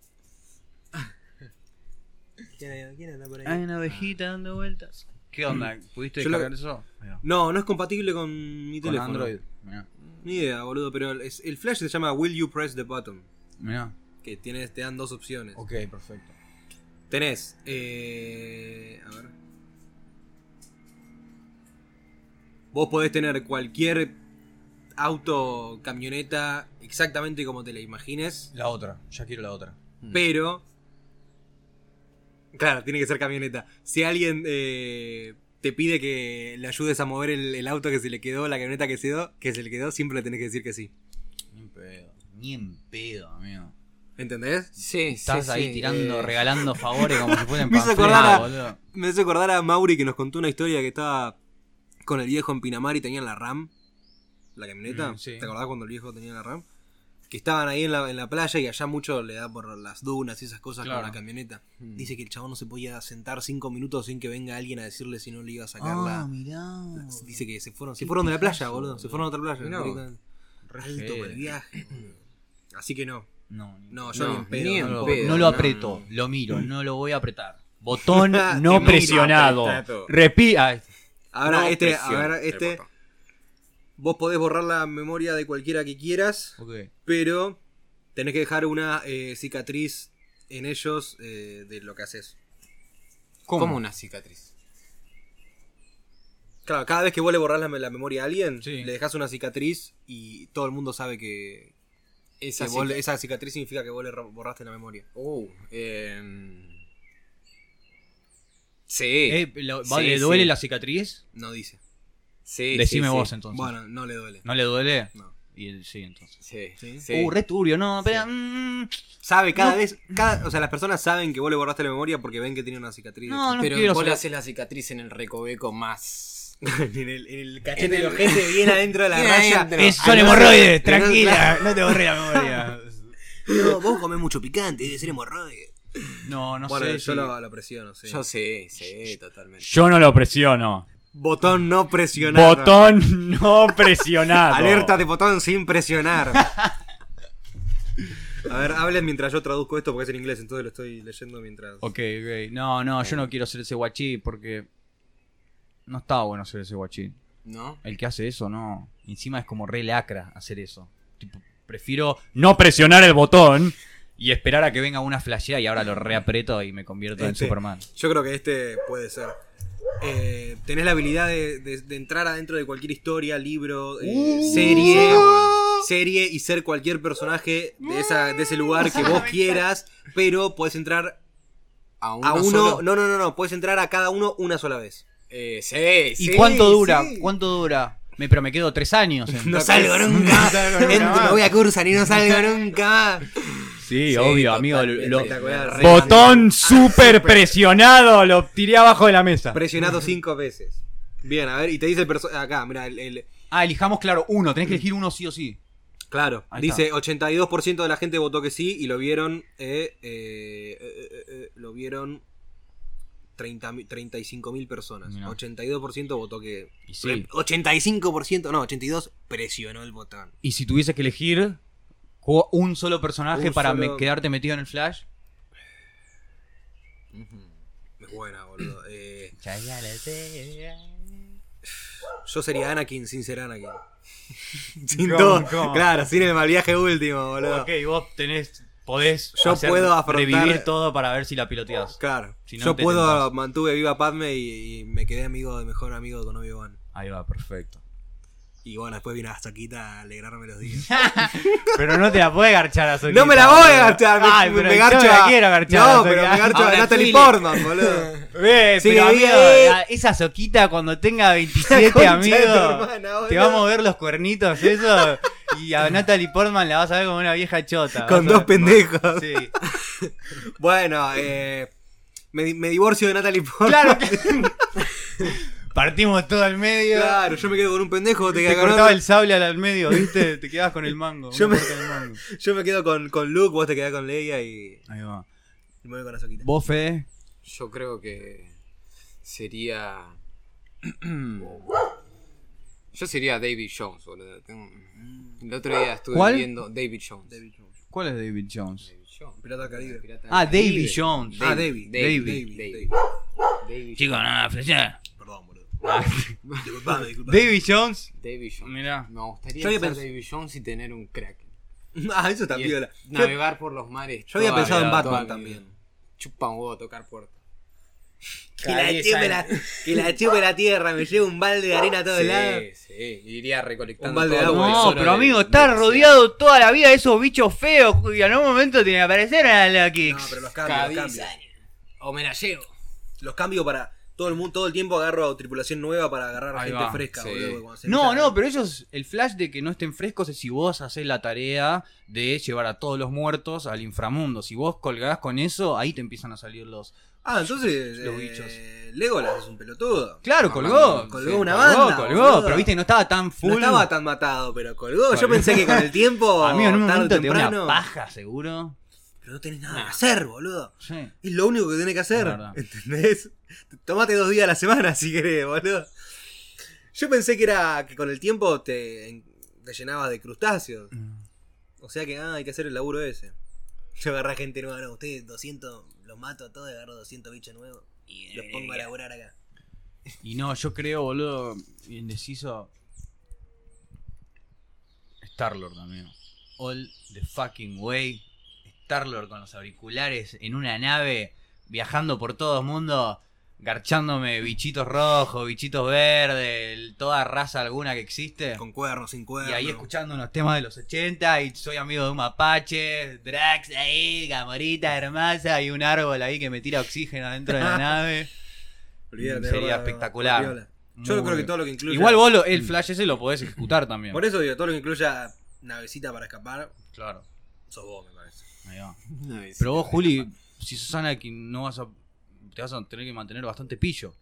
Speaker 2: ¿Quién, anda por
Speaker 3: Hay una ovejita dando vueltas. Mm. ¿Qué onda? ¿Pudiste
Speaker 2: Yo lo-
Speaker 3: descargar eso? Mirá.
Speaker 2: No, no es compatible con mi
Speaker 3: Con
Speaker 2: teléfono.
Speaker 3: Android. Mirá.
Speaker 2: Ni idea, boludo, pero el, es- el flash se llama Will You Press the Button.
Speaker 3: Mirá.
Speaker 2: Que tiene, te dan dos opciones.
Speaker 3: Ok, perfecto.
Speaker 2: Tenés, eh, a ver. Vos podés tener cualquier auto, camioneta, exactamente como te la imagines,
Speaker 3: La otra, ya quiero la otra.
Speaker 4: Mm.
Speaker 2: pero... Claro, tiene que ser camioneta. Si alguien eh, te pide que le ayudes a mover el, el auto que se le quedó, la camioneta que se, quedó, que se le quedó, siempre le tenés que decir que sí.
Speaker 3: Ni en pedo, ni en pedo, amigo.
Speaker 2: ¿Entendés?
Speaker 4: Sí,
Speaker 3: Estás
Speaker 4: sí,
Speaker 3: ahí
Speaker 4: sí,
Speaker 3: tirando,
Speaker 4: eh,
Speaker 3: regalando favores como si fueran
Speaker 2: <laughs> Me hizo
Speaker 3: panfletos,
Speaker 2: acordar a-
Speaker 3: boludo.
Speaker 2: Me hace acordar a Mauri que nos contó una historia que estaba con el viejo en Pinamar y tenían la RAM, la camioneta.
Speaker 3: Mm, sí.
Speaker 2: ¿Te acordás cuando el viejo tenía la RAM? Que estaban ahí en la, en la playa y allá mucho le da por las dunas y esas cosas
Speaker 3: Claro.
Speaker 2: con la camioneta.
Speaker 4: Mm.
Speaker 2: Dice que el chabón no se podía sentar cinco minutos sin que venga alguien a decirle si no le iba a sacar
Speaker 3: Ah,
Speaker 2: la-
Speaker 3: mirá.
Speaker 2: la- Dice que se fueron, se
Speaker 3: Qué
Speaker 2: fueron de la playa,
Speaker 3: pijazo,
Speaker 2: boludo. Se fueron a otra playa.
Speaker 4: Mirá vos. Mm.
Speaker 2: Alto
Speaker 3: Re
Speaker 2: para el
Speaker 3: feo.
Speaker 2: viaje. boludo. Así que no.
Speaker 3: No, ni-
Speaker 2: No, yo
Speaker 4: No,
Speaker 2: ni en pedo,
Speaker 4: ni en
Speaker 2: no lo-
Speaker 4: pedo.
Speaker 3: no lo
Speaker 4: no.
Speaker 3: aprieto, lo miro, no lo voy a
Speaker 2: <laughs>
Speaker 3: apretar. Botón
Speaker 2: Te
Speaker 3: no
Speaker 2: miro,
Speaker 3: presionado. ah,
Speaker 4: apretato.
Speaker 3: Repita.
Speaker 2: Ahora
Speaker 4: no
Speaker 2: este,
Speaker 4: presiona
Speaker 2: ahora
Speaker 4: el
Speaker 2: este.
Speaker 4: botón.
Speaker 2: Vos podés borrar la memoria de cualquiera que quieras. pero tenés que dejar una eh, cicatriz en ellos eh, de lo que haces.
Speaker 4: ¿Cómo? una cicatriz?
Speaker 2: Claro, cada vez que vos le borrás la, la memoria a alguien,
Speaker 3: Sí.
Speaker 2: le dejas una cicatriz y todo el mundo sabe que,
Speaker 4: Esa
Speaker 2: que vos le-
Speaker 4: cica-
Speaker 2: esa cicatriz significa que vos le ro- borraste la memoria.
Speaker 4: Oh, em, Sí.
Speaker 3: Eh, lo- va-
Speaker 4: Sí,
Speaker 3: ¿Le duele
Speaker 4: sí.
Speaker 3: la cicatriz?
Speaker 2: No dice.
Speaker 4: sí,
Speaker 3: Decime
Speaker 4: sí,
Speaker 3: vos
Speaker 4: sí.
Speaker 3: entonces.
Speaker 2: Bueno, no le duele.
Speaker 3: ¿No le duele?
Speaker 2: No.
Speaker 3: Y el- sí, entonces.
Speaker 4: Sí,
Speaker 2: Sí.
Speaker 4: sí.
Speaker 3: Uh, re turbio, no, pero. mm,
Speaker 2: Sabe, cada vez, cada, o sea, las personas saben que vos le borraste la memoria porque ven que tiene una cicatriz. <laughs>
Speaker 3: No, no
Speaker 4: Pero
Speaker 3: quiero
Speaker 4: vos le
Speaker 3: saber.
Speaker 4: haces la cicatriz en el recoveco más.
Speaker 2: en, el, en el cachete de los gente bien adentro de la
Speaker 4: Bien
Speaker 2: raya.
Speaker 4: adentro.
Speaker 3: Es- son
Speaker 2: Al-
Speaker 3: hemorroides,
Speaker 2: Claro.
Speaker 3: tranquila, no te borré la memoria.
Speaker 2: No, vos comés mucho picante, debe ser hemorroide.
Speaker 3: No, no
Speaker 2: bueno,
Speaker 3: sé.
Speaker 2: yo
Speaker 3: si-
Speaker 2: lo, lo presiono,
Speaker 4: <laughs>
Speaker 2: sí.
Speaker 4: Yo sí, sí, totalmente.
Speaker 9: Yo no lo presiono.
Speaker 2: Botón no presionado.
Speaker 9: Botón no <laughs> presionado.
Speaker 2: Alerta de botón sin presionar. <laughs> A ver, hablen mientras yo traduzco esto porque es en inglés, entonces lo estoy leyendo mientras.
Speaker 3: Ok, ok. No, no, yo no quiero ser ese guachín porque. No está bueno ser ese guachín.
Speaker 4: ¿No?
Speaker 3: El que hace eso, no. Encima es como re lacra hacer eso. Tipo, prefiero
Speaker 9: No presionar el botón.
Speaker 3: y esperar a que venga una flashea y ahora lo reapreto y me convierto en
Speaker 2: Este.
Speaker 3: Superman.
Speaker 2: Yo creo que este puede ser. Eh, tenés la habilidad de, de- de entrar adentro de cualquier historia, libro, eh, serie, serie y ser cualquier personaje de, esa, de ese lugar que vos quieras, pero podés entrar
Speaker 4: A uno.
Speaker 2: a uno.
Speaker 4: solo?
Speaker 2: No, no, no, no, podés entrar a cada uno una sola vez.
Speaker 4: Eh, sí,
Speaker 3: ¿Y
Speaker 4: sí,
Speaker 3: cuánto dura?
Speaker 4: sí.
Speaker 3: ¿Cuánto dura? Me, pero me quedo tres años.
Speaker 2: <laughs>
Speaker 3: en-
Speaker 2: No salgo nunca. Entro, me voy a cursa y no salgo nunca.
Speaker 3: Sí,
Speaker 2: total, Ah,
Speaker 3: obvio, amigo. lo-
Speaker 2: espectacular, re
Speaker 3: botón super presionado, lo tiré abajo de la mesa.
Speaker 2: Presionado cinco veces. Bien, a ver, y te dice perso- acá, mira, el, el-
Speaker 3: Ah, elijamos, claro, uno. Tenés que elegir uno sí o sí.
Speaker 2: claro,
Speaker 3: Ahí
Speaker 2: dice 82% de la gente votó que sí y lo vieron, eh, eh, eh, eh, eh, lo vieron 30 mil- 35.000 personas.
Speaker 3: Mirá.
Speaker 2: 82% votó que...
Speaker 3: Y sí.
Speaker 2: 85%, no, 82 presionó el botón.
Speaker 3: Y si tuviese que elegir ju- un solo personaje
Speaker 2: Un
Speaker 3: para me-
Speaker 2: solo-
Speaker 3: quedarte metido en el flash.
Speaker 2: Es buena, boludo. Eh, yo sería Anakin sin
Speaker 3: <laughs>
Speaker 2: ser Anakin. sin
Speaker 3: ¿Cómo,
Speaker 2: todo.
Speaker 3: cómo?
Speaker 2: Claro, sin el mal viaje último, boludo.
Speaker 3: Ok, vos tenés. Podés
Speaker 2: Yo puedo afrontar-
Speaker 3: revivir todo para ver si la piloteás.
Speaker 2: Claro.
Speaker 3: Si no,
Speaker 2: Yo
Speaker 3: te
Speaker 2: puedo,
Speaker 3: tentás.
Speaker 2: mantuve viva Padme y, y me quedé amigo de mejor amigo con Obi-Wan.
Speaker 3: Ahí va, perfecto.
Speaker 2: Y bueno, después vino la Soquita a alegrarme los días.
Speaker 3: Pero no te la puede garchar a Soquita.
Speaker 2: ¡No me la voy
Speaker 3: boludo.
Speaker 2: a garchar! Me,
Speaker 3: Ay,
Speaker 2: me
Speaker 3: pero yo
Speaker 2: garcho
Speaker 3: me la
Speaker 2: a-
Speaker 3: quiero garchar a
Speaker 2: No, pero
Speaker 3: Soquita.
Speaker 2: me garcho
Speaker 3: Ahora
Speaker 2: a Natalie
Speaker 3: Philip.
Speaker 2: Portman, boludo. <laughs>
Speaker 3: Eh,
Speaker 2: Sigue
Speaker 3: pero amigo,
Speaker 2: bien.
Speaker 3: la- esa soquita cuando tenga
Speaker 2: La
Speaker 3: 27,
Speaker 2: concha
Speaker 3: amigo,
Speaker 2: de tu hermana, boludo.
Speaker 3: te va a mover los cuernitos, eso. Y a Natalie Portman la vas a ver como una vieja chota.
Speaker 2: Con
Speaker 3: vas a
Speaker 2: dos pendejos.
Speaker 3: ver. Sí.
Speaker 2: Bueno, eh, me, di- me divorcio de Natalie Portman.
Speaker 3: Claro
Speaker 2: <laughs>
Speaker 3: que- Partimos todo al medio.
Speaker 2: Claro, yo me quedo con un pendejo, vos te
Speaker 3: Te
Speaker 2: quedas con
Speaker 3: cortaba
Speaker 2: otro.
Speaker 3: el sable al, al medio, ¿viste? Te quedabas con el mango.
Speaker 2: Yo
Speaker 3: una
Speaker 2: me-
Speaker 3: parte del mango.
Speaker 2: Yo me quedo con, con Luke, vos te quedás con Leia y,
Speaker 3: Ahí va.
Speaker 2: y me voy con la Soquita.
Speaker 3: ¿Vos, Fede?
Speaker 4: Yo creo que sería. <clears throat> Yo sería David Jones, boludo. Tengo- El otro día estuve
Speaker 3: ¿Cuál?
Speaker 4: viendo David Jones.
Speaker 2: David Jones.
Speaker 3: ¿Cuál es David Jones?
Speaker 4: David Jones.
Speaker 2: Pirata del Caribe.
Speaker 4: Pirata del
Speaker 3: Ah, David
Speaker 4: Caribe.
Speaker 3: Jones.
Speaker 2: Ah, David.
Speaker 4: David,
Speaker 2: David.
Speaker 4: David. David
Speaker 10: Chicos, nada, flashear.
Speaker 2: Perdón, boludo. Disculpame, disculpame.
Speaker 3: David Jones.
Speaker 4: <laughs> David Jones.
Speaker 3: Mirá.
Speaker 4: Me gustaría
Speaker 2: Yo había
Speaker 4: ser
Speaker 2: pens-
Speaker 4: David Jones y tener un crack.
Speaker 2: <laughs> Ah, eso está
Speaker 4: Y
Speaker 2: piola.
Speaker 4: es-
Speaker 2: Yo,
Speaker 4: navegar por los mares.
Speaker 2: yo había
Speaker 4: toda-
Speaker 2: pensado en
Speaker 4: toda
Speaker 2: Batman
Speaker 4: mi-
Speaker 2: también.
Speaker 4: Chupa un huevo, tocar puertas.
Speaker 2: <laughs> Que la, chupe la, que la chupe la tierra, me lleve un balde de arena a todos
Speaker 4: sí,
Speaker 2: lados.
Speaker 4: sí, iría recolectando.
Speaker 2: Un balde de
Speaker 4: todos los
Speaker 2: agua.
Speaker 3: No,
Speaker 4: tesoros
Speaker 3: pero
Speaker 4: de-
Speaker 3: amigo,
Speaker 4: de-
Speaker 3: estás
Speaker 4: de-
Speaker 3: rodeado toda la vida de esos bichos feos y en algún momento tiene que aparecer a la que.
Speaker 2: No, pero los
Speaker 4: Cada
Speaker 2: cambios, los
Speaker 4: diez
Speaker 2: cambios.
Speaker 4: años. O me la llevo.
Speaker 2: Los cambios para todo el mundo, todo el tiempo agarro tripulación nueva para agarrar
Speaker 3: Ahí
Speaker 2: gente
Speaker 3: va,
Speaker 2: fresca,
Speaker 4: sí.
Speaker 2: boludo. cuando se
Speaker 3: No,
Speaker 2: empieza-
Speaker 3: no, pero ellos, el flash de que no estén frescos es si vos haces la tarea de llevar a todos los muertos al inframundo. Si vos colgás con eso, ahí te empiezan a salir los.
Speaker 2: Ah, entonces.
Speaker 3: Los
Speaker 2: eh,
Speaker 3: bichos.
Speaker 2: Legolas es un pelotudo.
Speaker 3: Claro,
Speaker 4: Ah,
Speaker 3: colgó.
Speaker 4: man,
Speaker 2: colgó
Speaker 4: sí,
Speaker 2: una
Speaker 3: colgó,
Speaker 2: banda.
Speaker 3: colgó,
Speaker 2: boludo.
Speaker 3: pero viste, no estaba tan full.
Speaker 2: No estaba tan matado, pero colgó. Yo
Speaker 3: Colgó.
Speaker 2: pensé que con el
Speaker 3: <laughs>
Speaker 2: tiempo.
Speaker 3: Amigo, en un
Speaker 2: tarde o
Speaker 3: momento te da
Speaker 2: temprano,
Speaker 3: una paja, seguro.
Speaker 2: Pero no tenés nada que hacer, boludo.
Speaker 3: Sí.
Speaker 2: Es lo único que tenés que hacer.
Speaker 3: La verdad.
Speaker 2: ¿Entendés? Tomate dos días a la semana <laughs> si querés, boludo. Yo pensé que era que con el tiempo te, te llenabas de crustáceos. O sea que ah, hay que hacer el laburo ese. Yo agarré gente nueva, no, ustedes 200, los mato a todos, agarro 200 bichos nuevos y
Speaker 3: Eh,
Speaker 2: los pongo a laburar acá.
Speaker 3: Y no, yo creo, boludo, indeciso. Starlord, amigo. All the fucking way. Starlord con los auriculares en una nave, viajando por todo el mundo, garchándome bichitos rojos, bichitos verdes, el- toda raza alguna que existe.
Speaker 2: Con cuernos, sin cuernos.
Speaker 3: Y ahí escuchando unos temas de los 80 y soy amigo de un mapache, Drax ahí, Gamorita hermosa y un árbol ahí que me tira oxígeno dentro
Speaker 2: <laughs>
Speaker 3: de la nave.
Speaker 2: Olvídate,
Speaker 3: Mm, sería
Speaker 2: boludo,
Speaker 3: espectacular.
Speaker 2: olvídala. Yo
Speaker 3: Muy
Speaker 2: creo que
Speaker 3: bien.
Speaker 2: todo lo que incluya.
Speaker 3: Igual vos lo- el flash ese lo podés ejecutar también.
Speaker 2: Mm. Por eso digo, todo lo que incluya navecita para escapar,
Speaker 3: Claro.
Speaker 2: sos vos, me parece.
Speaker 3: Ahí va.
Speaker 4: <laughs> No, es-
Speaker 3: Pero vos, Juli, si Susana que no vas a. te vas a tener que mantener bastante pillo.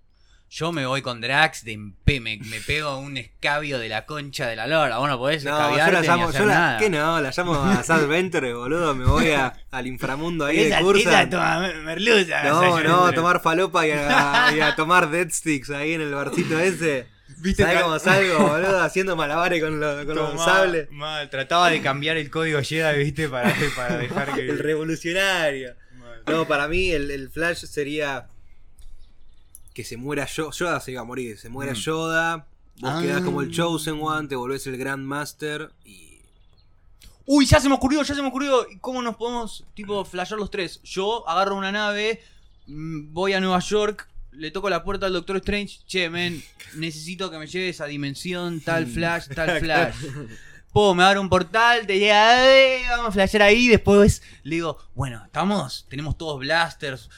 Speaker 3: Yo me voy con Drax de empe, me, me pego un escabio de la concha de la lora. Vos no podés escabiarte ni hacer
Speaker 2: la-
Speaker 3: nada.
Speaker 2: ¿Qué no? La llamo
Speaker 3: <laughs>
Speaker 2: a Sad Venture, boludo. Me voy a- al inframundo ahí de
Speaker 10: Esa
Speaker 2: cursa.
Speaker 10: teta toma merluza.
Speaker 2: No, no, a tomar falopa y a, y a tomar dead sticks ahí en el
Speaker 3: <laughs>
Speaker 2: barcito ese.
Speaker 3: ¿Viste?
Speaker 2: ¿Sabes cómo salgo, boludo? Haciendo malabares con, lo- con los sables.
Speaker 3: trataba de cambiar el código Jedi, viste, para, para dejar que.
Speaker 2: <laughs> El revolucionario. No, para mí el, el flash sería que se muera Yo- Yoda, se iba a morir. Se muera
Speaker 3: Mm.
Speaker 2: Yoda. Vos
Speaker 3: Ah.
Speaker 2: quedás como el Chosen One, te volvés el Grand Master y
Speaker 3: Uy, ya se me ocurrió, ya se me ocurrió. ¿Cómo nos podemos, tipo, flashear los tres? Yo agarro una nave, mm, voy a Nueva York, le toco la puerta al Doctor Strange, che, men, necesito que me lleves a dimensión tal flash, tal flash. Po, me abre un portal, te llega, "Ey, vamos a flashear ahí, después le digo, bueno, estamos, tenemos todos blasters,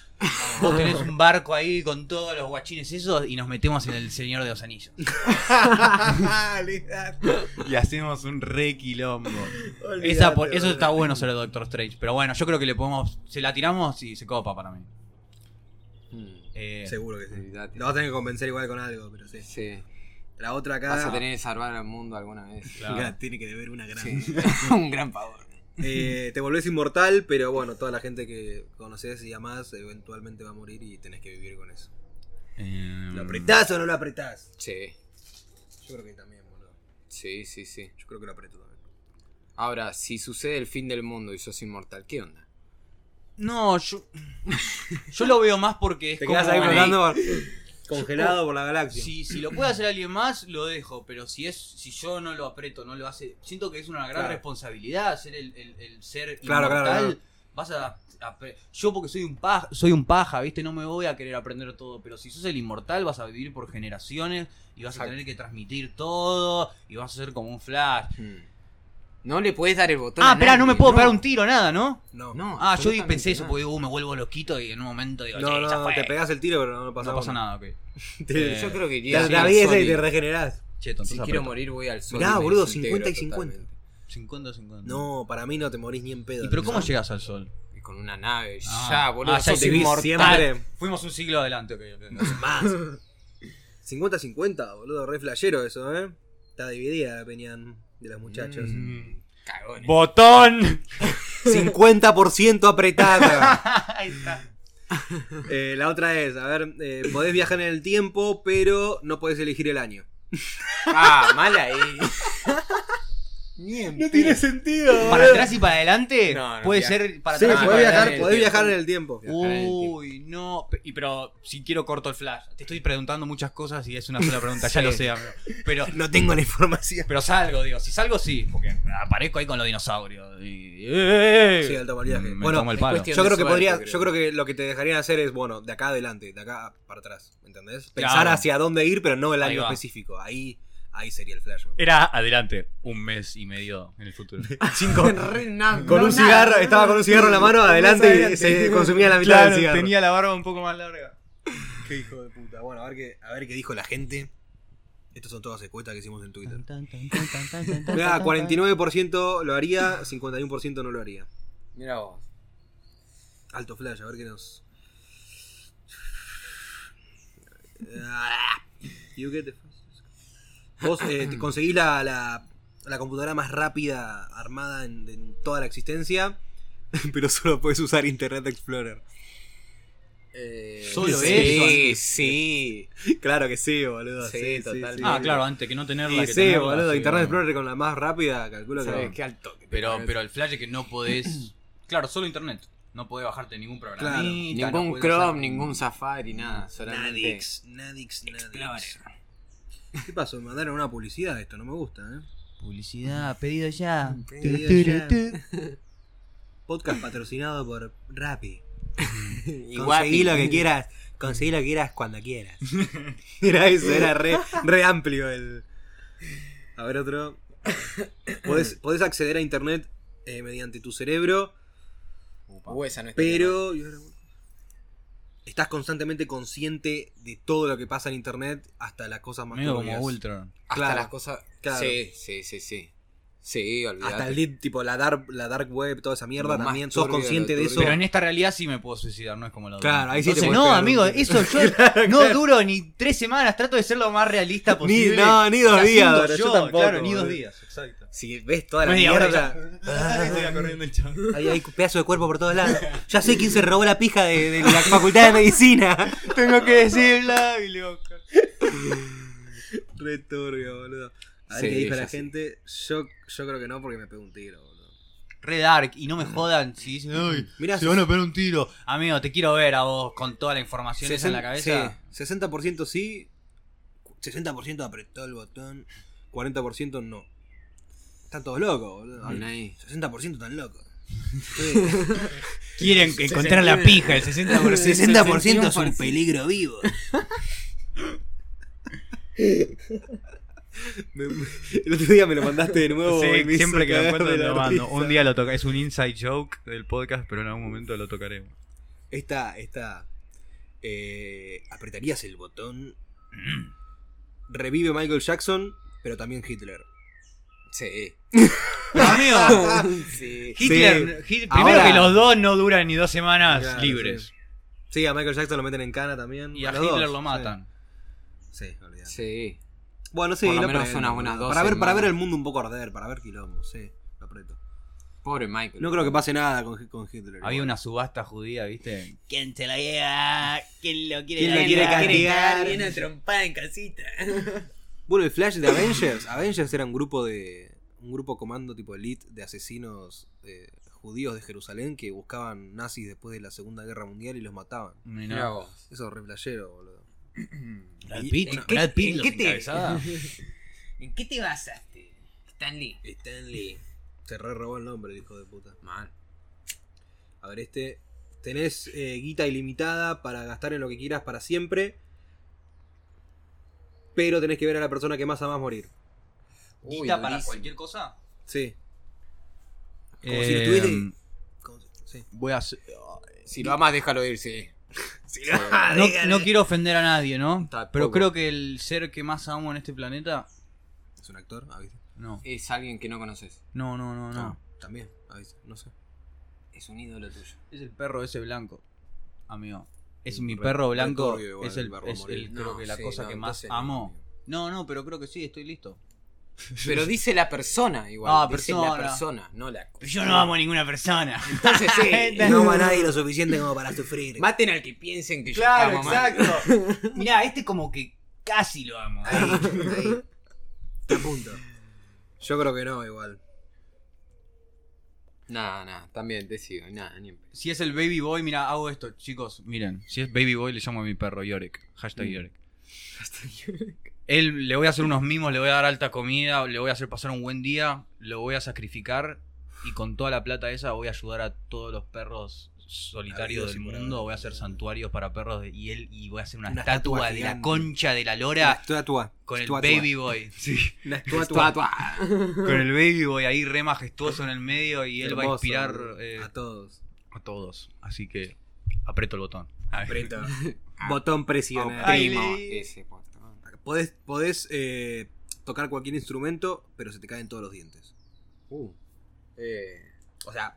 Speaker 3: vos tenés un barco ahí con todos los guachines esos y nos metemos en el Señor de los Anillos. <laughs> y hacemos un re quilombo. Esa por- eso está bueno sobre Doctor Strange, pero bueno, yo creo que le podemos, se la tiramos y se copa para mí.
Speaker 4: Mm.
Speaker 3: Eh,
Speaker 2: Seguro que sí.
Speaker 4: Olvídate.
Speaker 2: Lo vas a tener que convencer igual con algo, pero sí.
Speaker 4: Sí.
Speaker 2: La otra acá.
Speaker 4: Vas a
Speaker 2: <laughs>
Speaker 4: tener que salvar al mundo alguna vez.
Speaker 2: Claro, Tiene que deber una gran.
Speaker 4: Sí. <laughs> Un gran pavor.
Speaker 2: <laughs> Eh, te volvés inmortal, pero bueno, toda la gente que conoces y amás eventualmente va a morir y tenés que vivir con eso.
Speaker 3: eh,
Speaker 2: ¿Lo apretás o no lo apretás?
Speaker 4: Sí.
Speaker 2: Yo creo que también, boludo.
Speaker 4: Sí, sí, sí.
Speaker 2: Yo creo que lo aprieto también.
Speaker 4: Ahora, si sucede el fin del mundo y sos inmortal, ¿qué onda?
Speaker 3: No, yo. Yo lo veo más porque es
Speaker 2: Te
Speaker 3: como.
Speaker 2: quedas ahí
Speaker 3: Ey,
Speaker 2: flotando congelado por la galaxia.
Speaker 3: si, si lo puede hacer alguien más, lo dejo. Pero si es, si yo no lo aprieto, no lo hace. Siento que es una gran
Speaker 2: Claro.
Speaker 3: responsabilidad ser el, el- el ser
Speaker 2: Claro, claro,
Speaker 3: inmortal.
Speaker 2: claro.
Speaker 3: Vas a, a pre- yo porque soy un paja, soy un paja, viste, no me voy a querer aprender todo, pero si sos el inmortal vas a vivir por generaciones y vas a tener que transmitir todo y vas a ser como un flash.
Speaker 4: Hmm. No le puedes dar el botón.
Speaker 3: Ah,
Speaker 4: a
Speaker 3: espera, no me
Speaker 4: nadie,
Speaker 3: puedo pegar un tiro, nada, ¿no?
Speaker 2: No, no,
Speaker 4: No.
Speaker 3: Ah, yo di-
Speaker 4: absolutamente
Speaker 3: pensé eso
Speaker 4: nada.
Speaker 3: porque digo, uh, me vuelvo loquito y en un momento digo,
Speaker 2: no,
Speaker 3: "Che, ya fue".
Speaker 2: te pegás el tiro, pero no pasa,
Speaker 3: no pasa nada, ok.
Speaker 2: Te,
Speaker 3: Eh,
Speaker 4: Yo creo que
Speaker 2: te
Speaker 4: iría al
Speaker 2: atraviesa y
Speaker 4: Sony.
Speaker 2: te regenerás.
Speaker 3: Che, tonto,
Speaker 4: Si
Speaker 3: esa
Speaker 4: quiero
Speaker 3: pelota.
Speaker 4: morir, voy al sol.
Speaker 2: Mirá,
Speaker 4: me
Speaker 2: boludo,
Speaker 4: desintegro
Speaker 2: 50 y 50.
Speaker 4: totalmente.
Speaker 3: 50 50.
Speaker 2: No, para mí no te morís ni en pedo.
Speaker 3: ¿Y pero cómo
Speaker 2: No.
Speaker 3: llegas al sol?
Speaker 4: Y con una nave,
Speaker 3: Ah.
Speaker 4: ya, boludo.
Speaker 3: Ah, ya
Speaker 4: sos
Speaker 3: te vi
Speaker 4: inmortal.
Speaker 2: siempre.
Speaker 3: Fuimos un siglo adelante, ok. ok, ok.
Speaker 2: Más. 50-50, boludo, re flashero eso, ¿eh? Está dividida la opinión de las muchachas.
Speaker 4: Mm. Cagones.
Speaker 3: ¡Botón!
Speaker 2: 50% apretada. <laughs>
Speaker 3: Ahí está.
Speaker 2: Eh, la otra es, a ver, eh, podés viajar en el tiempo, pero no podés elegir el año.
Speaker 4: Ah, mala ahí. <laughs> Ni en pedo.
Speaker 2: sentido.
Speaker 3: Para atrás y para adelante.
Speaker 4: No, no,
Speaker 3: puede
Speaker 4: ya.
Speaker 3: ser para
Speaker 2: Sí,
Speaker 3: atrás y para
Speaker 2: podés
Speaker 3: adelante.
Speaker 2: viajar, podés viajar en el tiempo. Uh.
Speaker 4: viajar en el tiempo.
Speaker 3: Uy, no. Pe- Y pero si quiero corto el flash. Te estoy preguntando muchas cosas y es una sola pregunta, ya lo sé, amigo. Pero,
Speaker 2: No tengo la información.
Speaker 3: pero salgo, digo. Si salgo, sí. Porque aparezco ahí con los dinosaurios. Y... ¡Eh!
Speaker 2: Sí, Mm, alto valiaje.
Speaker 3: Me
Speaker 2: Bueno,
Speaker 3: tomo el
Speaker 4: es
Speaker 3: palo.
Speaker 4: cuestión-
Speaker 2: Yo creo que
Speaker 4: Suerte,
Speaker 2: podría,
Speaker 4: creo.
Speaker 2: yo creo que lo que te dejarían hacer es, bueno, de acá adelante, de acá para atrás, ¿entendés? Pensar
Speaker 3: Claro.
Speaker 2: hacia dónde ir, pero no el
Speaker 3: Ahí
Speaker 2: año
Speaker 3: va.
Speaker 2: específico. Ahí, ahí sería el flash. me parece.
Speaker 3: Era adelante, un mes y medio en el futuro.
Speaker 4: <laughs>
Speaker 2: Cinco.
Speaker 4: Re na-
Speaker 2: Con
Speaker 4: no,
Speaker 2: un
Speaker 4: nada,
Speaker 2: cigarro,
Speaker 4: no, no,
Speaker 2: estaba con un cigarro en la mano,
Speaker 4: no,
Speaker 2: adelante y
Speaker 4: adelante.
Speaker 2: se consumía la mitad del cigarro.
Speaker 3: tenía la barba un poco más larga.
Speaker 2: Qué hijo de puta. Bueno, a ver qué, a ver qué dijo la gente. Estas son todas encuestas que hicimos en Twitter. Mirá, 49% lo haría, 51% no lo haría.
Speaker 4: Mira vos.
Speaker 2: Alto flash, a ver qué nos. <sighs> You get the fastest. Vos eh, te conseguís la, la, la computadora más rápida armada en, en toda la existencia, <laughs> pero solo puedes usar Internet Explorer.
Speaker 4: Eh,
Speaker 3: Solo
Speaker 4: sí, Sí,
Speaker 2: <laughs> Claro que sí, boludo.
Speaker 4: Sí,
Speaker 2: Sí, sí,
Speaker 4: total.
Speaker 2: sí.
Speaker 3: Ah, claro, antes que no tenerla.
Speaker 2: Y
Speaker 3: que
Speaker 2: sí,
Speaker 3: tenerla,
Speaker 2: boludo.
Speaker 3: sí,
Speaker 2: Internet
Speaker 3: bueno.
Speaker 2: Explorer con la más rápida, calculo que.
Speaker 4: Sabes
Speaker 2: no.
Speaker 4: qué alto. que te
Speaker 3: Pero,
Speaker 4: parece.
Speaker 3: pero el flash es que no podés. <clears throat> Claro, solo internet. No podés bajarte ningún programa.
Speaker 4: Ningún Chrome, ningún Safari, nada. Solamente.
Speaker 2: Nadix, Nadix,
Speaker 4: Explorer.
Speaker 2: Nadix. ¿Qué pasó? Me mandaron una publicidad de esto, no me gusta, eh.
Speaker 3: Publicidad, pedido ya.
Speaker 2: Pedido Podcast patrocinado por Rappi.
Speaker 4: Igual.
Speaker 2: Conseguí lo que <laughs> quieras. Conseguí lo que quieras cuando quieras. <laughs> Era eso, <laughs> era re, re amplio el. A ver, otro. Podés, podés acceder a internet eh, mediante tu cerebro,
Speaker 4: Uh, esa no está
Speaker 2: pero. y ahora- Estás constantemente consciente de todo lo que pasa en internet, hasta las cosas más
Speaker 3: Medio como
Speaker 2: turbias.
Speaker 3: Ultron.
Speaker 4: Hasta
Speaker 2: Claro,
Speaker 4: las cosas.
Speaker 2: claro.
Speaker 4: Sí, sí, sí, sí. Sí, olvidate.
Speaker 2: Hasta el lead, tipo la dark, la dark web, toda esa mierda,
Speaker 4: Lo más
Speaker 2: también sos
Speaker 4: turbio de lo
Speaker 2: consciente de eso.
Speaker 4: turbio.
Speaker 3: Pero en esta realidad sí me puedo suicidar, no es como la otra.
Speaker 2: Claro, ahí sí te
Speaker 3: Entonces,
Speaker 2: podés
Speaker 3: No,
Speaker 2: pegar
Speaker 3: amigo,
Speaker 2: un-
Speaker 3: eso yo no duro ni tres semanas. Trato de ser lo más realista
Speaker 2: <laughs> <laughs> Ni,
Speaker 3: posible.
Speaker 2: no, ni
Speaker 3: Está
Speaker 2: dos días,
Speaker 3: haciendo yo,
Speaker 2: bro, yo tampoco.
Speaker 3: Claro, ni dos
Speaker 2: boludo.
Speaker 3: días,
Speaker 2: <laughs>
Speaker 3: exacto.
Speaker 2: Si ves toda la
Speaker 3: Media hora
Speaker 2: mierda.
Speaker 3: corriendo el chabón.
Speaker 2: Hay, hay pedazos de cuerpo por todos lados. Ya sé quién se robó la pija de, de la facultad de medicina.
Speaker 3: <laughs> Tengo que decirla. Y le busco.
Speaker 2: Re turbio, boludo. A ver
Speaker 4: Sí,
Speaker 2: qué dijo la
Speaker 4: ya sé.
Speaker 2: gente. Yo, yo creo que no porque me pegó un tiro, boludo.
Speaker 3: Re dark, y no me jodan si dicen, "Ay,
Speaker 2: Mirá,
Speaker 3: se van a pegar un tiro. Amigo, te quiero ver a vos con toda la información esa en la cabeza.
Speaker 2: Sí, 60% sí. 60% apretó el botón. 40% no. Están todos locos, boludo.
Speaker 4: Ven ahí.
Speaker 2: 60% tan locos.
Speaker 9: Quieren encontrar la pija, el 60%,
Speaker 4: El 61%
Speaker 9: es un peligro vivo.
Speaker 2: Me- me- el otro día me lo mandaste de nuevo. y me
Speaker 3: Sí,
Speaker 2: hizo
Speaker 3: siempre que lo
Speaker 2: cagar
Speaker 3: encuentro
Speaker 2: de
Speaker 3: te
Speaker 2: la
Speaker 3: lo mando.
Speaker 2: risa.
Speaker 3: Un día lo toca, es un inside joke del podcast, pero en algún momento lo tocaremos.
Speaker 2: Esta, esta. eh, apretarías el botón. <clears throat> Revive Michael Jackson, pero también
Speaker 3: <laughs>
Speaker 2: Hitler.
Speaker 4: Sí.
Speaker 2: <laughs>
Speaker 3: Amigo,
Speaker 4: sí.
Speaker 3: Hitler, Hit-
Speaker 4: Ahora-
Speaker 3: primero que los dos no duran ni dos semanas
Speaker 2: Claro,
Speaker 3: libres.
Speaker 2: Sí, a Michael Jackson lo meten en cana también.
Speaker 3: Y a
Speaker 2: los
Speaker 3: Hitler
Speaker 2: dos,
Speaker 3: lo
Speaker 2: sí.
Speaker 3: matan.
Speaker 2: Sí, olvidate.
Speaker 4: Sí.
Speaker 2: Bueno, sí,
Speaker 4: Por lo
Speaker 2: lo
Speaker 4: menos
Speaker 2: prendo,
Speaker 4: unas buenas
Speaker 2: boludo.
Speaker 4: dos
Speaker 2: Para ver, para ver
Speaker 4: semanas.
Speaker 2: el mundo un poco arder, para ver quilombo, sí, lo apreto.
Speaker 4: Pobre Michael.
Speaker 2: No creo que pase nada con, con Hitler.
Speaker 3: Había una subasta judía, ¿viste?
Speaker 9: ¿Quién se lo lleva? ¿Quién lo quiere
Speaker 2: ¿Quién lo quiere castigar?
Speaker 9: Viene trompada en casita.
Speaker 2: Bueno, el Flash de Avengers. <coughs> Avengers era un grupo de. un grupo comando tipo elite de asesinos eh, judíos de Jerusalén que buscaban nazis después de la Segunda Guerra Mundial y los mataban.
Speaker 4: Mirá vos.
Speaker 2: Eso es re flashero, boludo.
Speaker 9: Brad
Speaker 2: Y-
Speaker 9: Pitt,
Speaker 2: bueno,
Speaker 9: Brad Pitt
Speaker 3: en
Speaker 9: los
Speaker 3: qué te- <laughs>
Speaker 9: encabezaba. ¿En qué te basaste, Stanley?
Speaker 2: Stanley. Se re robó el nombre, el hijo de puta.
Speaker 4: Mal.
Speaker 2: A ver, este. Tenés eh, guita ilimitada para gastar en lo que quieras para siempre. Pero tenés que ver a la persona que más amás morir.
Speaker 4: Uy,
Speaker 3: ¿Guita para
Speaker 4: durísimo.
Speaker 3: cualquier cosa?
Speaker 2: Sí. Como si lo
Speaker 3: Eh,
Speaker 2: tuviese- como si- sí.
Speaker 3: voy a hacer-
Speaker 4: Si lo amas, déjalo ir,
Speaker 9: <laughs>
Speaker 4: sí. Si lo
Speaker 3: no, no quiero ofender a nadie, ¿no?
Speaker 4: Tampoco.
Speaker 3: Pero creo que el ser que más amo en este planeta.
Speaker 2: ¿Es un actor? Avisa. Ah,
Speaker 3: No,
Speaker 4: Es alguien que no conoces.
Speaker 3: no, no, no. no.
Speaker 2: También, avisa. No sé.
Speaker 4: Es un ídolo tuyo.
Speaker 3: Es el perro ese blanco, amigo. Es mi
Speaker 2: Re-
Speaker 3: perro
Speaker 2: re
Speaker 3: blanco.
Speaker 2: turbio igual
Speaker 3: es el,
Speaker 2: el barbo
Speaker 3: es el-
Speaker 2: morir.
Speaker 3: creo
Speaker 4: No,
Speaker 3: que la
Speaker 4: sí,
Speaker 3: cosa
Speaker 4: no,
Speaker 3: que más
Speaker 4: entonces no,
Speaker 3: amo.
Speaker 4: amigo.
Speaker 3: No, no, pero creo que sí, estoy listo.
Speaker 4: Pero dice la persona igual.
Speaker 3: Ah,
Speaker 4: dice
Speaker 3: persona.
Speaker 4: la persona, no la cosa.
Speaker 9: Yo no amo a ninguna persona. <laughs>
Speaker 4: Entonces sí.
Speaker 2: No va
Speaker 3: <laughs>
Speaker 2: nadie lo suficiente como para sufrir.
Speaker 4: Maten al que piensen que yo amo mal.
Speaker 3: <laughs>
Speaker 9: exacto. Mirá, este como que casi lo amo.
Speaker 2: Está a punto. Yo creo que no, igual.
Speaker 4: Nah,
Speaker 3: Ah,
Speaker 4: nah, también te sigo. Nah, ni en pedo.
Speaker 3: Si es el baby boy, mira, hago esto, chicos, miren. Si es baby boy, le llamo a mi perro Yorek. Hashtag Yorek. Él, le voy a hacer unos mimos, le voy a dar alta comida, le voy a hacer pasar un buen día, lo voy a sacrificar y con toda la plata esa voy a ayudar a todos los perros solitarios
Speaker 2: Habidos
Speaker 3: del
Speaker 2: y por
Speaker 3: mundo,
Speaker 2: haber.
Speaker 3: voy a hacer santuarios para perros de- y él y voy a hacer una,
Speaker 2: Una
Speaker 3: estatua,
Speaker 2: estatua
Speaker 3: de la
Speaker 2: gigante.
Speaker 3: concha de la
Speaker 2: Una
Speaker 3: lora
Speaker 2: estatua.
Speaker 3: con el
Speaker 2: Estatua.
Speaker 3: baby Ah, boy. Sí.
Speaker 2: Una
Speaker 4: Tua,
Speaker 2: estatua.
Speaker 4: tua.
Speaker 3: Con <laughs> el baby boy ahí re majestuoso en el medio y él va a
Speaker 2: Hermoso,
Speaker 3: inspirar
Speaker 2: boludo.
Speaker 3: eh,
Speaker 2: a todos.
Speaker 3: a todos. Así que aprieto el botón. A ver. ah,
Speaker 2: Botón presionado.
Speaker 3: Ay,
Speaker 4: <laughs> Primo,
Speaker 3: le-
Speaker 4: ese botón.
Speaker 2: Podés, podés eh, tocar cualquier instrumento, pero se te caen todos los dientes.
Speaker 4: Uh. Eh.
Speaker 2: O sea,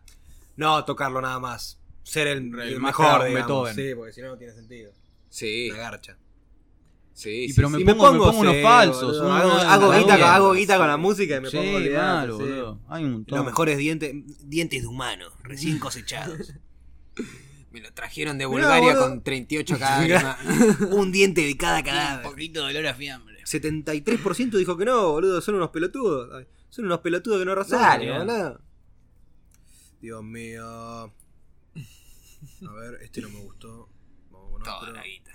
Speaker 2: no tocarlo nada más. Ser el,
Speaker 3: El
Speaker 2: el
Speaker 3: maestro
Speaker 2: mejor, digamos.
Speaker 3: Beethoven.
Speaker 2: Sí, porque si no, no tiene sentido.
Speaker 4: Sí,
Speaker 2: La garcha.
Speaker 4: sí,
Speaker 3: Y
Speaker 4: sí,
Speaker 3: pero
Speaker 4: sí.
Speaker 3: me- pongo- pongo unos
Speaker 2: serio,
Speaker 3: falsos,
Speaker 2: boludo.
Speaker 3: uno-
Speaker 2: Hago,
Speaker 3: uno-
Speaker 2: hago
Speaker 3: uno-
Speaker 2: guita,
Speaker 3: uno-
Speaker 2: con- hago guita con la música y me
Speaker 3: Sí,
Speaker 2: pongo olvidado,
Speaker 3: malo,
Speaker 2: sí.
Speaker 3: boludo. Hay un montón.
Speaker 2: Los mejores dientes, dientes de humano, recién cosechados.
Speaker 4: Me lo trajeron de
Speaker 2: Mirá,
Speaker 4: Bulgaria
Speaker 2: boludo.
Speaker 4: con 38 cadáveres más.
Speaker 2: Un diente de cada
Speaker 9: Un
Speaker 2: cadáver.
Speaker 9: poquito de olor a fiambre.
Speaker 2: 73% dijo que no, boludo, son unos pelotudos. Ay, Son unos pelotudos que no razonan,
Speaker 4: Dale,
Speaker 2: boludo. Dios mío. A ver, este no me gustó. Vamos con
Speaker 4: Toda
Speaker 2: otro.
Speaker 4: la guita.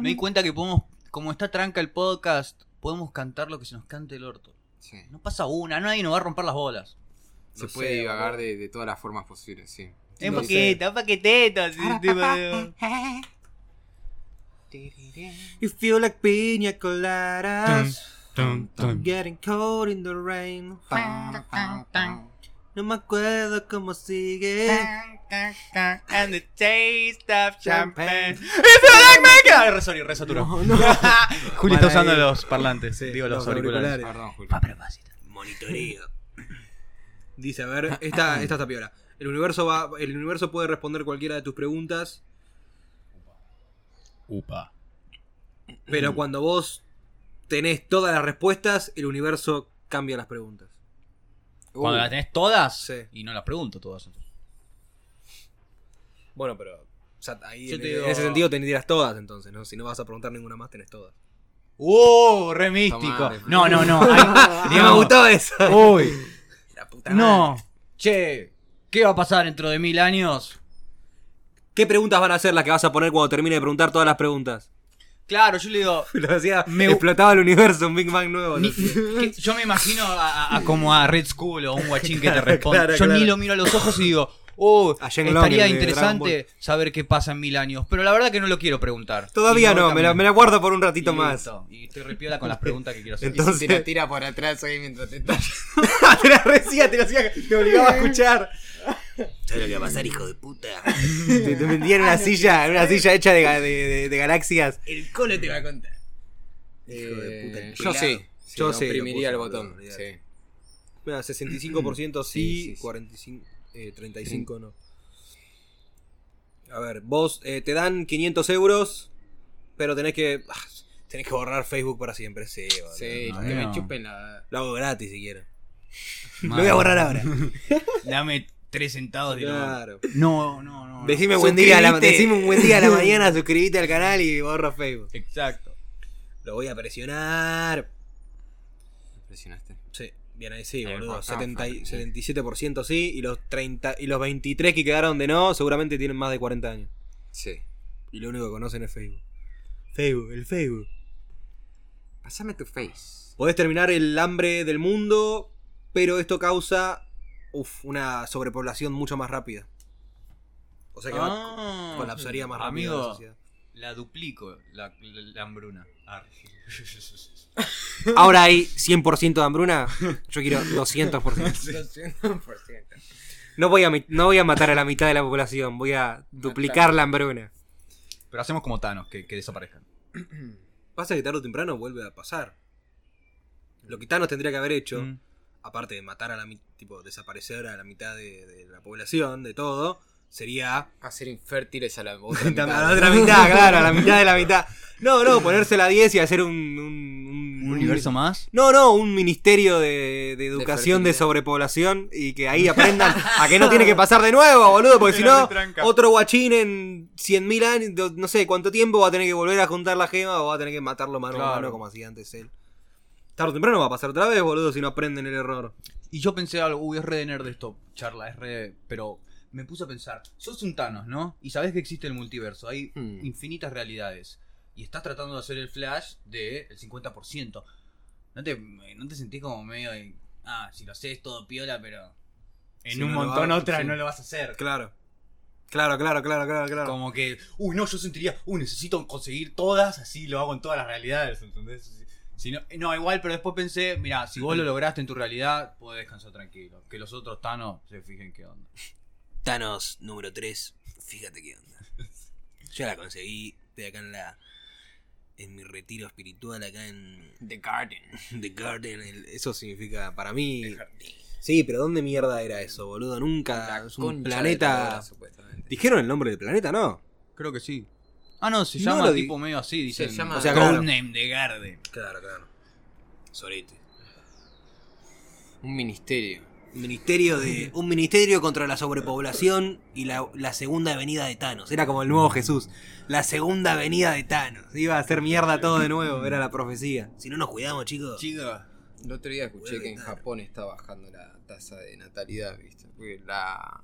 Speaker 3: Me di cuenta que podemos, como está tranca el podcast, podemos cantar lo que se nos cante el orto.
Speaker 4: Sí.
Speaker 3: No pasa una, nadie nos va a romper las bolas.
Speaker 4: Se
Speaker 2: No
Speaker 4: puede
Speaker 2: sé,
Speaker 4: divagar
Speaker 2: boludo.
Speaker 4: de, de todas las formas posibles, sí.
Speaker 3: Es
Speaker 2: No
Speaker 3: paqueta, es paqueteta. sí, tipo de-
Speaker 2: You feel like piña coladas.
Speaker 3: Tum, tum.
Speaker 2: Getting cold in the rain.
Speaker 4: Pam, pam, pam.
Speaker 2: No me acuerdo cómo
Speaker 3: Ah.
Speaker 2: sigue.
Speaker 3: And the taste of champagne.
Speaker 2: champagne.
Speaker 3: If you like me- Ay, re sorry, re saturó. <laughs> Juli está
Speaker 2: Para
Speaker 3: usando
Speaker 2: ahí.
Speaker 3: los parlantes, digo los,
Speaker 2: los
Speaker 3: auriculares.
Speaker 2: auriculares.
Speaker 4: Perdón, Julio.
Speaker 9: Va propósito.
Speaker 2: Monitoreo. <coughs> Dice, a ver, <coughs> esta, esta está piola. El universo, va, el universo puede responder cualquiera de tus preguntas,
Speaker 3: Upa.
Speaker 2: pero cuando vos tenés todas las respuestas, el universo cambia las preguntas.
Speaker 4: Uh,
Speaker 3: Cuando las tenés todas,
Speaker 2: Sí.
Speaker 3: y no las pregunto todas.
Speaker 2: Bueno, pero o sea, ahí
Speaker 3: Yo
Speaker 2: en,
Speaker 3: te digo-
Speaker 2: en ese sentido tendrías todas entonces, ¿no? Si no vas a preguntar ninguna más, tenés todas.
Speaker 3: ¡Uh! Re místico.
Speaker 4: Tomá,
Speaker 3: No, no, no. Ay,
Speaker 2: Ah. ¡No Oh. me
Speaker 3: no.
Speaker 2: gustó <laughs> esa!
Speaker 3: Uy.
Speaker 4: la puta madre.
Speaker 3: No. Che, ¿qué va a pasar dentro de mil años?
Speaker 2: ¿Qué preguntas <laughs> van a ser las que vas a poner cuando termine de preguntar todas las preguntas?
Speaker 3: Claro, yo le digo.
Speaker 2: Lo hacía,
Speaker 3: Me-
Speaker 2: explotaba el universo, un Big Bang nuevo. lo
Speaker 3: ni-
Speaker 2: hacía.
Speaker 3: que- yo me imagino a, a- a como a Red Skull o un guachín
Speaker 2: <laughs>
Speaker 3: que te responde.
Speaker 2: claro,
Speaker 3: yo ni
Speaker 2: claro.
Speaker 3: lo miro a los ojos y digo, oh,
Speaker 2: A Shen Long,
Speaker 3: estaría
Speaker 2: el de Dragon
Speaker 3: interesante saber qué pasa en mil años. Pero la verdad que no lo quiero preguntar.
Speaker 2: Todavía
Speaker 3: Y
Speaker 2: no, me la,
Speaker 3: también.
Speaker 2: me la guardo por un ratito
Speaker 3: Y
Speaker 2: más.
Speaker 3: listo. Y estoy repiola con las preguntas que quiero hacer.
Speaker 2: Entonces-
Speaker 4: Y si te la tira por atrás ahí mientras te talla.
Speaker 2: <laughs> te la recía, te la hacía, te obligaba a escuchar.
Speaker 11: ¿Sabes lo que va a pasar, hijo de puta?
Speaker 2: Te, te metía <laughs> en una silla, en una silla hecha de, ga- de- de- de galaxias.
Speaker 11: El colo te va a contar.
Speaker 2: Hijo de puta, el
Speaker 4: Eh, yo
Speaker 2: pelado.
Speaker 4: sí. Yo
Speaker 2: Yo sí,
Speaker 4: sí.
Speaker 2: lo
Speaker 4: Oprimiría
Speaker 2: puse,
Speaker 4: el
Speaker 2: boludo,
Speaker 4: botón.
Speaker 2: olvidate.
Speaker 4: Sí.
Speaker 2: Bueno, 65%
Speaker 4: Sí,
Speaker 2: sí,
Speaker 4: sí, sí.
Speaker 2: 45, eh, 35 no. A ver, vos eh, te dan 500 euros, pero tenés que ah, tenés que borrar Facebook para siempre. Sí, boludo.
Speaker 4: Sí,
Speaker 3: No,
Speaker 4: que
Speaker 3: no.
Speaker 4: me chupen la.
Speaker 2: Lo hago gratis si quiero. Lo
Speaker 3: Mal.
Speaker 2: voy a borrar ahora.
Speaker 3: Dame tres centavos de lo...
Speaker 2: Claro.
Speaker 3: No, no, no. no.
Speaker 2: Decime, buen día a la,
Speaker 3: Suscribite.
Speaker 2: decime un buen
Speaker 3: <laughs>
Speaker 2: día a la mañana, suscribite al canal y borra Facebook.
Speaker 3: Exacto.
Speaker 2: Lo voy a presionar.
Speaker 4: Impresionaste.
Speaker 2: Sí, bien ahí sí,
Speaker 4: Eh,
Speaker 2: boludo.
Speaker 4: por
Speaker 2: 70 y-
Speaker 4: favor,
Speaker 2: 77% sí, y los 30 y los 23 que quedaron de no, seguramente tienen más de 40 años.
Speaker 4: Sí.
Speaker 2: Y lo único que conocen es Facebook. Facebook, el Facebook.
Speaker 4: Pásame tu face.
Speaker 2: Podés terminar el hambre del mundo, pero esto causa uf, una sobrepoblación mucho más rápida. O sea que va-
Speaker 3: Ah.
Speaker 2: colapsaría más rápido
Speaker 3: Amigo,
Speaker 2: la sociedad.
Speaker 3: La duplico, la, la- la hambruna. Arre.
Speaker 2: Ahora hay 100% de hambruna, yo quiero 200%.
Speaker 4: 200%.
Speaker 2: No voy, a, mi- no voy a matar a la mitad de la población, voy a duplicar la hambruna.
Speaker 3: Pero hacemos como Thanos, que, que desaparezcan.
Speaker 2: Pasa que tarde o temprano vuelve a pasar. Lo que Thanos tendría que haber hecho,
Speaker 3: Mm.
Speaker 2: aparte de matar a la mitad, tipo, desaparecer a la mitad de, de la población, de todo, sería...
Speaker 4: Hacer infértiles a la
Speaker 2: <laughs>
Speaker 4: otra
Speaker 2: A
Speaker 4: mitad.
Speaker 2: la otra mitad, claro, a la mitad de la mitad. No, no, ponérsela a 10 y hacer un... un- un-
Speaker 3: ¿Un universo más?
Speaker 2: No, no, un ministerio de, de educación de,
Speaker 4: fertilidad.
Speaker 2: sobrepoblación y que ahí aprendan a que no tiene que pasar de nuevo, boludo, porque si no, otro guachín en 100.000 años, do- no sé cuánto tiempo, va a tener que volver a juntar la gema o va a tener que matarlo mano a
Speaker 3: Claro.
Speaker 2: mano como hacía antes él. Tarde o temprano va a pasar otra vez, boludo, si no aprenden el error.
Speaker 3: Y yo pensé algo, uy, es re de nerd esto, charla, es re. Pero me puse a pensar, sos un Thanos, ¿no? Y sabés que existe el multiverso, hay
Speaker 4: Hmm.
Speaker 3: infinitas realidades. Y estás tratando de hacer el flash del 50%. ¿No te, ¿No te sentís como medio de, Ah, si lo haces todo piola, pero. En
Speaker 2: Si
Speaker 3: un
Speaker 2: no lo
Speaker 3: montón
Speaker 2: hago,
Speaker 3: otras
Speaker 2: sí.
Speaker 3: no lo vas a hacer.
Speaker 2: Claro. Claro, claro, claro, claro, claro.
Speaker 3: Como que, uy, no, yo sentiría, uy, necesito conseguir todas, así lo hago en todas las realidades, ¿entendés? Si- si no, eh, no, igual, pero después pensé, mira, si vos lo lograste en tu realidad, podés descansar tranquilo. Que los otros Thanos se fijen qué onda.
Speaker 11: Thanos número 3, fíjate qué onda. Yo la conseguí, estoy acá en la. En mi retiro espiritual, acá en.
Speaker 4: The Garden.
Speaker 2: <laughs>
Speaker 11: The Garden. el-
Speaker 2: Eso significa para mí. Sí, pero ¿dónde mierda era eso, boludo? Nunca.
Speaker 4: La
Speaker 2: Es un
Speaker 4: concha de la
Speaker 2: planeta.
Speaker 4: lora, supuestamente.
Speaker 2: ¿Dijeron el nombre del planeta? No.
Speaker 3: Creo que sí. Ah, no, se
Speaker 2: No
Speaker 3: llama
Speaker 2: lo di-
Speaker 3: tipo medio así, dice.
Speaker 4: Se llama-
Speaker 2: O sea, claro.
Speaker 3: Name de Garden.
Speaker 2: Claro, claro.
Speaker 11: Sorete.
Speaker 4: Un ministerio.
Speaker 2: Ministerio
Speaker 4: <laughs>
Speaker 2: de, un ministerio contra la sobrepoblación y la, la segunda venida de Thanos. Era como el
Speaker 4: Mm.
Speaker 2: nuevo Jesús. La segunda venida de Thanos. Iba a hacer mierda todo de nuevo. Era la profecía.
Speaker 11: Si no nos cuidamos, chicos.
Speaker 3: Chica.
Speaker 4: El otro día escuché que en
Speaker 2: Claro.
Speaker 4: Japón está bajando la tasa de natalidad, ¿viste? Porque la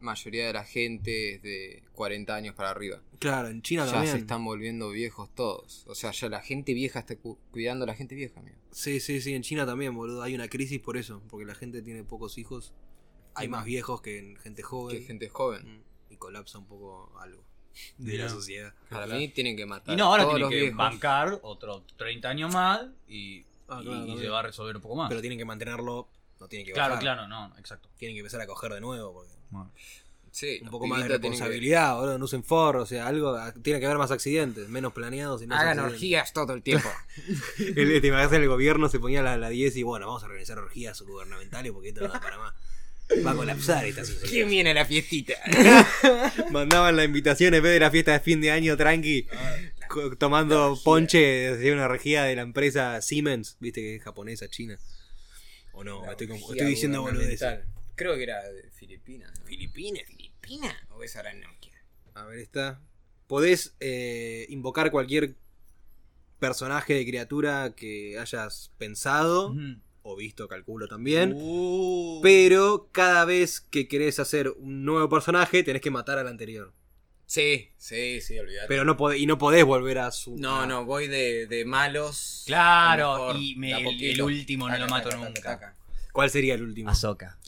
Speaker 4: mayoría de la gente es de 40 años para arriba.
Speaker 2: Claro, en China
Speaker 4: ya se
Speaker 2: también.
Speaker 4: están volviendo viejos todos. O sea, ya la gente vieja está cu- cuidando a la gente vieja, amigo.
Speaker 2: Sí, sí, sí. En China también, boludo. Hay una crisis por eso. Porque la gente tiene pocos hijos. Hay más viejos que gente
Speaker 4: Que
Speaker 2: joven.
Speaker 4: gente joven.
Speaker 2: Mm, Y colapsa un poco algo de la
Speaker 3: Mirá.
Speaker 2: sociedad.
Speaker 4: Para mí tienen que matar
Speaker 3: Y no, ahora
Speaker 4: a todos
Speaker 3: tiene
Speaker 4: los
Speaker 3: que
Speaker 4: viejos.
Speaker 3: bancar otros 30 años más y,
Speaker 2: Ah,
Speaker 3: y-
Speaker 2: claro,
Speaker 3: y se
Speaker 2: también.
Speaker 3: va a resolver un poco
Speaker 4: Ah.
Speaker 3: más.
Speaker 2: Pero tienen que mantenerlo. No tienen que
Speaker 3: claro,
Speaker 2: bajar.
Speaker 3: claro, no, exacto.
Speaker 2: Tienen que empezar a coger de nuevo. Porque...
Speaker 4: Sí,
Speaker 2: un
Speaker 4: los
Speaker 2: poco más de
Speaker 4: pibitos tienen que-
Speaker 2: responsabilidad, boludo, no usen forro, o sea, algo, a- tiene que haber más accidentes, menos planeados y más
Speaker 4: Hagan
Speaker 2: accidentes.
Speaker 4: orgías todo el tiempo.
Speaker 2: <laughs> El, te imaginas, el gobierno se ponía a la, la 10 y bueno, vamos a organizar orgías gubernamentales porque esto no da para más. Va a colapsar
Speaker 4: <laughs>
Speaker 2: esta sociedad.
Speaker 4: ¿Quién viene a la fiestita?
Speaker 2: Mandaban la invitación en vez de la fiesta de fin de año tranqui, co- tomando ponche, hacía una orgía de la empresa Siemens, viste que es japonesa, china. O no, me estoy, como- estoy diciendo boludeces.
Speaker 4: Creo que era de Filipinas. ¿no?
Speaker 2: Filipinas.
Speaker 4: ¿Filipinas? ¿O es ahora en Nokia?
Speaker 2: A ver, está. Podés eh, invocar cualquier personaje de criatura que hayas pensado
Speaker 3: Ujú.
Speaker 2: o visto, calculo también.
Speaker 3: Uh.
Speaker 2: Pero cada vez que querés hacer un nuevo personaje, tenés que matar al anterior.
Speaker 4: Sí, ah. sí, sí, olvidate.
Speaker 2: Pero no podés, y no podés volver a su.
Speaker 4: no, no, voy de, de malos.
Speaker 3: Claro,
Speaker 4: a lo mejor,
Speaker 3: y me-
Speaker 4: de a
Speaker 3: el-
Speaker 4: poquito.
Speaker 3: el último no lo mato nunca.
Speaker 2: ¿Cuál sería el
Speaker 3: <laughs>
Speaker 2: último? <laughs>
Speaker 12: Azoka.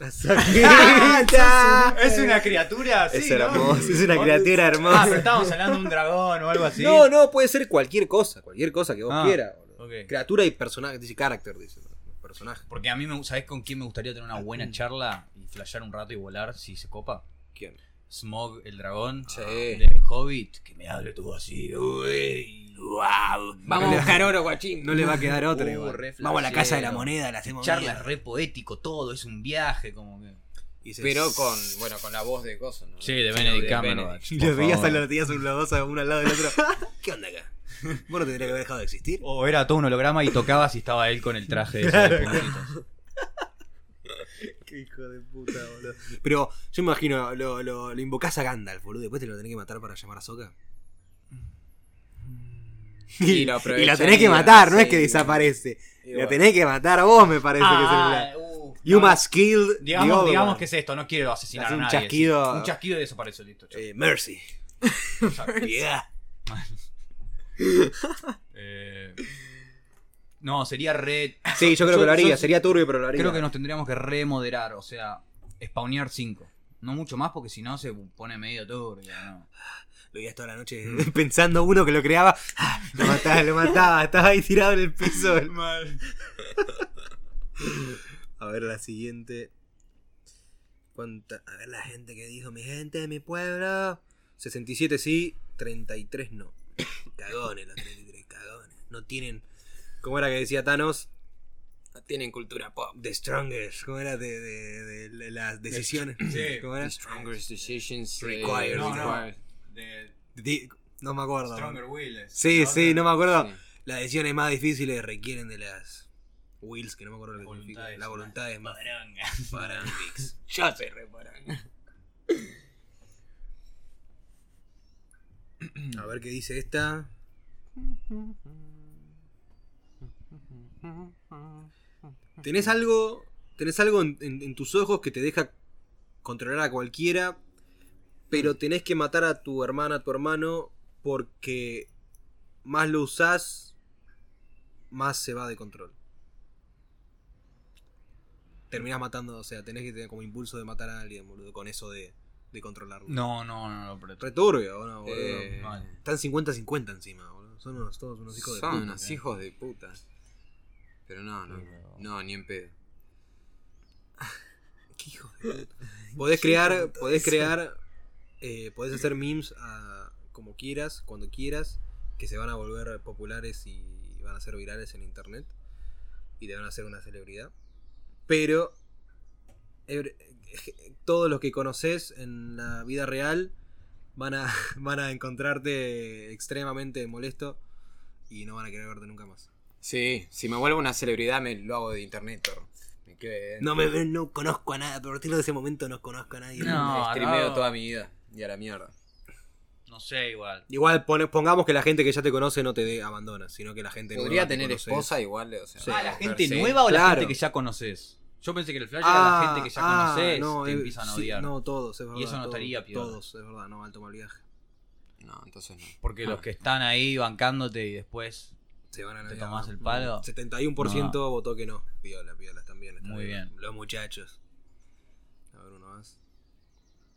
Speaker 3: Es una criatura, sí,
Speaker 2: es
Speaker 3: ¿no?
Speaker 2: hermoso,
Speaker 3: <laughs>
Speaker 2: es una criatura <laughs>
Speaker 3: Ah, pero
Speaker 2: hermosa.
Speaker 3: estábamos hablando de un dragón o algo así.
Speaker 2: No, no, puede ser cualquier cosa, cualquier cosa que vos
Speaker 3: Ah,
Speaker 2: quieras. boludo.
Speaker 3: ok.
Speaker 2: Criatura y personaje, dice character, dice. Personaje.
Speaker 3: Porque a mí, me, ¿sabés con quién me gustaría tener una
Speaker 2: Mm.
Speaker 3: buena charla y flashear un rato y volar si se copa?
Speaker 2: ¿Quién?
Speaker 3: Smog el dragón
Speaker 4: Sí.
Speaker 3: de Hobbit, que me hable todo así, uy, guau.
Speaker 4: Vamos a buscar oro, guachín.
Speaker 2: No le va a quedar otra.
Speaker 3: Uh,
Speaker 2: igual.
Speaker 3: re
Speaker 13: Vamos a la casa de la
Speaker 3: flashero.
Speaker 13: moneda, la hacemos.
Speaker 3: Charlas
Speaker 13: mierda.
Speaker 3: re poético, todo, es un viaje como que.
Speaker 2: Y se-
Speaker 4: Pero
Speaker 2: <laughs>
Speaker 4: con, bueno, con la voz de Coso, ¿no? de Benedict.
Speaker 2: Y Los veías a los tenías un lado uno al lado del otro.
Speaker 13: ¿Qué onda acá? Vos no tendrías que haber dejado de
Speaker 3: <laughs>
Speaker 13: existir.
Speaker 3: O Oh, era todo un holograma y tocabas y estaba él con el traje ese de puntitos.
Speaker 2: Qué hijo de puta, boludo. Pero yo me imagino, lo, lo, lo invocás a Gandalf, boludo. Después te lo tenés que matar para llamar a Soka.
Speaker 4: Y lo
Speaker 2: <laughs> Y la tenés que
Speaker 4: aprovecharía,
Speaker 2: matar, no es
Speaker 4: sí.
Speaker 2: que desaparece.
Speaker 4: Y
Speaker 2: La
Speaker 4: bueno.
Speaker 2: tenés que matar a vos, me parece que es el plan. You must kill. the
Speaker 3: Ah, uh, digamos,
Speaker 2: old
Speaker 3: digamos
Speaker 2: one.
Speaker 3: que es esto, no quiero asesinar
Speaker 2: Hace
Speaker 3: a
Speaker 2: un
Speaker 3: nadie.
Speaker 2: chasquido-
Speaker 3: sí. Un chasquido y desapareció, listo. chao.
Speaker 2: Eh,
Speaker 3: <laughs>
Speaker 2: Mercy. <laughs> yeah.
Speaker 3: Eh, no, sería re.
Speaker 2: Sí, yo creo
Speaker 3: Yo-
Speaker 2: que lo haría.
Speaker 3: yo-
Speaker 2: Sería turbio, pero lo haría.
Speaker 3: Creo que nos tendríamos que remoderar, o sea, spawnear 5. No mucho más porque si no se pone medio turbio. ¿no?
Speaker 2: Lo veías toda la noche
Speaker 3: Mm.
Speaker 2: <laughs> pensando uno que lo creaba. Ah, Lo mataba, lo mataba. Estaba ahí tirado en el piso. El mal. A ver la siguiente. ¿Cuánta? A ver la gente que dijo: Mi gente, mi pueblo. 67 sí, 33 no. Cagones, los 33, cagones. No tienen. ¿Cómo era que decía Thanos?
Speaker 4: Tienen cultura pop.
Speaker 2: The Strongest. ¿Cómo era? De, de- de- de las decisiones.
Speaker 3: Sí.
Speaker 2: ¿Cómo era?
Speaker 4: The strongest decisions eh,
Speaker 2: Required.
Speaker 3: No, no.
Speaker 4: required.
Speaker 3: De
Speaker 2: Di- No me acuerdo.
Speaker 3: Will. es
Speaker 2: Sí,
Speaker 3: la
Speaker 2: sí,
Speaker 3: otra.
Speaker 2: no me acuerdo.
Speaker 4: Sí.
Speaker 2: Las decisiones más difíciles requieren de las wills, que no me acuerdo lo que
Speaker 3: Voluntades,
Speaker 2: significa. La
Speaker 3: ¿no?
Speaker 2: voluntad es más.
Speaker 13: Paranfix.
Speaker 4: Yo soy reparando.
Speaker 2: A ver qué dice esta. ¿Tenés algo, tenés algo en, en- en tus ojos que te deja controlar a cualquiera, pero tenés que matar a tu hermana, a tu hermano, porque más lo usás, más se va de control? Terminás matando, o sea, tenés que tener como impulso de matar a alguien, boludo, con eso de, de controlarlo.
Speaker 3: No, no, no, no, pero.
Speaker 2: Returbio, ¿o no, boludo?
Speaker 4: Eh,
Speaker 3: Mal.
Speaker 2: Están 50-50 encima, boludo. Son unos, todos unos hijos
Speaker 4: Son
Speaker 2: de puta. ¿eh?
Speaker 4: unos hijos de puta. Pero no, no, no, ni en pedo.
Speaker 2: ¿Qué hijos de puta? <laughs> Podés
Speaker 13: Hijo de
Speaker 2: crear,
Speaker 13: puta
Speaker 2: podés
Speaker 13: eso.
Speaker 2: crear, eh, podés hacer memes a- como quieras, cuando quieras, que se van a volver populares y van a ser virales en internet. Y te van a hacer una celebridad. Pero every- todos los que conoces en la vida real van a, <laughs> van a encontrarte extremadamente molesto y no van a querer verte nunca más.
Speaker 4: Sí, si me vuelvo una celebridad me lo hago de internet, perro. Me quedo ahí
Speaker 2: No
Speaker 4: adentro.
Speaker 2: me no conozco a nada, a partir de ese momento no conozco a nadie.
Speaker 3: No,
Speaker 4: Streameo
Speaker 3: no.
Speaker 4: toda mi vida y a la mierda.
Speaker 3: No sé, igual.
Speaker 2: Igual pone- pongamos que la gente que ya te conoce no te dé- abandona, sino que la gente nueva
Speaker 4: Podría
Speaker 2: que
Speaker 4: tener
Speaker 2: conoces-
Speaker 4: esposa igual, o sea.
Speaker 3: Ah, la
Speaker 4: mujer,
Speaker 3: gente
Speaker 4: sí.
Speaker 3: nueva o la
Speaker 2: Claro.
Speaker 3: gente que ya conoces. Yo pensé que el flash
Speaker 2: Ah,
Speaker 3: era la gente que ya
Speaker 2: ah,
Speaker 3: conoces,
Speaker 2: no,
Speaker 3: te
Speaker 2: eh,
Speaker 3: empiezan a
Speaker 2: sí,
Speaker 3: odiar.
Speaker 2: no, todos, es verdad.
Speaker 3: eso no
Speaker 2: todos,
Speaker 3: estaría piola.
Speaker 2: Todos, es verdad, no, alto mal viaje.
Speaker 4: No, entonces no.
Speaker 3: Porque los
Speaker 4: Ah.
Speaker 3: que están ahí bancándote y después
Speaker 2: Se van a la
Speaker 3: te
Speaker 2: mierda.
Speaker 3: tomás el palo.
Speaker 2: 71% votó que no. Piola, piolas también. está
Speaker 3: Muy bien.
Speaker 2: Los muchachos. A ver, uno más.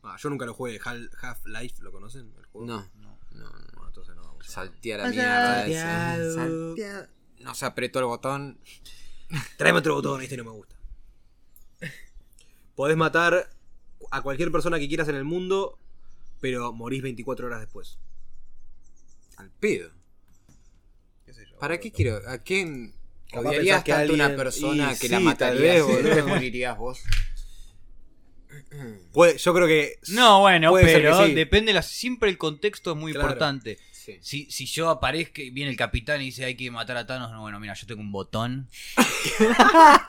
Speaker 2: Ah, yo nunca lo jugué. Hal- Half-Life, ¿lo conocen? El juego?
Speaker 4: No,
Speaker 3: No.
Speaker 4: no, no.
Speaker 2: Bueno, entonces no vamos a-
Speaker 4: Salté a la mierda. ese.
Speaker 2: Salteado.
Speaker 4: Salteado. No se apretó el botón.
Speaker 2: Tráeme otro botón, este no me gusta. Podés matar a cualquier persona que quieras en el mundo, pero morís 24 horas después.
Speaker 4: Al pedo. ¿Para qué quiero? ¿A quién
Speaker 2: Capaz
Speaker 4: odiarías
Speaker 2: pensás que
Speaker 4: tanto a una
Speaker 2: alguien-
Speaker 4: persona
Speaker 2: y
Speaker 4: que
Speaker 2: sí,
Speaker 4: la
Speaker 2: tal
Speaker 4: matarías
Speaker 2: vez,
Speaker 4: y
Speaker 2: boludo.
Speaker 4: te morirías vos?
Speaker 2: Puede- Pues, yo creo que.
Speaker 3: No, bueno,
Speaker 2: Puede ser que
Speaker 3: pero
Speaker 2: sí.
Speaker 3: depende la, siempre el contexto es muy
Speaker 2: Claro.
Speaker 3: importante.
Speaker 4: Sí.
Speaker 3: Si, si yo aparezco y viene el capitán y dice hay que matar a Thanos, no, bueno, mira, yo tengo un botón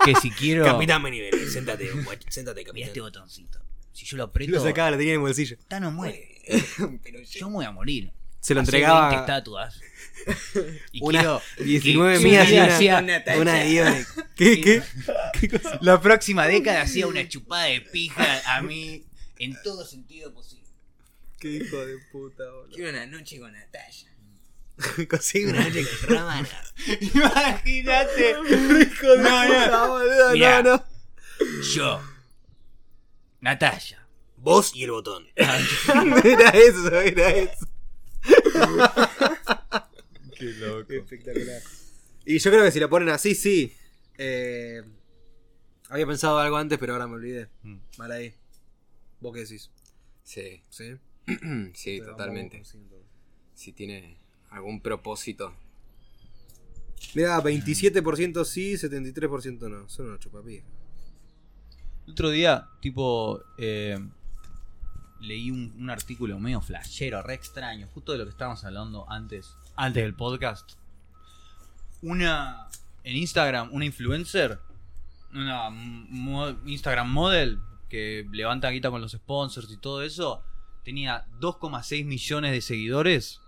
Speaker 3: que si quiero
Speaker 2: <laughs> Capitán Beniveli, séntate, guach- séntate,
Speaker 12: Mirá este
Speaker 2: capitán.
Speaker 12: botoncito. Si yo lo
Speaker 2: Lo
Speaker 12: aprieto,
Speaker 2: sacaba, lo tenía en el bolsillo.
Speaker 12: Tano muere.
Speaker 2: <laughs>
Speaker 12: Yo me voy a morir.
Speaker 2: Se lo
Speaker 12: Hace
Speaker 2: entregaba
Speaker 12: 20
Speaker 2: <laughs>
Speaker 12: estatuas. Y
Speaker 2: Una-
Speaker 12: quiero
Speaker 2: 19
Speaker 12: que
Speaker 2: mías
Speaker 12: su
Speaker 2: y
Speaker 12: vida
Speaker 2: una-
Speaker 12: sea-
Speaker 2: una
Speaker 4: <laughs>
Speaker 2: de Ionic. ¿Qué? ¿Qué?
Speaker 12: La próxima década hacía una chupada de pija a mí en todo sentido posible.
Speaker 2: Qué hijo de puta, boludo.
Speaker 4: Quiero una noche con Natalia.
Speaker 14: Conseguí una noche con Ramana.
Speaker 3: <laughs>
Speaker 2: <laughs>
Speaker 3: Imagínate.
Speaker 2: Hijo de
Speaker 3: No, no.
Speaker 2: puta, boludo.
Speaker 3: Mirá.
Speaker 2: No, no.
Speaker 3: Yo. Natalia.
Speaker 14: Vos y el botón.
Speaker 2: <laughs> Era eso, era eso.
Speaker 15: Qué loco.
Speaker 3: Eh,
Speaker 2: Espectacular. Y yo creo que si la ponen así, sí. Eh, había pensado algo antes, pero ahora me olvidé.
Speaker 15: Mm.
Speaker 2: Mal ahí. ¿Vos qué decís?
Speaker 4: Sí, mm,
Speaker 2: ¿Sí?
Speaker 4: sí,
Speaker 2: Pero
Speaker 4: totalmente.
Speaker 2: vamos con sí, entonces.
Speaker 4: Si tiene algún propósito.
Speaker 2: Mirá, 27% sí, 73% no. Son unos chupapijas.
Speaker 3: El otro día, tipo, eh, leí un, un artículo medio flashero, re extraño, justo de lo que estábamos hablando antes, antes del podcast. Una, en Instagram, una influencer, una m- mo- Instagram model que levanta guita con los sponsors y todo eso, tenía 2,6 millones de seguidores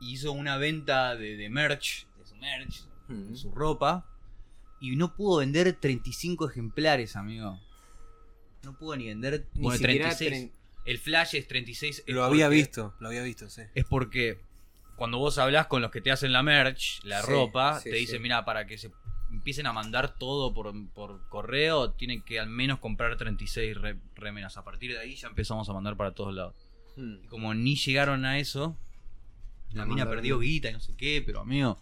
Speaker 3: y hizo una venta de, de merch, de su merch,
Speaker 4: Mm.
Speaker 3: de su ropa. Y no pudo vender 35 ejemplares, amigo. No pudo ni vender
Speaker 4: Ni
Speaker 3: bueno,
Speaker 4: siquiera
Speaker 3: 36.
Speaker 4: tren-
Speaker 3: El flash es 36. es
Speaker 2: Lo había
Speaker 3: porque-
Speaker 2: visto, lo había visto, sí.
Speaker 3: Es porque cuando vos hablás con los que te hacen la merch, la
Speaker 4: Sí,
Speaker 3: ropa,
Speaker 4: sí,
Speaker 3: te dicen,
Speaker 4: sí.
Speaker 3: mira, para que se empiecen a mandar todo por, por correo, tienen que al menos comprar 36 re- remeras. A partir de ahí ya empezamos a mandar para todos lados.
Speaker 4: Mm.
Speaker 3: Y como ni llegaron a eso, la
Speaker 4: La
Speaker 3: mina
Speaker 4: mandaron.
Speaker 3: perdió guita y no sé qué, pero amigo.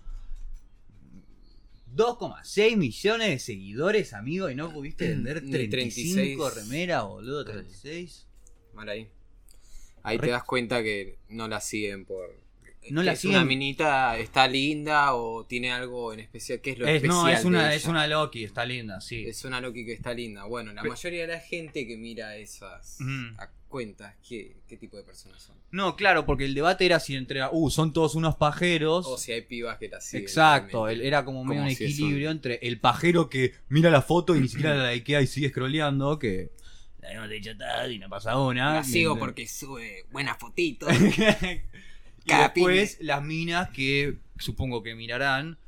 Speaker 3: 2,6 millones de seguidores, amigo, y no pudiste vender
Speaker 4: Mm, Ni
Speaker 3: 35
Speaker 4: 36.
Speaker 3: remeras, boludo, 36.
Speaker 4: Mal ahí. Ahí
Speaker 3: Re-
Speaker 4: te das cuenta que no la siguen por.
Speaker 3: No
Speaker 4: que
Speaker 3: la
Speaker 4: es
Speaker 3: siguen.
Speaker 4: Una minita está linda o tiene algo en especial. ¿Qué es lo
Speaker 3: Es-
Speaker 4: especial?
Speaker 3: no, es
Speaker 4: de
Speaker 3: una,
Speaker 4: ella?
Speaker 3: es una Loki, está linda, sí.
Speaker 4: Es una Loki que está linda. Bueno, la
Speaker 3: Pe-
Speaker 4: mayoría de la gente que mira esas
Speaker 3: Mm.
Speaker 4: a- cuentas, ¿qué, ¿qué tipo de personas son?
Speaker 3: No, claro, porque el debate era si entre, uh, son todos unos pajeros.
Speaker 4: O si hay pibas que la siguen.
Speaker 3: Exacto, el-
Speaker 4: realmente.
Speaker 3: era como medio
Speaker 4: Como
Speaker 3: un
Speaker 4: si es
Speaker 3: equilibrio entre el pajero que mira la foto y ni siquiera
Speaker 4: <clears throat>
Speaker 3: la likea y sigue scrolleando, que la habíamos dicho tal y no pasa una.
Speaker 4: La sigo
Speaker 3: mientras-
Speaker 4: porque sube
Speaker 3: <laughs>
Speaker 4: buenas fotitos. <laughs>
Speaker 3: y
Speaker 4: Cada
Speaker 3: después las minas que supongo que mirarán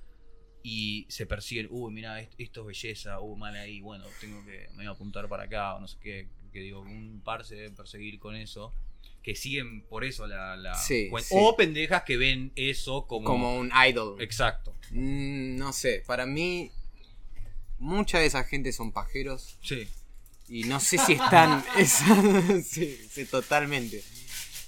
Speaker 3: y se persiguen, uy, mira, est- esto es belleza, uy, mal ahí, bueno, tengo que, me voy a apuntar para acá, o no sé qué, que digo, un par se deben perseguir con eso, que siguen por eso la... la
Speaker 4: Sí,
Speaker 3: cuen-
Speaker 4: sí.
Speaker 3: O pendejas que ven eso como...
Speaker 4: como un idol.
Speaker 3: Exacto.
Speaker 4: Mm, no sé, para mí. Mucha de esa gente son pajeros.
Speaker 3: Sí.
Speaker 4: Y no sé si están. esas- <laughs> sí, sí, totalmente.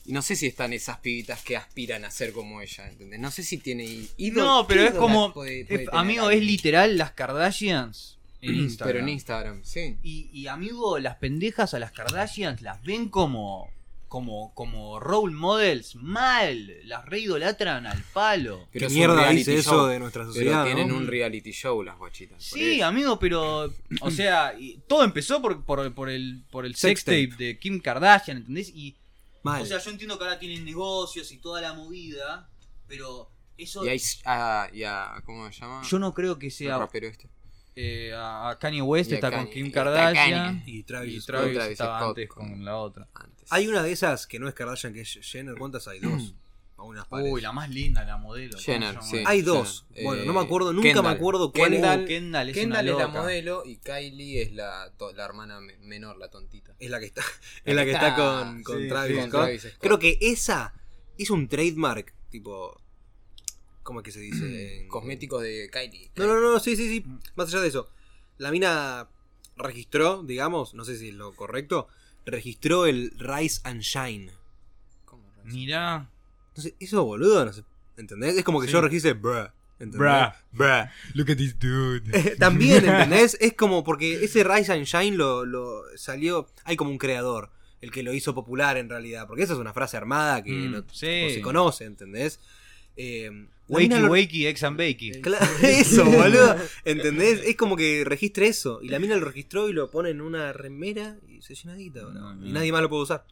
Speaker 4: Y no sé si están esas pibitas que aspiran a ser como ella, ¿entendés? No sé si tiene ídolo-
Speaker 3: no, pero es
Speaker 4: ídola
Speaker 3: como...
Speaker 4: puede-
Speaker 3: es-
Speaker 4: puede tener
Speaker 3: amigo, es
Speaker 4: alguien.
Speaker 3: literal las Kardashians en Instagram.
Speaker 4: <clears throat> Pero en Instagram, sí.
Speaker 3: Y, y, amigo, las pendejas a las Kardashians las ven como como como role models mal, las reidolatran al palo.
Speaker 2: ¿Qué
Speaker 4: Pero es un
Speaker 2: mierda
Speaker 4: reality
Speaker 2: dice eso
Speaker 4: show.
Speaker 2: de nuestra
Speaker 4: Pero
Speaker 2: sociedad?
Speaker 4: tienen
Speaker 2: no?
Speaker 4: un reality show las guachitas. por
Speaker 3: Sí,
Speaker 4: eso.
Speaker 3: amigo, pero
Speaker 4: <clears throat>
Speaker 3: o sea, y todo empezó por, por, por el por el
Speaker 2: Sex
Speaker 3: sex
Speaker 2: tape.
Speaker 3: tape de Kim Kardashian, ¿entendés? Y
Speaker 2: Mal.
Speaker 3: o sea, yo entiendo que ahora tienen negocios y toda la movida, pero eso
Speaker 4: Y hay. ah, y a- ¿Cómo se llama?
Speaker 3: yo no creo que
Speaker 4: El
Speaker 3: sea
Speaker 4: rapero este.
Speaker 3: eh, a a Kanye West
Speaker 4: Y a
Speaker 3: está con
Speaker 4: Kanye, y
Speaker 3: Kim
Speaker 4: está
Speaker 3: Kardashian
Speaker 4: Kanye.
Speaker 2: Y Travis.
Speaker 3: y
Speaker 2: Scott.
Speaker 3: Travis,
Speaker 4: Travis
Speaker 3: estaba
Speaker 4: Scott
Speaker 3: antes
Speaker 4: con-
Speaker 3: con la otra.
Speaker 4: Antes.
Speaker 2: Hay una de esas que no es Kardashian, que es Jenner. ¿Cuántas hay? Dos. A unas pares.
Speaker 3: Uy, la más linda, la modelo. ¿cómo
Speaker 4: Jenner,
Speaker 3: se llama?
Speaker 4: sí.
Speaker 2: Hay dos.
Speaker 4: Eh,
Speaker 2: bueno, no me acuerdo, nunca
Speaker 4: Kendall.
Speaker 2: me acuerdo cuál es-
Speaker 4: Kendall,
Speaker 3: Uh, Kendall es
Speaker 4: Kendall
Speaker 3: una
Speaker 4: es la
Speaker 3: loca.
Speaker 4: modelo y Kylie es la, to- la hermana me- menor, la tontita.
Speaker 2: es la que está, <laughs> es la que está con, con
Speaker 4: Sí,
Speaker 2: Travis,
Speaker 4: con
Speaker 2: Scott.
Speaker 4: Travis Scott.
Speaker 2: Creo que esa es un trademark, tipo. ¿Cómo es que se
Speaker 4: Mm,
Speaker 2: dice? En-
Speaker 4: Cosméticos de Kylie.
Speaker 2: No, no, no, sí, sí, sí. Más allá de eso. La mina registró, digamos, no sé si es lo correcto, registró el Rise and Shine.
Speaker 4: ¿Cómo?
Speaker 3: Mirá.
Speaker 2: Entonces, eso boludo, no sé, ¿entendés? Es como que yo registre, bruh. ¿Entendés? Bruh.
Speaker 15: Look at this dude.
Speaker 3: <laughs>
Speaker 2: Eh, <laughs> También, ¿entendés? Es como porque ese Rise and Shine lo, lo salió. Hay como un creador, el que lo hizo popular en realidad. Porque esa es una frase armada que
Speaker 3: Mm,
Speaker 2: no,
Speaker 3: sí.
Speaker 2: no se conoce, ¿entendés? Eh, la mina
Speaker 3: Wakey,
Speaker 2: lo-
Speaker 3: wakey, ex and bakey.
Speaker 2: Cla- <laughs>
Speaker 4: <laughs>
Speaker 2: eso, boludo. ¿Entendés? Es como que registre eso. Y la mina lo registró y lo pone en una remera y se llena de guita, boludo.
Speaker 3: No, no.
Speaker 2: Y nadie más lo puede usar.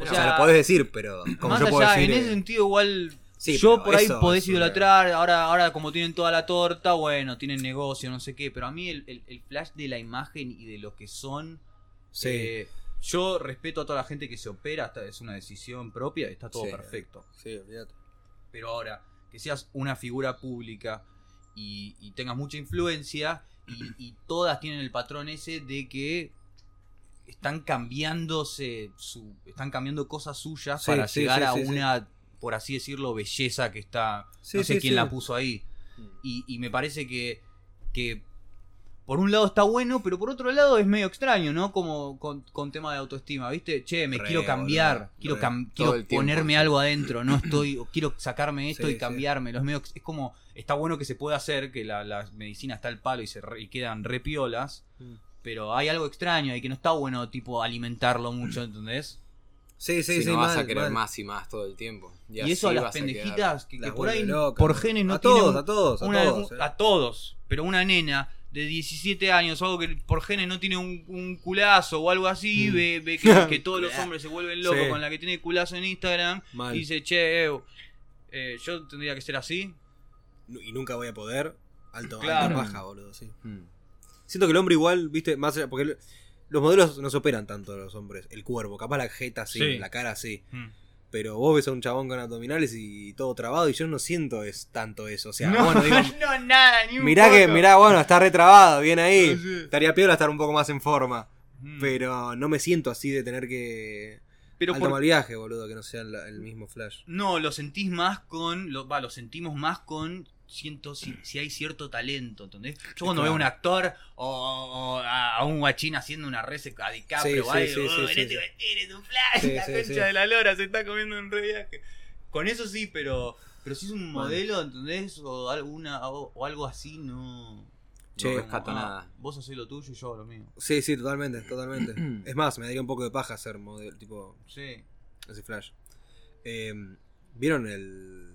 Speaker 2: O,
Speaker 3: O
Speaker 2: sea,
Speaker 3: sea,
Speaker 2: lo podés decir, pero. Como
Speaker 3: Más
Speaker 2: yo puedo
Speaker 3: allá,
Speaker 2: decir.
Speaker 3: en
Speaker 2: eh,
Speaker 3: ese sentido igual...
Speaker 2: Sí,
Speaker 3: yo
Speaker 2: pero
Speaker 3: por ahí
Speaker 2: eso eh,
Speaker 3: podés
Speaker 2: es una-
Speaker 3: idolatrar, ahora, ahora como tienen toda la torta, bueno, tienen negocio, no sé qué, pero a mí el, el- el flash de la imagen y de lo que son...
Speaker 2: Sí.
Speaker 3: eh, yo respeto a toda la gente que se opera, hasta es una decisión propia, está todo
Speaker 4: Sí.
Speaker 3: perfecto.
Speaker 2: Sí, olvídate.
Speaker 3: Pero ahora, que seas una figura pública y, y tengas mucha influencia y, y todas tienen el patrón ese de que están cambiándose su, están cambiando cosas suyas
Speaker 2: Sí,
Speaker 3: para
Speaker 2: sí,
Speaker 3: llegar
Speaker 2: sí,
Speaker 3: a
Speaker 2: sí, sí.
Speaker 3: una, por así decirlo, belleza que está.
Speaker 2: Sí,
Speaker 3: no sé
Speaker 2: sí,
Speaker 3: quién
Speaker 2: sí.
Speaker 3: la puso ahí. Y, y me parece que, que por un lado está bueno, pero por otro lado es medio extraño, ¿no? Como con, con tema de autoestima, ¿viste? Che, me
Speaker 11: Re,
Speaker 3: quiero cambiar,
Speaker 11: boludo,
Speaker 3: quiero,
Speaker 11: re.
Speaker 3: cam-
Speaker 4: Todo
Speaker 3: quiero
Speaker 4: el tiempo,
Speaker 3: ponerme
Speaker 4: sí.
Speaker 3: algo adentro, no estoy, o quiero sacarme esto
Speaker 2: Sí,
Speaker 3: y
Speaker 2: sí.
Speaker 3: cambiármelo. Es, medio- es como, está bueno que se pueda hacer, que la, la medicina está al palo y, se re- y quedan repiolas,
Speaker 2: Mm.
Speaker 3: pero hay algo extraño y que no está bueno, tipo, alimentarlo mucho, ¿entendés?
Speaker 2: Sí, sí,
Speaker 4: si
Speaker 2: sí,
Speaker 4: no vas
Speaker 2: mal,
Speaker 4: a querer
Speaker 2: mal.
Speaker 4: más y más todo el tiempo. Y,
Speaker 3: Y, eso a
Speaker 4: así
Speaker 3: las
Speaker 4: vas quedar-
Speaker 3: pendejitas que, que
Speaker 2: Las
Speaker 3: por ahí,
Speaker 2: vuelve locas.
Speaker 3: por genes, no
Speaker 2: a
Speaker 3: tienen
Speaker 2: todos, a todos, a
Speaker 3: una-
Speaker 2: todos. eh.
Speaker 3: a todos, pero una nena de 17 años o algo que por genes no tiene un, un culazo o algo así, ve, ve que,
Speaker 2: <laughs>
Speaker 3: que todos los hombres se vuelven locos
Speaker 2: Mm. Sí.
Speaker 3: con la que tiene culazo en Instagram
Speaker 2: Mal.
Speaker 3: y dice, che, Ew, eh, yo tendría que ser
Speaker 2: <laughs>
Speaker 3: así.
Speaker 2: Nu- Y nunca voy a poder. Alto,
Speaker 3: Claro.
Speaker 2: alta paja, boludo, sí.
Speaker 4: Mm.
Speaker 2: Siento que el hombre igual, viste, más allá- porque el- los modelos no se operan tanto los hombres. El cuerpo, capaz la jeta sí,
Speaker 3: Sí.
Speaker 2: la cara sí.
Speaker 3: Mm.
Speaker 2: Pero vos ves a un chabón con abdominales y todo trabado y yo no siento es tanto eso. O sea,
Speaker 3: <laughs>
Speaker 2: bueno, digo,
Speaker 3: no, nada, ni un
Speaker 2: mirá que,
Speaker 3: poco.
Speaker 2: mirá, bueno, está retrabado, bien ahí.
Speaker 3: Sí, sí.
Speaker 2: Estaría peor estar un poco más en forma.
Speaker 3: Mm.
Speaker 2: Pero no me siento así de tener que.
Speaker 3: Pero
Speaker 2: alto
Speaker 3: por-
Speaker 2: mal viaje, boludo, que no sea la- el mismo flash.
Speaker 3: no, lo sentís más con, lo, va, lo sentimos más con siento si, si hay cierto talento, ¿entendés? Yo cuando veo a un actor o, o a, a un guachín haciendo una res a DiCaprio,
Speaker 2: Sí,
Speaker 3: o
Speaker 2: sí,
Speaker 3: algo,
Speaker 2: sí, sí,
Speaker 3: "Oh,
Speaker 2: sí,
Speaker 3: venete,
Speaker 2: sí.
Speaker 3: venete, eres un flash,
Speaker 2: Sí,
Speaker 3: la
Speaker 2: sí,
Speaker 3: concha
Speaker 2: sí.
Speaker 3: de la lora se está comiendo un re viaje. Con eso sí, pero pero si es un modelo, ¿entendés? O alguna o, o algo así, no.
Speaker 2: Che,
Speaker 3: no,
Speaker 4: rescato nada.
Speaker 3: Vos hacés lo tuyo y yo hago lo mío.
Speaker 2: Sí, sí, totalmente, totalmente. es más, me daría un poco de paja ser modelo, tipo,
Speaker 3: Sí.
Speaker 2: ese flash. Em, ¿Vieron el,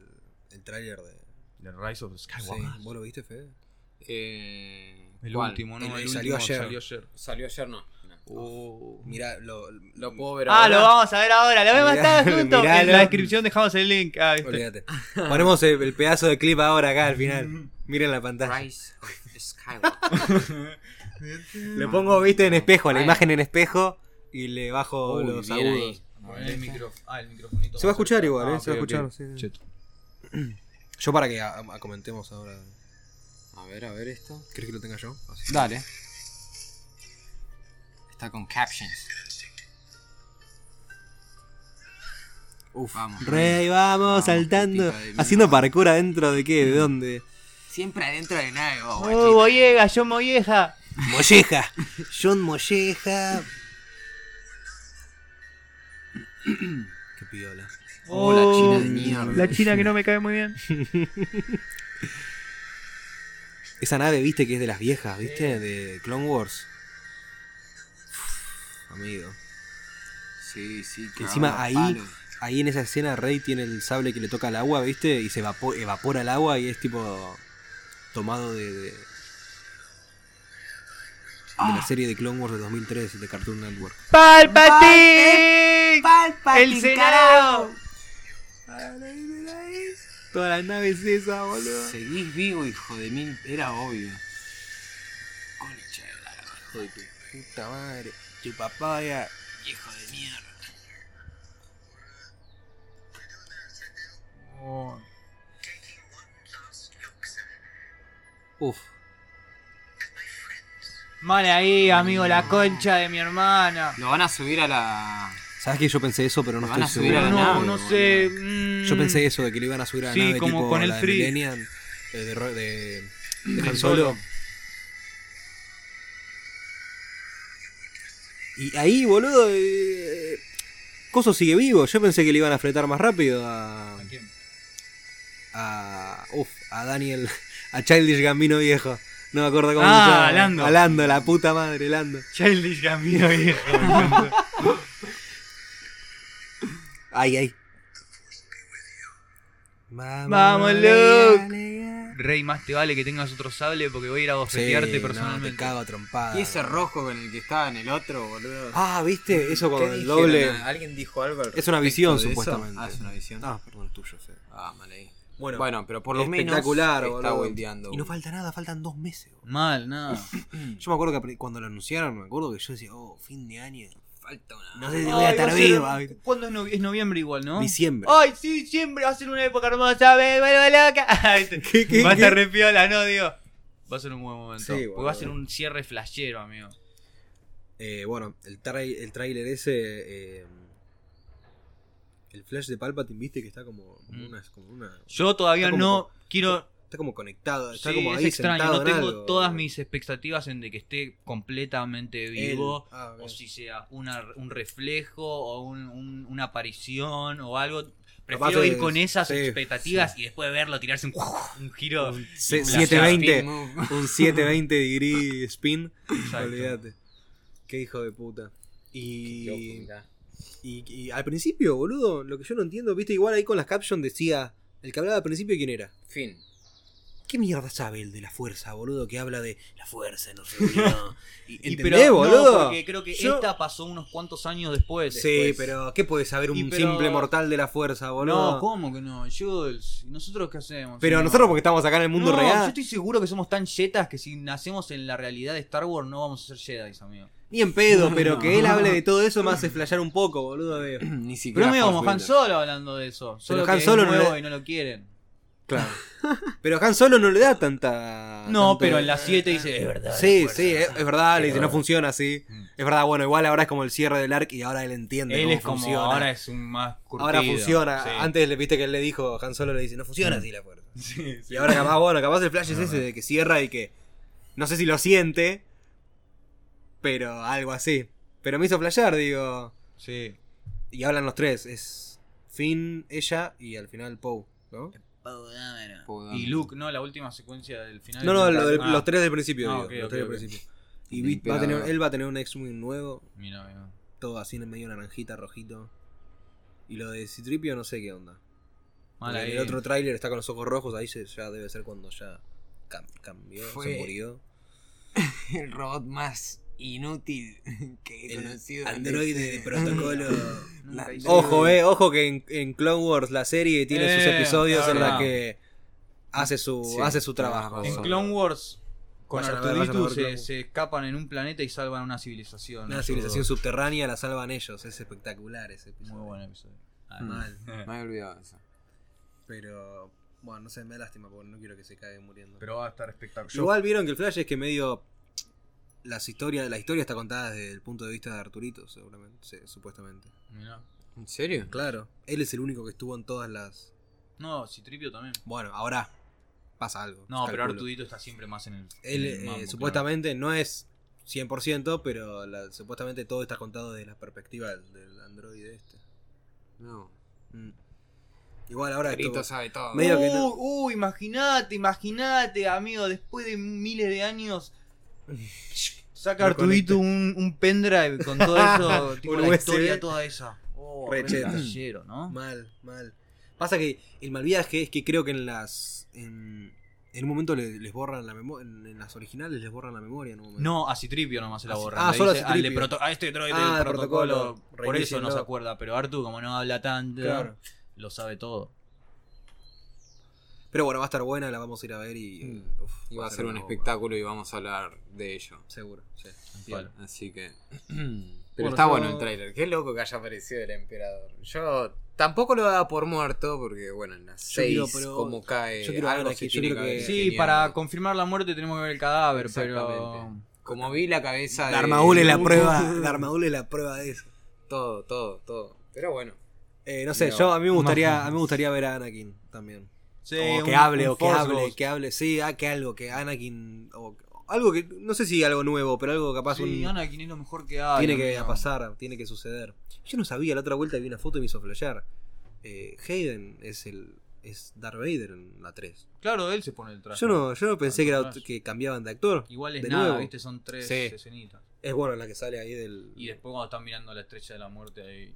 Speaker 2: el tráiler de.
Speaker 3: The Rise of
Speaker 2: Sí,
Speaker 3: Skywalker.
Speaker 2: ¿Vos lo viste, Fede?
Speaker 4: Eh,
Speaker 3: El
Speaker 4: ¿cuál?
Speaker 3: último, ¿no?
Speaker 2: El-
Speaker 3: El,
Speaker 2: el salió
Speaker 3: último
Speaker 2: ayer.
Speaker 3: salió ayer. Oh.
Speaker 4: Salió ayer, no. No.
Speaker 2: Mirá, lo,
Speaker 4: Lo puedo ver
Speaker 3: Ah,
Speaker 4: ahora.
Speaker 3: lo vamos a ver ahora. Lo vemos
Speaker 2: <laughs> Mirá-
Speaker 3: estar juntos. En
Speaker 2: miralo.
Speaker 3: la descripción dejamos el link. Ah, este.
Speaker 2: Olvídate. <laughs> Ponemos el, el pedazo de clip ahora acá al final. Miren la pantalla.
Speaker 4: Rise of
Speaker 2: <laughs>
Speaker 4: Skywalker.
Speaker 2: Lo pongo, viste, en espejo, la
Speaker 4: Ay.
Speaker 2: imagen en espejo y le bajo
Speaker 4: Uy,
Speaker 2: los
Speaker 4: bien
Speaker 2: agudos.
Speaker 4: ahí.
Speaker 3: Ponele el micro- Ah, el microfonito.
Speaker 2: Se va a
Speaker 3: más
Speaker 2: escuchar
Speaker 3: cerca.
Speaker 2: igual,
Speaker 3: Ah,
Speaker 2: eh, se va a
Speaker 3: ok,
Speaker 2: escuchar.
Speaker 3: ok.
Speaker 2: sí, sí.
Speaker 3: Cheto.
Speaker 2: Yo para que a- a- comentemos ahora.
Speaker 4: A ver, a ver esto.
Speaker 2: ¿Crees que lo tenga yo? Así.
Speaker 4: Dale. Está con captions. Uf, vamos.
Speaker 2: Rey, vamos,
Speaker 4: Vamos,
Speaker 2: saltando.
Speaker 4: pipita de mierda.
Speaker 2: Haciendo parkour adentro de qué, de dónde.
Speaker 4: Siempre adentro de nave, vos,
Speaker 3: Oh,
Speaker 4: guachito.
Speaker 3: Boyega, yo Molleja.
Speaker 2: Molleja. John Molleja. qué piola.
Speaker 4: Oh, la china
Speaker 3: Uh.
Speaker 4: de mierda.
Speaker 3: La china que no me cae muy bien.
Speaker 2: Esa nave, viste, que es de las viejas, viste, de Clone Wars. Uf, amigo.
Speaker 4: Sí, sí,
Speaker 2: Que encima
Speaker 4: cagaba
Speaker 2: ahí,
Speaker 4: los palos.
Speaker 2: ahí en esa escena Rey tiene el sable que le toca al agua, ¿viste? Y se evapo- evapora el agua y es tipo tomado de... de, de la
Speaker 4: ¡Ah!
Speaker 2: serie de Clone Wars de 2003 de Cartoon Network.
Speaker 3: ¡Palpatine! ¡El Senado!
Speaker 2: Ah, Toda la nave es esa, boludo.
Speaker 4: Seguís vivo, hijo de mil. Era obvio. Concha de la lora,
Speaker 2: Hijo de tu puta madre. Tu papaya.
Speaker 4: Hijo de mierda.
Speaker 2: Uf.
Speaker 3: Mal ahí, amigo, la concha de mi hermana.
Speaker 4: Lo van a subir a la.
Speaker 2: ¿Sabes que yo pensé eso, pero no
Speaker 4: Lo van
Speaker 2: estoy
Speaker 4: a subir
Speaker 2: seguro?
Speaker 4: a la
Speaker 3: No,
Speaker 4: nave,
Speaker 3: no
Speaker 4: boludo.
Speaker 3: sé. mm.
Speaker 2: Yo pensé eso, de que lo iban a subir a la
Speaker 3: Sí,
Speaker 2: nave
Speaker 3: como
Speaker 2: tipo
Speaker 3: con el
Speaker 2: la de
Speaker 3: Free.
Speaker 2: Millennium, eh, de, Ro- de, de Han
Speaker 3: De
Speaker 2: Solo.
Speaker 3: Solo.
Speaker 2: Y ahí, boludo, eh, Coso sigue vivo. Yo pensé que le iban a fretar más rápido a...
Speaker 3: quién?
Speaker 2: A, uf, a Daniel, <laughs> a Childish Gambino viejo. No me acuerdo cómo
Speaker 3: Ah,
Speaker 2: se llama.
Speaker 3: a Lando.
Speaker 2: A Lando, la puta madre, Lando.
Speaker 3: Childish Gambino viejo.
Speaker 2: Ay, ay.
Speaker 3: Vamos,
Speaker 2: Leo.
Speaker 3: Rey, más te vale que tengas otro sable porque voy a ir a
Speaker 2: Sí,
Speaker 3: bofetearte
Speaker 2: no,
Speaker 3: personalmente.
Speaker 2: te cago a trompada.
Speaker 4: Y ese rojo con el que estaba en el otro, boludo.
Speaker 2: Ah, ¿viste? Eso con
Speaker 4: ¿Qué
Speaker 2: el
Speaker 4: dijeron?
Speaker 2: doble.
Speaker 4: ¿Alguien dijo algo al
Speaker 2: Es una
Speaker 4: respecto
Speaker 2: visión,
Speaker 4: de eso?
Speaker 2: supuestamente.
Speaker 4: Ah, es una visión.
Speaker 2: Ah, perdón, es tuyo, Fede.
Speaker 4: Ah, mal ahí.
Speaker 2: Bueno,
Speaker 4: Bueno, pero por lo menos
Speaker 2: espectacular,
Speaker 4: está
Speaker 2: boludo.
Speaker 4: volteando. Mm.
Speaker 2: Y no falta nada, faltan dos meses. boludo.
Speaker 3: Mal, nada.
Speaker 2: Yo me acuerdo que apre- cuando lo anunciaron, me acuerdo que yo decía, oh, fin de año.
Speaker 4: Falta una.
Speaker 2: No sé si voy a estar viva. ¿viste?
Speaker 3: ¿Cuándo es, novie- es noviembre igual, no?
Speaker 2: Diciembre.
Speaker 3: Ay, sí, siempre va a ser una época hermosa, me vuelvo loca. <laughs> Este,
Speaker 2: ¿Qué, qué,
Speaker 3: va a
Speaker 2: qué?
Speaker 3: estar re piola, no, digo. Va a ser un buen momento.
Speaker 2: Sí,
Speaker 3: porque va a
Speaker 2: boludo.
Speaker 3: ser un cierre flashero, amigo.
Speaker 2: Eh, bueno, el, trai- el trailer ese. eh, el flash de Palpatine, viste que está como, como
Speaker 3: Mm.
Speaker 2: una. como una-
Speaker 3: Yo todavía
Speaker 2: Está como-
Speaker 3: no quiero.
Speaker 2: Está como conectado, está
Speaker 3: sí,
Speaker 2: como
Speaker 3: es
Speaker 2: ahí
Speaker 3: extraño.
Speaker 2: sentado
Speaker 3: No
Speaker 2: en
Speaker 3: tengo
Speaker 2: algo.
Speaker 3: todas mis expectativas en de que esté completamente
Speaker 2: Él.
Speaker 3: vivo.
Speaker 2: Ah, bien.
Speaker 3: O si sea una- un reflejo o un- un- una aparición o algo. Prefiero
Speaker 2: Capaz
Speaker 3: ir
Speaker 2: es-
Speaker 3: con esas
Speaker 2: sí,
Speaker 3: expectativas y después verlo tirarse un, un giro.
Speaker 2: Un se-
Speaker 3: un
Speaker 2: 720,
Speaker 4: Speed move.
Speaker 2: un 720 degree spin.
Speaker 3: Exacto.
Speaker 2: Olvídate. Qué hijo de puta.
Speaker 4: Qué loco,
Speaker 2: Y,
Speaker 4: mirá.
Speaker 2: y, y al principio, boludo, lo que yo no entiendo, viste, igual ahí con las captions decía, el que hablaba al principio, ¿quién era? <clears throat>
Speaker 4: Fin.
Speaker 2: ¿Qué mierda sabe el de la fuerza, boludo? Que habla de la fuerza, no sé, boludo.
Speaker 3: <laughs>
Speaker 2: Y,
Speaker 3: Y
Speaker 2: ¿entendés,
Speaker 3: pero, no,
Speaker 2: boludo?
Speaker 3: porque creo que
Speaker 2: Yo-
Speaker 3: esta pasó unos cuantos años después.
Speaker 2: Sí, pero ¿qué puede saber
Speaker 3: Y
Speaker 2: un
Speaker 3: pero-
Speaker 2: simple mortal de la fuerza, boludo?
Speaker 3: No, ¿cómo que no? Jules, ¿y nosotros qué hacemos?
Speaker 2: Pero
Speaker 3: No.
Speaker 2: nosotros porque estamos acá en el mundo
Speaker 3: No, Yo
Speaker 2: real.
Speaker 3: estoy seguro que somos tan yetas que si nacemos en la realidad de Star Wars no vamos a ser Jedi, amigo.
Speaker 2: Ni en <laughs> pedo, pero
Speaker 4: No.
Speaker 2: que él hable de todo eso me <laughs> hace flashear un poco, boludo. de-
Speaker 4: Ni siquiera.
Speaker 3: Pero es medio como
Speaker 4: Force
Speaker 3: Han
Speaker 4: Wheeler.
Speaker 3: Solo hablando de eso. Solo
Speaker 2: Han
Speaker 3: que
Speaker 2: Solo
Speaker 3: es
Speaker 2: no
Speaker 3: nuevo
Speaker 2: le-
Speaker 3: y no lo quieren.
Speaker 2: Claro. <laughs> Pero Han Solo no le da tanta.
Speaker 3: No,
Speaker 2: Ah, tanto-
Speaker 3: pero en la 7 dice, es verdad.
Speaker 2: Sí, sí, es, es verdad, le dice, no funciona así. Es verdad, bueno, igual ahora es como el cierre del arc y ahora él entiende
Speaker 3: Él
Speaker 2: cómo
Speaker 3: es como,
Speaker 2: funciona.
Speaker 3: ahora es un más curtido.
Speaker 2: Ahora funciona.
Speaker 3: Sí. Mm.
Speaker 2: Antes le viste que él le dijo, Han Solo le dice, no funciona así la fuerza.
Speaker 3: <laughs> Sí, sí.
Speaker 2: Y ahora capaz, bueno, capaz el flash es ese de que cierra y que. No sé si lo siente. Pero algo así. Pero me hizo flashear, digo.
Speaker 3: Sí.
Speaker 2: Y hablan los tres. Es Finn, ella y al final Poe, ¿no?
Speaker 3: Ah,
Speaker 9: Pau Dámelo.
Speaker 4: Pudo.
Speaker 3: Y Luke, no, la última secuencia del final.
Speaker 2: No, no, lo del-
Speaker 3: Ah,
Speaker 2: los tres del principio,
Speaker 3: Ah,
Speaker 2: digo,
Speaker 3: ok,
Speaker 2: los
Speaker 3: ok,
Speaker 2: tres del
Speaker 3: ok.
Speaker 2: principio. Y
Speaker 4: El
Speaker 2: Beat va a tener-
Speaker 4: emperador.
Speaker 2: él va a tener un X-Wing nuevo,
Speaker 3: Mira, mira.
Speaker 2: todo así en el medio naranjita, rojito. Y lo de Citripio no sé qué onda.
Speaker 3: Mala eh.
Speaker 2: Porque en
Speaker 3: idea.
Speaker 2: el otro tráiler está con los ojos rojos, ahí se- ya debe ser cuando ya cam- cambió,
Speaker 4: Fue
Speaker 2: se murió.
Speaker 4: El robot más inútil que he
Speaker 2: El
Speaker 4: conocido.
Speaker 2: Androide
Speaker 3: este-
Speaker 2: de <laughs>
Speaker 3: <laughs>
Speaker 2: protocolo.
Speaker 4: La-
Speaker 3: hice
Speaker 2: Ojo, eh, ojo que en, en Clone Wars la serie tiene sus
Speaker 3: Eh,
Speaker 2: episodios en
Speaker 3: claro.
Speaker 2: la que hace su,
Speaker 4: Sí,
Speaker 2: hace su
Speaker 4: tenés
Speaker 2: trabajo.
Speaker 3: En
Speaker 4: razón.
Speaker 3: Clone Wars, con
Speaker 2: Vayan a ver,
Speaker 3: Arturito
Speaker 2: vayan a ver Clone
Speaker 3: se,
Speaker 2: Wars.
Speaker 3: se escapan en un planeta y salvan una civilización.
Speaker 2: Una
Speaker 3: Ayudo.
Speaker 2: civilización subterránea la salvan ellos, es espectacular ese episodio.
Speaker 3: Muy buen episodio.
Speaker 2: Mal.
Speaker 4: Me había olvidado eso.
Speaker 2: Pero, bueno, no sé, me da lástima porque no quiero que se caiga muriendo.
Speaker 3: Pero va a estar espectacular.
Speaker 2: Igual vieron que el Flash es que medio. Las historias, la historia está contada desde el punto de vista de Arturito, seguramente, sí, supuestamente.
Speaker 3: Mirá.
Speaker 4: ¿En serio?
Speaker 2: Claro, él es el único que estuvo en todas las.
Speaker 3: No, Citripio también.
Speaker 2: Bueno, ahora pasa algo.
Speaker 3: No, pero
Speaker 2: calculo.
Speaker 3: Artudito está siempre más en el.
Speaker 2: Él
Speaker 3: en el
Speaker 2: eh,
Speaker 3: mambo,
Speaker 2: supuestamente no es 100%, pero la- supuestamente todo está contado desde la perspectiva del, del androide este.
Speaker 4: No.
Speaker 2: Mm. Igual ahora esto-
Speaker 4: Grito sabe todo.
Speaker 2: Me- medio que no.
Speaker 3: Uh, uh, imagínate, imagínate, amigo, después de miles de años. Saca
Speaker 2: Lo
Speaker 3: Artudito un, un pendrive con todo eso,
Speaker 2: <laughs>
Speaker 3: tipo
Speaker 2: Un
Speaker 3: la
Speaker 2: USB.
Speaker 3: historia toda esa. Oh,
Speaker 2: Re
Speaker 3: re
Speaker 2: cheto.
Speaker 3: detallero, ¿no?
Speaker 2: Mal, mal. Pasa que el mal viaje es que creo que en las. En, en un momento le- les, borran la memoria. En, en las originales les borran la memoria en un momento.
Speaker 3: No, a Citripio nomás se la
Speaker 2: Pues A Ci-
Speaker 3: borra.
Speaker 2: ah, solo a
Speaker 3: a,
Speaker 2: Citripio.
Speaker 3: a este droide del
Speaker 2: Ah, el
Speaker 3: protocolo.
Speaker 2: protocolo.
Speaker 3: Por eso no
Speaker 2: Reinícienlo.
Speaker 3: se acuerda. Pero Artu, como no habla tanto,
Speaker 2: Claro.
Speaker 3: lo sabe todo.
Speaker 2: Pero bueno, va a estar buena, la vamos a ir a ver y.
Speaker 4: Mm.
Speaker 2: uf,
Speaker 4: Iba a ser un
Speaker 2: una bomba.
Speaker 4: espectáculo y vamos a hablar de ello.
Speaker 2: Seguro, sí.
Speaker 3: Palo.
Speaker 4: Así que. Pero
Speaker 2: Bueno,
Speaker 4: está
Speaker 2: yo-
Speaker 4: bueno el tráiler. Qué loco que haya aparecido el emperador. Yo tampoco lo daba por muerto porque, bueno, en las
Speaker 2: Yo quiero,
Speaker 4: 6
Speaker 2: pero-
Speaker 4: como cae.
Speaker 2: yo quiero
Speaker 4: algo
Speaker 2: ver
Speaker 4: se
Speaker 2: aquí, yo
Speaker 4: tiene
Speaker 2: creo
Speaker 4: que
Speaker 2: que-
Speaker 4: haber
Speaker 3: Sí,
Speaker 4: ingeniado.
Speaker 3: para confirmar la muerte tenemos que ver el cadáver, pero.
Speaker 4: Exactamente. Como vi la cabeza.
Speaker 2: La
Speaker 4: de-
Speaker 2: armadura es la
Speaker 4: de-
Speaker 2: prueba. Eh, <laughs> La armadura es la prueba de eso.
Speaker 4: Todo, todo, todo. Pero
Speaker 2: <clears throat>
Speaker 4: bueno.
Speaker 2: Eh, no sé,
Speaker 4: Mira,
Speaker 2: yo a mí me gustaría, a mí me gustaría ver a Anakin también.
Speaker 3: Sí,
Speaker 2: o que
Speaker 3: un-
Speaker 2: hable,
Speaker 3: un
Speaker 2: o que
Speaker 3: Force
Speaker 2: hable,
Speaker 3: Ghost.
Speaker 2: que hable, sí, ah, que algo, que Anakin, o algo que, no sé si algo nuevo, pero algo capaz
Speaker 3: Sí,
Speaker 2: un-
Speaker 3: Anakin es Ah, lo mejor que hay.
Speaker 2: tiene que
Speaker 3: amigo.
Speaker 2: pasar, tiene que suceder. Yo no sabía, la otra vuelta vi una foto y me hizo flashear. Eh, Hayden es el es Darth Vader en la 3.
Speaker 3: Claro, él se pone el traje.
Speaker 2: Yo no, yo no pensé que, era,
Speaker 3: atrás.
Speaker 2: que cambiaban de actor.
Speaker 3: Igual es
Speaker 2: de
Speaker 3: nada,
Speaker 2: nuevo.
Speaker 3: ¿viste? Son tres
Speaker 2: Sí.
Speaker 3: escenitas.
Speaker 2: Es bueno la que sale ahí del
Speaker 3: Y después cuando están mirando la estrella de la muerte ahí.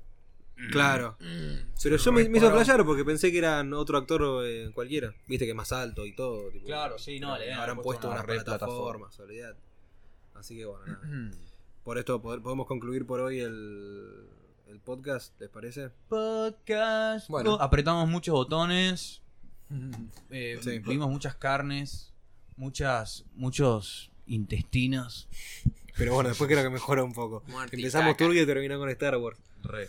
Speaker 2: Claro.
Speaker 3: Mm.
Speaker 2: Pero yo me, me hizo flashear porque pensé que eran otro actor eh, cualquiera. Viste que es más alto y todo. tipo,
Speaker 3: Claro, sí, no,
Speaker 2: pero
Speaker 3: le deben
Speaker 2: Habrán
Speaker 3: haber
Speaker 2: puesto
Speaker 3: puesto una
Speaker 2: unas
Speaker 3: re
Speaker 2: plataformas, olvidate. Así que bueno, nada. Por esto pod- podemos concluir por hoy el, el podcast, ¿les parece?
Speaker 3: Podcast. Uh,
Speaker 4: Bueno.
Speaker 3: Apretamos muchos botones. Eh,
Speaker 2: Sí. pues.
Speaker 3: Vimos muchas carnes, muchas, muchos
Speaker 2: <laughs>
Speaker 3: intestinos.
Speaker 2: Pero bueno, después creo que mejora un poco.
Speaker 4: Muerte y
Speaker 2: Empezamos
Speaker 4: caca.
Speaker 2: turbio y terminó con Star Wars.
Speaker 3: Re.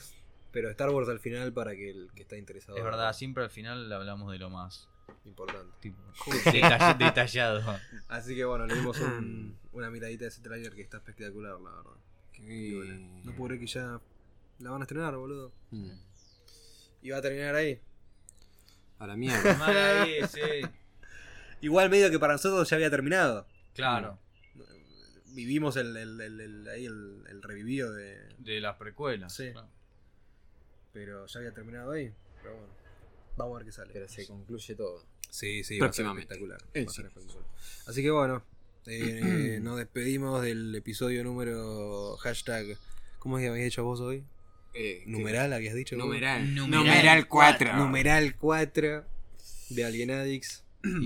Speaker 2: Pero Star Wars al final para que el que está interesado.
Speaker 3: Es verdad, siempre al final hablamos de lo más
Speaker 2: Importante.
Speaker 3: tipo, detall- detallado.
Speaker 2: <clears throat> Así que bueno, le dimos un- una miradita a ese trailer que está espectacular, la verdad.
Speaker 4: Qué
Speaker 2: Piola.
Speaker 4: bien.
Speaker 2: No puedo creer que ya la van a estrenar, boludo.
Speaker 4: Mm.
Speaker 2: Y va a terminar ahí.
Speaker 4: A
Speaker 2: <laughs>
Speaker 4: la mierda.
Speaker 3: Mal ahí, sí.
Speaker 2: Igual medio que para nosotros ya había terminado.
Speaker 3: Claro,
Speaker 2: Vivimos el, el, el, el- ahí el, el revivido de...
Speaker 3: de las precuelas.
Speaker 2: Sí.
Speaker 3: claro.
Speaker 2: Pero ya había terminado ahí. Pero bueno. Vamos a ver qué sale.
Speaker 4: Pero se concluye todo.
Speaker 2: Sí, sí, va a ser
Speaker 4: Próximamente.
Speaker 2: espectacular. va a
Speaker 4: Eh,
Speaker 2: ser
Speaker 4: sí.
Speaker 2: espectacular. Así que bueno, eh, <clears throat> nos despedimos del episodio número hashtag. ¿Cómo es que habías hecho vos hoy?
Speaker 4: Eh,
Speaker 2: Numeral, habías dicho.
Speaker 4: ¿qué?
Speaker 2: vos?
Speaker 4: Numeral.
Speaker 9: Numeral
Speaker 4: Numeral 4.
Speaker 2: Numeral 4 de Alienadix.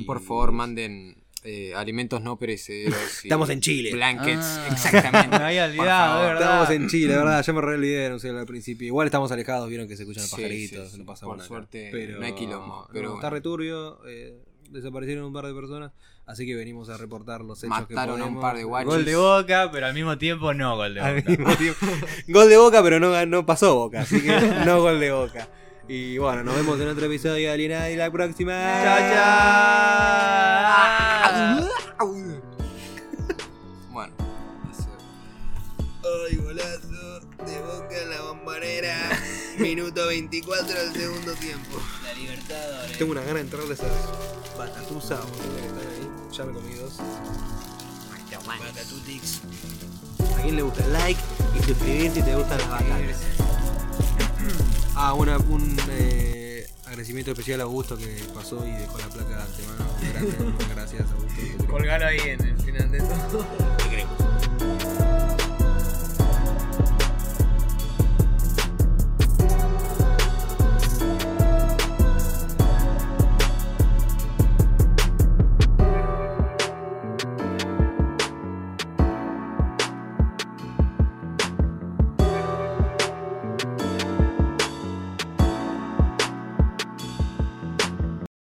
Speaker 4: Por favor, manden eh, alimentos no perecederos. y
Speaker 2: Estamos en Chile.
Speaker 4: Blankets,
Speaker 3: Ah.
Speaker 4: exactamente.
Speaker 2: <laughs>
Speaker 3: Me había
Speaker 4: Por
Speaker 3: olvidado,
Speaker 4: favor.
Speaker 3: de verdad.
Speaker 2: Estamos en Chile,
Speaker 4: <clears throat>
Speaker 2: la verdad, ya me re olvidé, no sé, al principio. Igual estamos alejados, vieron que se escuchan los
Speaker 4: Sí,
Speaker 2: pajaritos,
Speaker 4: sí, sí.
Speaker 2: no pasa
Speaker 4: Por
Speaker 2: nada.
Speaker 4: suerte, no hay quilombo, pero
Speaker 2: no,
Speaker 4: bueno.
Speaker 2: está returbio, eh, desaparecieron un par de personas, así que venimos a reportar los hechos
Speaker 4: Mataron a un
Speaker 2: que podemos.
Speaker 4: par de guachos.
Speaker 3: Gol de boca, pero al mismo tiempo no gol de
Speaker 2: Al
Speaker 3: boca.
Speaker 2: mismo <laughs> tiempo. Gol de Boca, pero no, no pasó Boca, así que no gol de Boca. Y bueno, nos vemos en otro episodio de Alienada y la próxima.
Speaker 3: Chao, Ah, chao.
Speaker 2: Ah.
Speaker 4: Bueno, eso.
Speaker 2: Ay, golazo de Boca en la bombonera. Minuto 24 del segundo tiempo.
Speaker 9: La libertad.
Speaker 2: Tengo una ganas de entrarle esas batatusa, boludo, que están ahí. Ya me comí dos.
Speaker 9: Batatutix.
Speaker 2: A quien le gusta el like y suscribir si te gustan las batallas. <clears throat> Ah, una, un eh, agradecimiento especial a Augusto que pasó y dejó <laughs> la placa de antemano. Gracias, muchas gracias Augusto.
Speaker 3: Colgalo ahí en el final de todo.
Speaker 2: Te queremos.